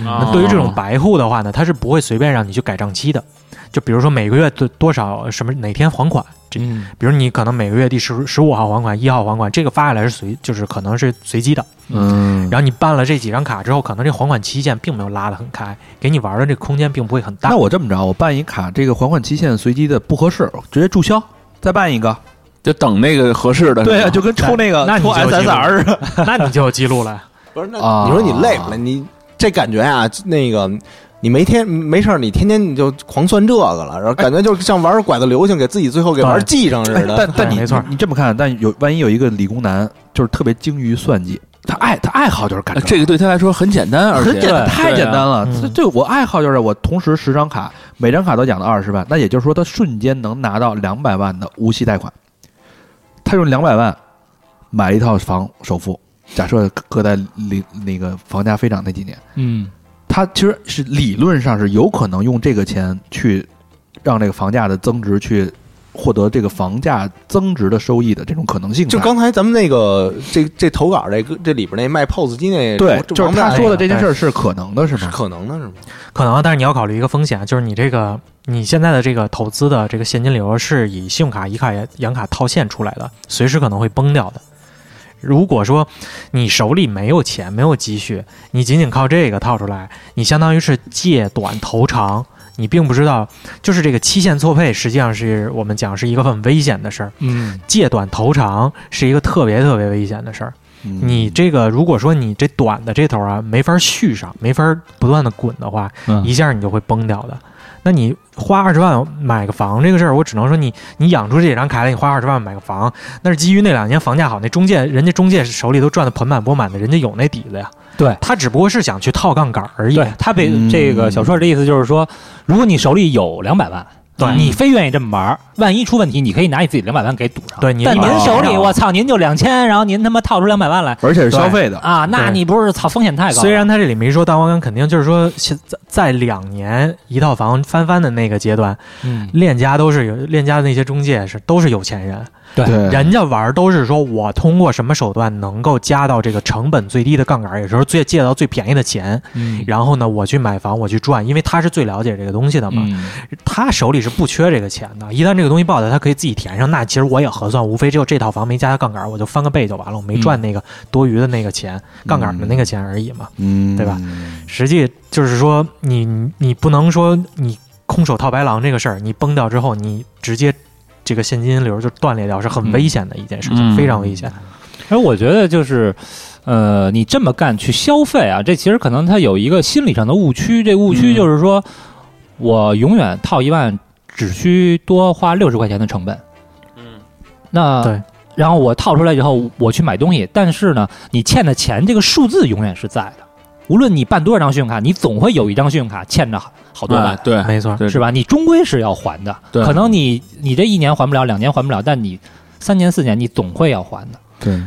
H: 那对于这
E: 哦
H: 种白户的话呢，他是不会随便让你去改账期的。就比如说每个月多多少什么哪天还款，这
C: 嗯
H: 比如你可能每个月第十十五号还款、一号还款，这个发下来是随就是可能是随机的。
E: 嗯，
H: 然后你办了这几张卡之后，可能这还款期限并没有拉得很开，给你玩的这个空间并不会很大。
E: 那我这么着，我办一卡，这个还款期限随机的不合适，直接注销，再办一个。
B: 就等那个合适的。
E: 对
B: 是
E: 啊，
B: 吧
E: 就跟抽那个
H: 嗯那你
E: 抽
H: 就
E: SSR 似的。
H: 那你就有记录了。
A: 不是，那
E: 啊
A: 你说你累不累？你这感觉啊，那个你没天没事儿，你天天你就狂算这个了，然后感觉就像玩拐子流星，给自己最后给玩记上似
E: 哎
A: 的。
E: 但但你
H: 没错
E: 你这么看，但有万一有一个理工男，就是特别精于算计，他爱他爱好就是干
B: 呃
E: 这
B: 这个对他来说很简单，而
E: 个，
B: 且
E: 很简单，
B: 对
E: 太简单了。
H: 嗯
E: 这这我爱好就是我同时十张卡，每张卡都养到二十万，那也就是说他瞬间能拿到两百万的无息贷款。他用两百万买了一套房首付，假设搁在零那个房价飞涨那几年。
B: 啊
C: 嗯
E: 他其实是理论上是有可能用这个钱去让这个房价的增值去获得这个房价增值的收益的这种可能性的。
A: 就刚才咱们那个这这投稿这个这里边那卖 POS 机那
E: 对，
A: 这
E: 就是
A: 王
E: 他
A: 大
E: 说的这件事儿是可能的，是
A: 是
E: 吗？
A: 可能的是吗？
H: 可能啊，但是你要考虑一个风险，就是你这个你现在的这个投资的这个现金流是以信用卡、一卡、养卡套现出来的，随时可能会崩掉的。如果说你手里没有钱、没有积蓄，你仅仅靠这个套出来，你相当于是借短投长，你并不知道，就是这个期限错配，实际上是我们讲是一个很危险的事儿。
C: 嗯
H: 借短投长是一个特别特别危险的事儿。
E: 嗯
H: 你这个如果说你这短的这头啊没法续上，没法不断的滚的话，
E: 嗯
H: 一下你就会崩掉的。那你花二十万买个房这个事儿，我只能说你你养出这张卡来，你花二十万买个房，那是基于那两年房价好，那中介人家中介手里都赚的盆满钵满的，人家有那底子呀。
C: 对
H: 他只不过是想去套杠杆而已。
C: 对他被
E: 嗯
C: 这个小帅的意思就是说，如果你手里有两百万，
H: 对
C: 你非愿意这么玩儿，万一出问题，你可以拿你自己两百万给赌上。
H: 对你
C: 但您
H: 哦
C: 手里我操，您就两千，然后您他妈套出两百万来
E: 而且是消费的，
C: 啊，那
H: 对
C: 你不是操风险太高了？
H: 虽然他这里没说大黄干，肯定就是说现在在两年一套房翻番的那个阶段，
C: 嗯
H: 链家都是有链家的那些中介是都是有钱人，
E: 对
H: 人家玩儿都是说我通过什么手段能够加到这个成本最低的杠杆儿，有时候最借到最便宜的钱，
C: 嗯
H: 然后呢，我去买房，我去赚，因为他是最了解这个东西的嘛，
C: 嗯
H: 他手里是不缺这个钱的。一旦这个东西爆掉，他可以自己填上。那其实我也核算，无非就这套房没加杠杆儿，我就翻个倍就完了，我没赚那个多余的那个钱，杠杆儿的那个钱而已嘛。
E: 嗯
H: 对吧？实际就是说，你你你不能说你空手套白狼这个事儿，你崩掉之后，你直接这个现金流就断裂掉，是很危险的一件事情，
B: 嗯
H: 非常危险。
C: 而我觉得就是，呃，你这么干去消费啊，这其实可能它有一个心理上的误区。这误区就是说，
B: 嗯
C: 我永远套一万，只需多花六十块钱的成本。嗯，那
H: 对
C: 然后我套出来以后，我去买东西，但是呢，你欠的钱这个数字永远是在的，无论你办多少张信用卡，你总会有一张信用卡欠着好好多万
B: 啊，，对，
H: 没错，
B: 对
C: 是吧？你终归是要还的，
B: 对
C: 可能你你这一年还不了，两年还不了，但你三年四年你总会要还的。
E: 对，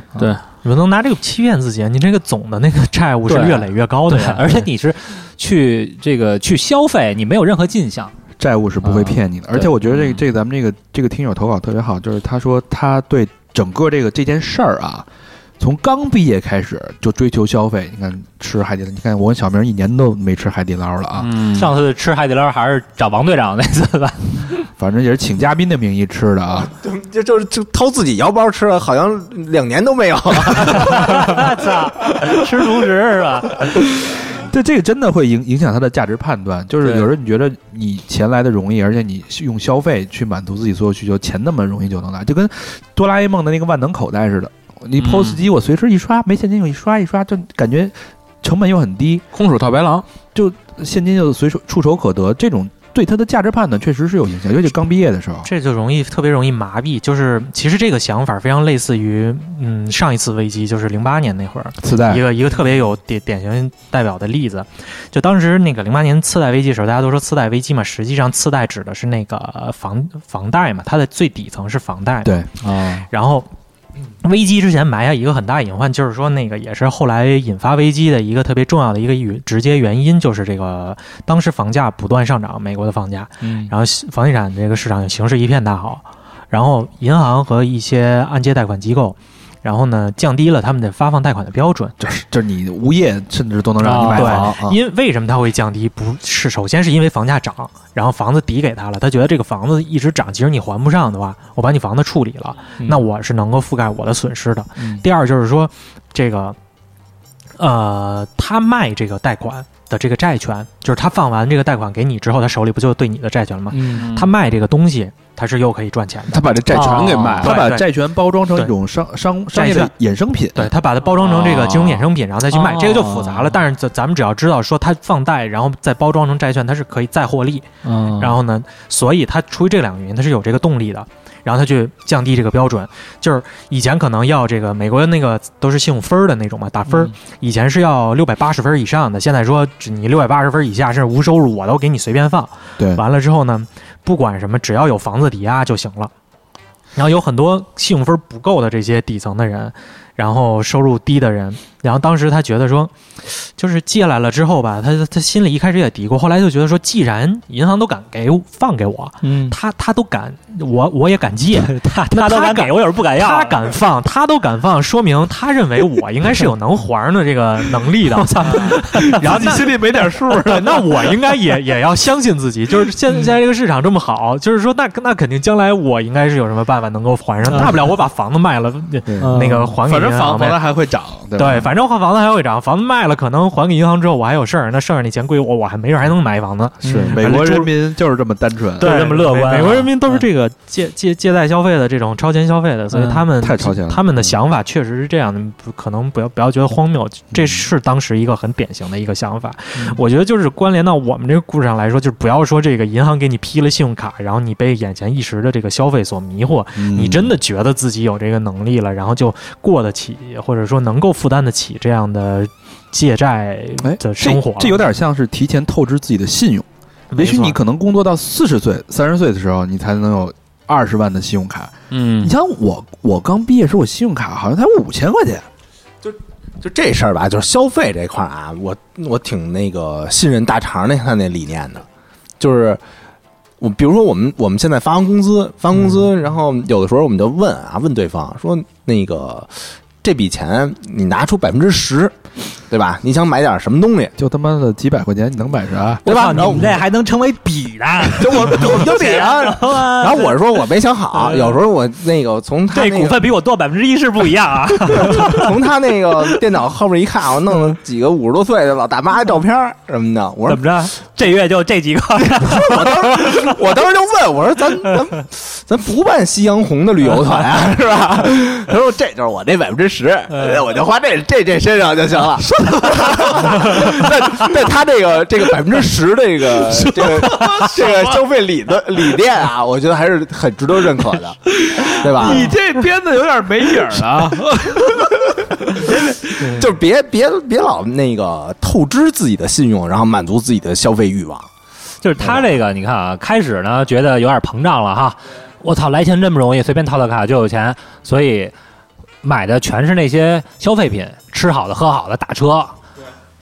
H: 你们能拿这个欺骗自己，你这个总的那个债务是
C: 对啊
H: 越垒越高的呀，
C: 而且你是去这个去消费，你没有任何进项。
E: 债务是不会骗你的。而且我觉得这个
C: 嗯
E: 这个咱们这个这个听友投稿特别好，就是他说他对整个这个这件事儿啊，从刚毕业开始就追求消费。你看吃海底捞，你看我跟小明一年都没吃海底捞了啊，
B: 嗯，
C: 上次吃海底捞还是找王队长那次 吧？
E: 反正也是请嘉宾的名义吃的 啊。
A: 就就是就掏自己腰包吃了，好像两年都没有。
C: 操，吃独食是吧？
E: 对，这个真的会影影响他的价值判断。就是
C: 对
E: 有时候你觉得你钱来的容易，而且你用消费去满足自己所有需求，钱那么容易就能来，就跟哆啦 A 梦的那个万能口袋似的。你
B: 嗯
E: POS 机，我随时一刷，没现金我一刷一刷，就感觉成本又很低，
B: 空手套白狼，
E: 现金又随手触手可得，这种对他的价值判断确实是有影响，尤其刚毕业的时候。
H: 这就容易特别容易麻痹。就是其实这个想法非常类似于，嗯，上一次危机就是零八年那会儿，
E: 磁
H: 一
C: 哎
E: 带，
H: 个一个特别有典典型代表的例子，就当时那个零八年次贷危机的时候，大家都说次贷危机嘛，实际上次贷指的是那个呃房房贷嘛，它的最底层是房贷嘛。
E: 对，
J: 啊，
H: 然后危机之前埋下一个很大隐患，就是说那个也是后来引发危机的一个特别重要的一个与直接原因，就是这个当时房价不断上涨，美国的房价，
C: 嗯，
H: 然后房地产这个市场形势一片大好，然后银行和一些按揭贷款机构。然后呢，降低了他们的发放贷款的标准，
E: 就是就是你无业，甚至都能让你买
H: 啊对
E: 房。啊
H: 因为什么它会降低？不是首先是因为房价涨，然后房子抵给他了，他觉得这个房子一直涨，其实你还不上的话，我把你房子处理了，那我是能够覆盖我的损失的。
C: 嗯
H: 第二就是说，这个呃，他卖这个贷款的这个债权，就是他放完这个贷款给你之后，他手里不就对你的债权了吗？
C: 嗯
H: 他卖这个东西，他是又可以赚钱的。
B: 他把这债权给卖
C: 哦
E: 他
B: 了，
E: 把
H: 对
E: 债权包装成一种商商商业的衍生品，
H: 对他把它包装成这个金融衍生品，然后再去卖，
C: 哦
H: 这个就复杂了。但是咱咱们只要知道说他放贷，然后再包装成债券，它是可以再获利。
C: 嗯
H: 然后呢，所以他出于这两个原因，他是有这个动力的。然后他去降低这个标准，就是以前可能要这个美国那个都是信用分儿的那种嘛，打分儿，以前是要六百八十分以上的，现在说只你六百八十分以下是无收入，我都给你随便放。
E: 对
H: 完了之后呢，不管什么，只要有房子抵押就行了。然后有很多信用分不够的这些底层的人，然后收入低的人，然后当时他觉得说，就是借来了之后吧，他他心里一开始也嘀咕，后来就觉得说，既然银行都敢给我放给我，
C: 嗯，
H: 他他都敢，我我也敢 借，
C: 他他
H: 那
C: 都
H: 他
C: 敢
H: 敢
C: 给，我有时候不敢要。
H: 他敢放，他都敢放，说明他认为我应该是有能还的这个能力的。 然后你心里没点数， 那我应该 也也要相信自己。就是现现在这个市场这么好，就是说那那肯定将来我应该是有什么办法能够还上，大不了我把房子卖了，
C: 嗯
H: 那个还给
E: 反正
H: 银行
E: 房
H: 呗
E: 房价还会涨，对吧？
H: 对，反正还房子还会涨，房子卖了可能还给银行之后我还有事儿，那剩下那钱归我，我还没准还能买一房子。
E: 是
C: 嗯
E: 美国人民就是这么单纯，
C: 对这么乐观啊
H: 美美国人民都是这个借借借贷消费的这种超前消费的，所以
C: 嗯
H: 他们
E: 太超前了
H: 他们的想法确实是这样的，不可能不要不要觉得荒谬，这是当时一个很典型的一个想法。我觉得就是关联到我们这个故事上来说，就是不要说这个银行给你批了信用卡，然后你被眼前一时的这个消费所迷惑，
E: 嗯
H: 你真的觉得自己有这个能力了，然后就过得起，或者说能够负担得起这样的借债
E: 哎
H: 的生活了啊
E: 这，这有点像是提前透支自己的信用。
H: 没
E: 也许
H: 错
E: 你可能工作到四十岁、三十岁的时候，你才能有二十万的信用卡。
B: 嗯
E: 你，像我，我刚毕业时候，我信用卡好像才五千块钱。
A: 就这事儿吧，就是消费这块儿啊，我我挺那个信任大肠那他那理念的，就是我比如说我们我们现在发完工资，发完工资，然后有的时候我们就问啊，问对方说那个这笔钱你拿出百分之十，对吧？你想买点什么东西，
E: 就他妈的几百块钱，你能买啥？
A: 对吧？
C: 我
A: 然
C: 操
A: 后
C: 你们这还能成为比呢？
A: 就我就我就比啊，然后我是说我没想好，有时候我那个从他
C: 这
A: 那
C: 股
A: 个
C: 份比我多百分之一是不一 样啊！
A: 从他那个电脑后面一看，我弄了几个五十多岁的老大妈照片儿什么的，我说
C: 怎么着？这月就这几个，
A: 我当时我当时就问我说咱咱咱不办夕阳红的旅游团 啊，是吧？他说这就是我这百分之十，
E: 嗯
A: 我就花这这这身上就行了。但但他这个这个百分之十这个这 个这个消费理的理念啊，我觉得还是很值得认可的，对吧？
E: 你这编的有点没影儿了啊！
A: 就是别别别老那个透支自己的信用，然后满足自己的消费欲望。
C: 就是他这个，你看啊，开始呢觉得有点膨胀了哈，我操，来钱这么容易，随便套套卡就有钱，所以买的全是那些消费品，吃好的、喝好的、打车。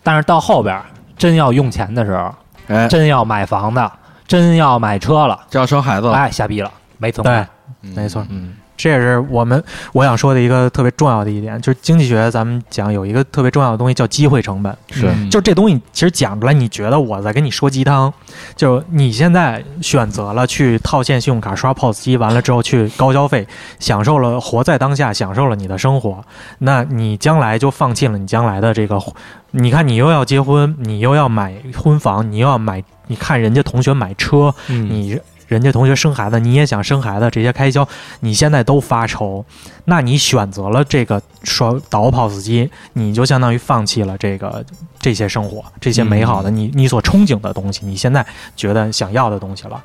C: 但是到后边儿真要用钱的时候，
E: 哎，
C: 真要买房的，真要买车了，
E: 这要生孩子了，
C: 哎，瞎逼了，没存
H: 对
C: 款。，
H: 没错，
C: 嗯，
H: 这也是我们我想说的一个特别重要的一点，就是经济学咱们讲有一个特别重要的东西叫机会成本。
E: 是
C: 嗯
H: 就这东西，其实讲出来，你觉得我在跟你说鸡汤？就你现在选择了去套现信用卡、刷 POS 机，完了之后去高消费，享受了活在当下，享受了你的生活，那你将来就放弃了你将来的这个。 你看，你又要结婚，你又要买婚房，你又要买，你看人家同学买车，
B: 嗯
C: 嗯
H: 你人家同学生孩子，你也想生孩子，这些开销你现在都发愁，那你选择了这个刷倒 POS 机，你就相当于放弃了这个这些生活，这些美好的你你所憧憬的东西，你现在觉得想要的东西了。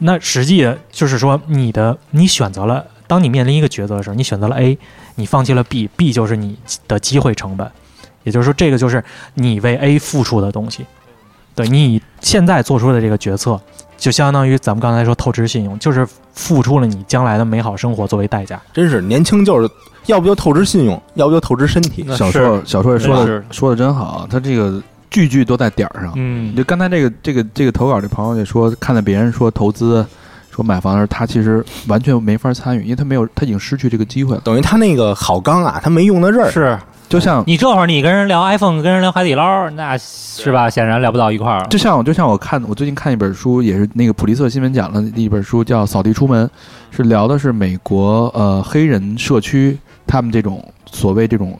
H: 那实际的就是说，你的你选择了，当你面临一个抉择的时候，你选择了 A，你放弃了 B，B 就是你的机会成本，也就是说，这个就是你为 A 付出的东西。对你现在做出的这个决策，就相当于咱们刚才说透支信用，就是付出了你将来的美好生活作为代价。
A: 真是年轻就是要不就透支信用，要不就透支身体。
E: 小硕小硕也说
C: 是
E: 的说的真好，啊他这个句句都在点儿上。
C: 嗯
E: 就刚才这个这个这个投稿这朋友也说，看到别人说投资、说买房的时候，他其实完全没法参与，因为他没有，他已经失去这个机会了。
A: 等于他那个好钢啊，他没用到这儿。
C: 是
E: 就像
C: 你这会儿你跟人聊 iPhone，跟人聊海底捞，那是
E: 嗯
C: 吧？显然聊不到一块儿了。
E: 就像我就像我看我最近看一本书，也是那个普利策新闻奖的一本书，叫《扫地出门》，是聊的是美国呃黑人社区他们这种所谓这种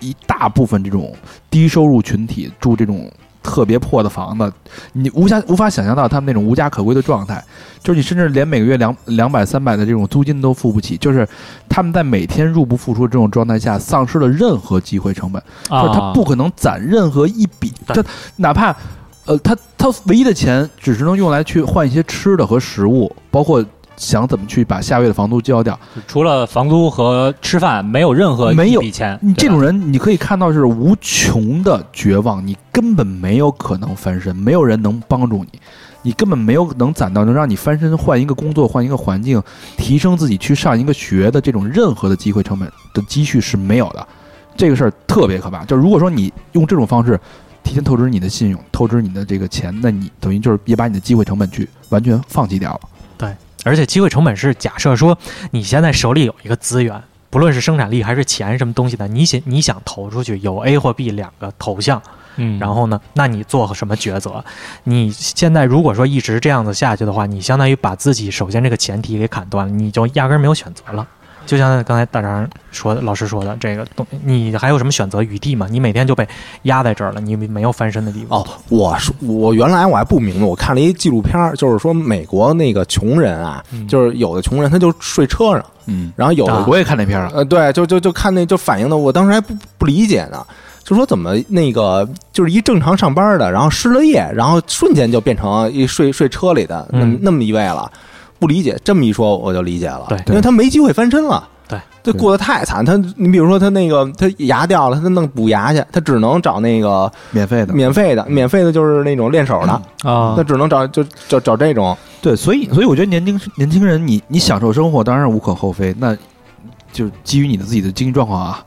E: 一大部分这种低收入群体住这种特别破的房子，你无暇无法想象到他们那种无家可归的状态，就是你甚至连每个月两两百三百的这种租金都付不起，就是他们在每天入不敷出这种状态下，丧失了任何机会成本。
C: 啊
E: 就是他不可能攒任何一笔，他哪怕呃，他他唯一的钱只是能用来去换一些吃的和食物，包括想怎么去把下月的房租交掉。
C: 除了房租和吃饭，没有任何
E: 没有
C: 一笔钱。
E: 你
C: 对吧
E: 这种人，你可以看到是无穷的绝望，你根本没有可能翻身，没有人能帮助你，你根本没有能攒到能让你翻身、换一个工作、换一个环境、提升自己去上一个学的这种任何的机会成本的积蓄是没有的。这个事儿特别可怕，就是如果说你用这种方式提前透支你的信用、透支你的这个钱，那你等于就是也把你的机会成本去完全放弃掉了。
H: 而且机会成本是假设说你现在手里有一个资源，不论是生产力还是钱什么东西的，你想你想投出去有 A 或 B 两个头像，
C: 嗯，
H: 然后呢，那你做什么抉择？你现在如果说一直这样子下去的话，你相当于把自己首先这个前提给砍断了，你就压根儿没有选择了。就像刚才大张说的，老师说的这个东，你还有什么选择余地吗？你每天就被压在这儿了，你没有翻身的地方。
A: 哦，我是我原来我还不明白，我看了一纪录片儿，就是说美国那个穷人啊，就是有的穷人他就睡车上，
E: 嗯，
A: 然后有的、
H: 啊
E: 我也看那片儿了，
A: 呃对，就就就看那就反映的，我当时还不不理解呢，就说怎么那个就是一正常上班的，然后失了业，然后瞬间就变成一睡睡车里的那么
H: 嗯
A: 那么一位了，不理解，这么一说我就理解了，
H: 对
A: 因为他没机会翻身了。
H: 对，
A: 这过得太惨。他，你比如说他那个，他牙掉了，他弄补牙去，他只能找那个
E: 免费的，
A: 免费的，免费的就是那种练手的，
C: 啊
A: 那，只能找就找找这种。
E: 对，所以所以我觉得年轻年轻人你，你享受生活当然无可厚非，那就是基于你的自己的经济状况啊。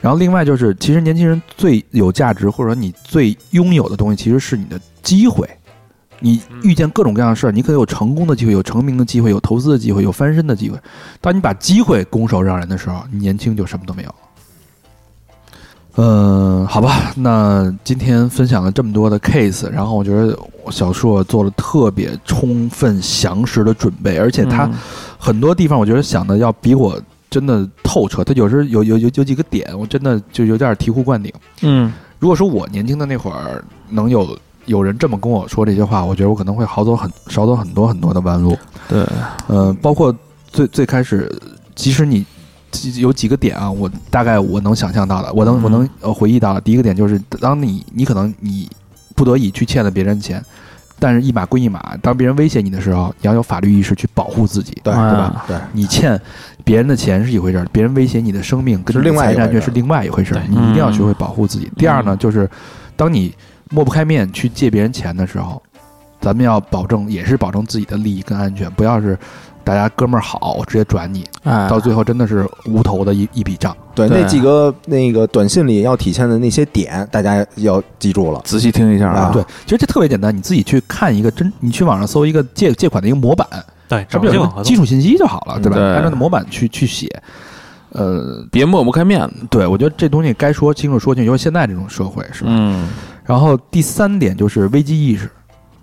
E: 然后另外就是，其实年轻人最有价值或者说你最拥有的东西，其实是你的机会。你遇见各种各样的事儿，你可能有成功的机会，有成名的机会，有投资的机会，有翻身的机会。当你把机会拱手让人的时候，你年轻就什么都没有了。嗯，好吧，那今天分享了这么多的 case，然后我觉得小硕做了特别充分详实的准备，而且
B: 嗯
E: 他很多地方我觉得想的要比我真的透彻。他有时候有有有有几个点，我真的就有点醍醐灌顶。
H: 嗯，
E: 如果说我年轻的那会儿能有有人这么跟我说这些话，我觉得我可能会好走很少走很多很多的弯路。
B: 对，
E: 呃，包括最最开始，即使你其有几个点啊，我大概我能想象到的，我能我能呃回忆到的。第一个点就是，当你你可能你不得已去欠了别人钱，但是一码归一码，当别人威胁你的时候，你要有法律意识去保护自己。
A: 对
C: 啊
E: 对吧？
A: 对，
E: 你欠别人的钱是一回事儿，别人威胁你的生命跟
A: 是另
E: 你的
A: 外一
E: 财
A: 回事
E: 产权
A: 儿嗯
E: 是另外一回事儿，
H: 对
E: 你一定要学会保护自己。第二呢，就是当你抹不开面去借别人钱的时候，咱们要保证也是保证自己的利益跟安全，不要是大家哥们儿好我直接转你，
A: 啊
B: 哎，
E: 到最后真的是无头的一一笔账。
A: 对，
B: 对
A: 那几个那个短信里要体现的那些点，大家要记住了。
B: 仔细听一下啊
A: 啊，
E: 对，其实这特别简单，你自己去看一个真，你去网上搜一个借借款的一个模板，
H: 对，
E: 上
H: 找
E: 面
H: 借
E: 有什么
H: 款合
E: 基
H: 同，
E: 础信息就好了，
A: 嗯
E: 对吧？
B: 对
E: 按照那模板去去写。呃，
B: 别抹不开面子。
E: 对，我觉得这东西该说清楚说清楚，尤其现在这种社会是吧？
B: 嗯
E: 然后第三点就是危机意识，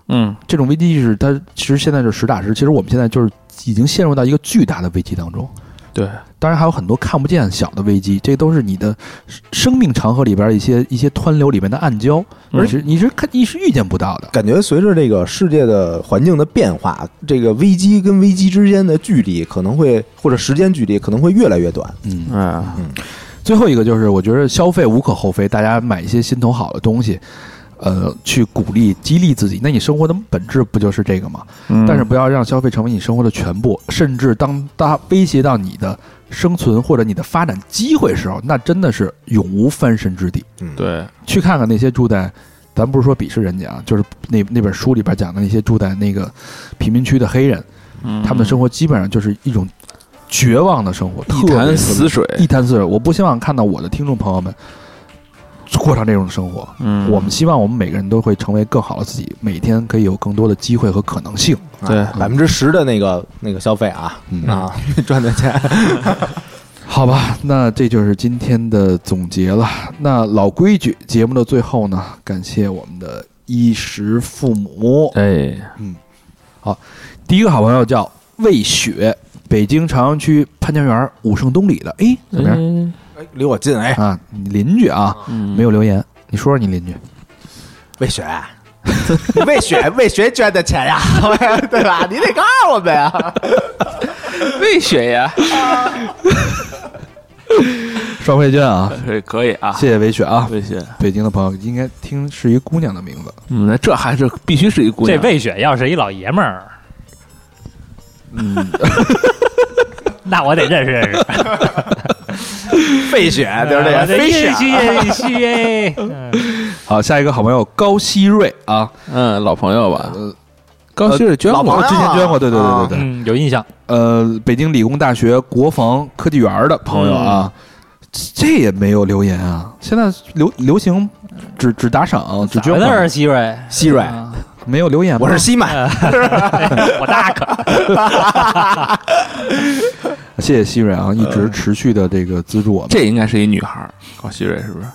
B: 嗯，
E: 这种危机意识，它其实现在就是实打实。其实我们现在就是已经陷入到一个巨大的危机当中。
B: 对，
E: 当然还有很多看不见小的危机，这都是你的生命长河里边一些一些湍流里面的暗礁，
B: 嗯
E: 而且你是看你是预见不到的。
A: 感觉随着这个世界的环境的变化，这个危机跟危机之间的距离可能会，或者时间距离可能会越来越短。
E: 嗯，
B: 哎，
E: 最后一个就是，我觉得消费无可厚非，大家买一些心头好的东西，呃，去鼓励激励自己。那你生活的本质不就是这个吗？
B: 嗯
E: 但是不要让消费成为你生活的全部，甚至当它威胁到你的生存或者你的发展机会时候，那真的是永无翻身之地。
A: 嗯，，
B: 对，
E: 去看看那些住在，咱不是说鄙视人家啊，就是那那本书里边讲的那些住在那个贫民区的黑人，他们的生
B: 活
E: 活基本上就是一种绝望的生活，
B: 一
E: 特别
B: 潭死水。
E: 一潭死水。我不希望看到我的听众朋友们过上这种生活。
B: 嗯，
E: 我们希望我们每个人都会成为更好的自己，每天可以有更多的机会和可能性。
B: 对
A: 啊百分之十的那个那个消费 啊
E: 嗯
A: 啊，赚的钱。
E: 好吧，那这就是今天的总结了。那老规矩，节目的最后呢，感谢我们的衣食父母。
B: 哎，
E: 第一个好朋友叫魏雪，北京朝阳区潘家园武胜东里的。哎，怎么样、
B: 嗯
A: 哎离我近哎，
E: 啊？你邻居啊，没有留言，你说说你邻居。
A: 魏雪，魏雪，魏雪捐的钱呀， 对吧？你得告诉我们呀。
B: 魏雪呀，
E: 双飞娟啊，
B: 可以可以啊，
E: 谢谢魏雪啊，
B: 魏雪，
E: 北京的朋友应该听是一姑娘的名字。
B: 嗯，那这还是必须是一姑
C: 这
B: 娘。
C: 魏雪要是一老爷们儿，嗯， 那我得认识认识。
A: 费雪就是
C: 哎
A: 这
H: 啊
A: 个费雪
C: 必须必 须哎，
E: 好，下一个好朋友高希瑞啊，呃
B: 嗯，老朋友吧，高希瑞捐
A: 老
B: 过
A: 朋友
E: 之前捐过，对对对对对。
C: 嗯，有印象，
E: 呃，北京理工大学国防科技园的朋友啊，这也没有留言啊。现在流流行只只打赏，只
C: 咋
E: 捐
C: 回事
E: 款，
C: 儿？希瑞，
A: 希瑞，
C: 啊
E: 没有留言吗。
A: 我是西麦，
C: 我大可，
E: 谢谢希瑞啊，一直持续的这个资助我们。
B: 这应该是一女孩儿，高希瑞是不是？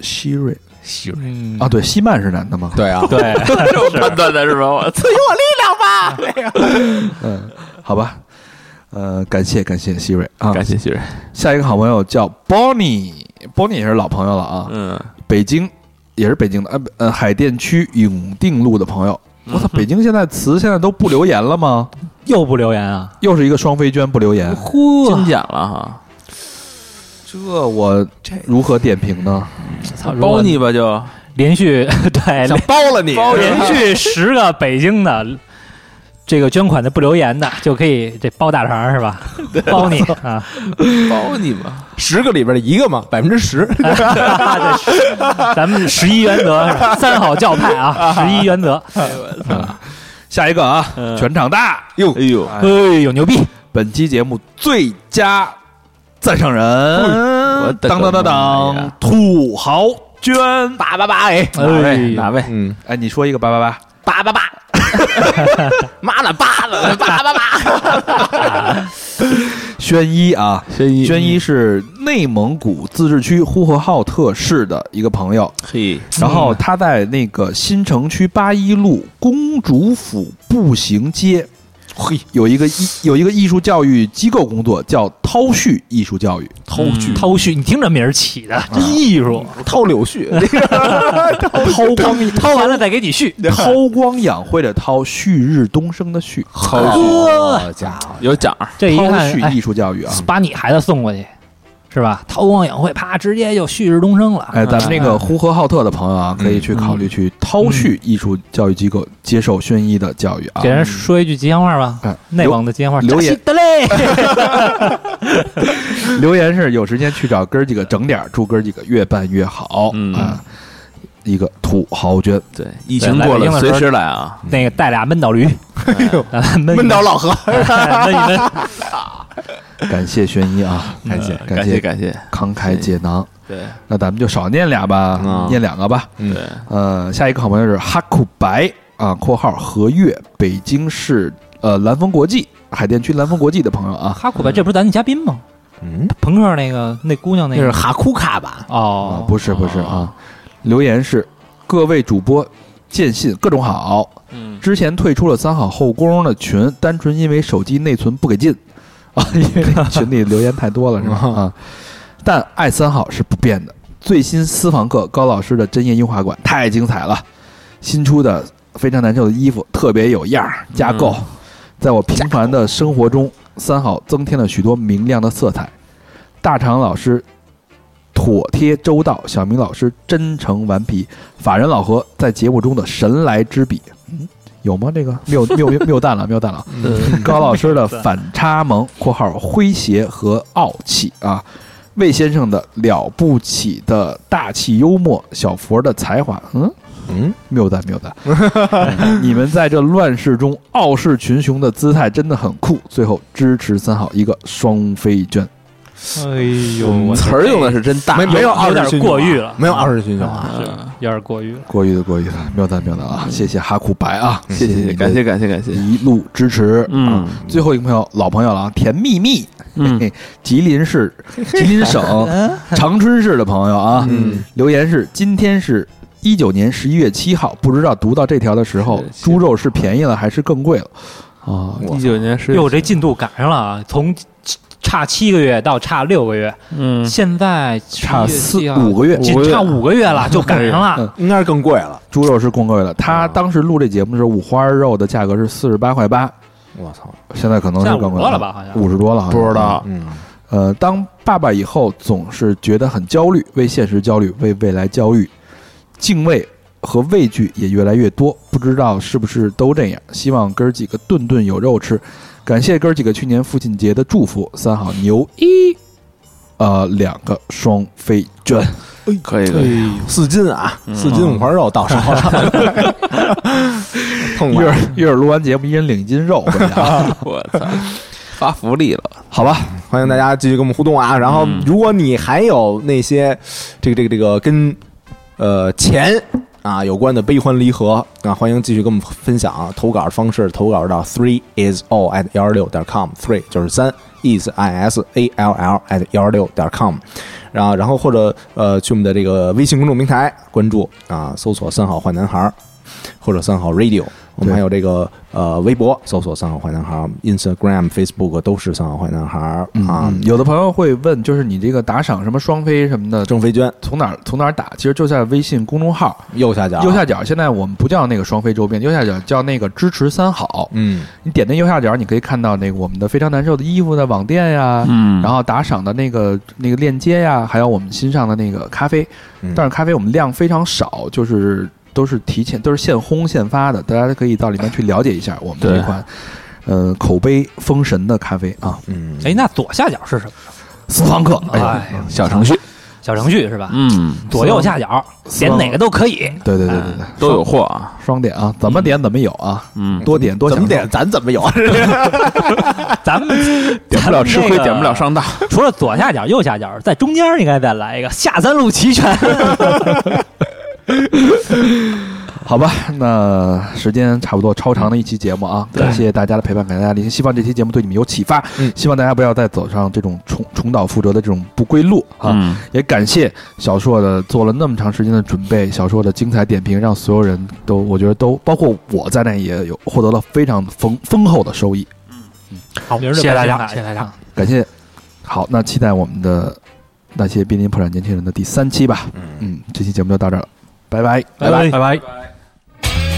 E: 希瑞
B: 希瑞，
C: 嗯
E: 啊，，对，希曼是男的吗？
A: 对啊，
C: 对，
B: 这我判断的是吧？我操！
E: 嗯，好吧。呃，感谢感谢希瑞啊，
B: 感谢希瑞，
E: 下一个好朋友叫 Bonnie，Bonnie 也是老朋友了啊，
B: 嗯，
E: 北京也是北京的，呃呃，海淀区永定路的朋友。我操，北京现在词现在都不留言了吗？
C: 又不留言啊？
E: 又是一个双飞娟不留言，
B: 金
C: 嚯，
B: 奖了哈，
E: 这我如何点评呢？
C: 操，如
B: 包
C: 果
B: 你吧就，
C: 连续 对
A: 想包了你，
C: 连续 十个北京的这个捐款的不留言的，就可以这包大肠是吧？包你啊，
B: 包你吧，
A: 十个里边的一个嘛，百分之十。
C: 咱们十一原则是吧三好教派啊，十一原则，
E: 下一个啊，
B: 嗯
E: 全场大
A: 哟，
B: 哎呦，
C: 哎呦牛逼！
E: 本期节目最佳赞赏人，
B: 我的
E: 当当当
B: 妈
E: 当
B: 呀，
E: 土豪娟，
A: 八八八哎，
C: 哎
B: 哪位
C: 呦
B: 哪位？
A: 嗯，
E: 哎，你说一个八八八，
A: 八八 八，妈了八了八八八，
E: 轩一啊，
B: 轩一，
E: 轩一是内蒙古自治区呼和浩特市的一个朋友，
B: 嘿，
E: 然后他在那个新城区八一路公主府步行街嘿，有一个艺有一个艺术教育机构工作叫涛旭艺术教育，
H: 偷剧
B: 嗯
C: 掏旭，你听这名儿起的，真艺术，
A: 掏嗯柳絮，
C: 掏光，掏完了再给你续。
E: 韬光养晦的韬，旭日东升的旭，
B: 好
C: 呵，
A: 家伙，
B: 有奖儿，
C: 这一
E: 韬
C: 看，
E: 旭
C: 哎
E: 艺术教育啊。
C: 把你孩子送过去，是吧？韬光养晦，啪，直接就旭日东升了。嗯
E: 哎，咱们那个呼和浩特的朋友啊，可以去考虑去涛旭艺术教育机构接受宣一的教育啊
C: 给。人说一句吉祥话吧
E: 哎，
C: 内蒙的吉祥话，
E: 留
C: 扎
E: 言
C: 西德嘞。
E: 留言是有时间去找哥儿几个整点儿，祝哥儿几个越办越好
B: 嗯
E: 啊！一个土豪捐，
B: 对，疫情过
C: 来北京
B: 了
C: 的时
B: 随
C: 候
B: 时来啊，
C: 那个带俩闷倒驴，哎呦， 闷
A: 闷到老何，
C: 闷一闷。
E: 感谢宣一啊，
B: 感谢
E: 感
B: 谢
E: 谢
B: 感谢，
E: 慷慨解囊。
B: 对
E: 那咱们就少念俩吧
A: 嗯，
E: 念两个吧。
B: 对，
E: 呃，下一个好朋友是哈库白啊（括号和悦，北京市呃蓝峰国际海淀区蓝峰国际的朋友啊
C: 哈库吧，这不是咱的嘉宾吗？
A: 嗯，
C: 朋克那个那姑娘那
J: 那是
C: 个
J: 哈库卡吧？
E: 啊
C: 哦，，
E: 不是不是啊，留言是各位主播见信各种好，
B: 嗯，
E: 之前退出了三好后宫的群，单纯因为手机内存不给进啊，因为那个群里留言太多了是吧？啊，但爱三好是不变的。最新私房课，高老师的针叶优化馆太精彩了，新出的非常难受的衣服特别有样儿，加购，在我平凡的生活中，三好增添了许多明亮的色彩。大肠老师妥帖周到，小明老师真诚顽皮，法人老何在节目中的神来之笔，有吗？这个谬谬谬谬蛋了，谬蛋了。高老师的反差萌（括号诙谐和傲气）啊，魏先生的了不起的大气幽默，小佛的才华，嗯
A: 嗯，
E: 谬蛋谬蛋。 你们在这乱世中傲视群雄的姿态真的很酷。最后支持三好一个双飞卷，
C: 哎呦，我
B: 词儿用的是真大，
A: 没没有
C: 有
A: 二
C: 点过誉了
A: 没有二十群雄啊，
C: 是
B: 嗯
C: 有点过誉了。
E: 过誉的过誉的，谬蛋谬蛋啊！谢谢哈库白啊，
B: 谢
E: 谢
B: 谢感谢感谢感谢，
E: 一路支持。
B: 嗯
E: 啊，最后一个朋友，老朋友了啊，甜蜜蜜，
B: 嗯
E: 嘿嘿 吉林市、吉林省长春市的朋友啊，
B: 嗯
E: 留言是：今天是一九年十一月七号，不知道读到这条的时候
B: 是，是
E: 猪肉是便宜了还是更贵了？啊，
B: 嗯 一九年是
C: 哟，这进度赶上了啊！从差七个月到差六个月，
B: 嗯
C: 现在
E: 差四五
C: 个
E: 个月，
C: 仅差五个月了，就赶上
E: 嗯
C: 了。
A: 应该是更贵了。
E: 猪肉是更贵了。他当时录这节目的时候，五花肉的价格是四十八块八，
A: 我操，
E: 现在可能
C: 现
E: 是
C: 在
E: 更
C: 五
E: 贵
C: 多了吧？？好像
E: 五十多了，
B: 不知。道，啊
A: 嗯，
E: 呃，当爸爸以后，总是觉得很焦虑，为现实焦虑，为未来焦虑，敬畏和畏惧也越来越多。不知道是不是都这样？希望哥儿几个顿顿有肉吃。感谢哥儿几个去年父亲节的祝福，三好牛一，呃，两个双飞卷，
B: 可以可以，
A: 哎四斤啊，
B: 嗯
A: 四斤五花肉到手了， 痛
E: 一会
A: 快
E: 儿。一会儿录完节目，一人领一斤肉回家，
B: 啊 我操，发福利了，
E: 好吧？
A: 欢迎大家继续跟我们互动啊！然后
B: 嗯，
A: 如果你还有那些这个这个这个跟呃钱啊有关的悲欢离合啊，欢迎继续跟我们分享啊投稿方式，投稿到 three is all at 幺二六点 com，three 就是三 is i s a l l at 幺二六点 com。然后，然后或者呃，去我们的这个微信公众平台关注啊，搜索“三好坏男孩”儿”或者“三好 radio”。我们还有这个呃微博，搜索“三好坏男孩儿 ”，Instagram、Facebook 都是“三好坏男孩儿”啊。
E: 嗯，有的朋友会问，就是你这个打赏什么双飞什么的，
A: 郑飞娟
E: 从哪儿从哪儿打？其实就在微信公众号。
A: 右下角，
E: 右下角现在我们不叫那个双飞周边，右下角叫那个支持三好。
A: 嗯，
E: 你点那右下角，你可以看到那个我们的非常难受的衣服的网店呀，
B: 嗯
E: 然后打赏的那个那个链接呀，还有我们新上的那个咖啡
A: 嗯。
E: 但是咖啡我们量非常少，就是都是提前都是现烘现发的，大家可以到里面去了解一下我们这
B: 对
E: 一款。呃，口碑封神的咖啡啊，
A: 嗯，
C: 哎，那左下角是什么？
E: 私房课，哎呀，
C: 哎，
B: 小程序，
C: 小程序是吧？
B: 嗯，
C: 左右下角点哪个都可以。
E: 对对对对对，
B: 都有货啊，
E: 双点啊，怎么点怎么有啊，
B: 嗯，
E: 多点多
A: 怎
E: 享
A: 么
E: 受。
A: 点咱怎么有？ 啊
C: 咱们
B: 点不了吃亏，点不了。上当，
C: 咱们那个除了左下角、右下角，在中间 应该再来一个下三路齐全。
E: 好吧，那时间差不多，超长的一期节目啊，感谢大家的陪伴，感谢大家的聆听，希望这期节目对你们有启发，
A: 嗯
E: 希望大家不要再走上这种重重蹈覆辙的这种不归路啊。
B: 嗯，
E: 也感谢小硕的做了那么长时间的准备，小硕的精彩点评让所有人都，我觉得都包括我在内也有获得了非常丰丰厚的收益。
H: 好，
C: 明
H: 谢
C: 儿就
H: 谢大
C: 白金
H: 家，
C: 塔
H: 谢谢大家，
E: 感谢，好，那期待我们的那些濒临破产年轻人的第三期吧。
A: 嗯，
E: 嗯，这期节目就到这儿了，拜拜。
C: 拜拜。
H: 拜拜。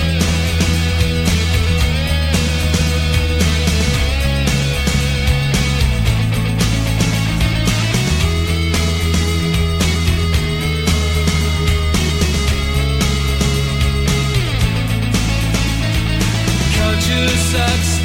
L: Culture sucks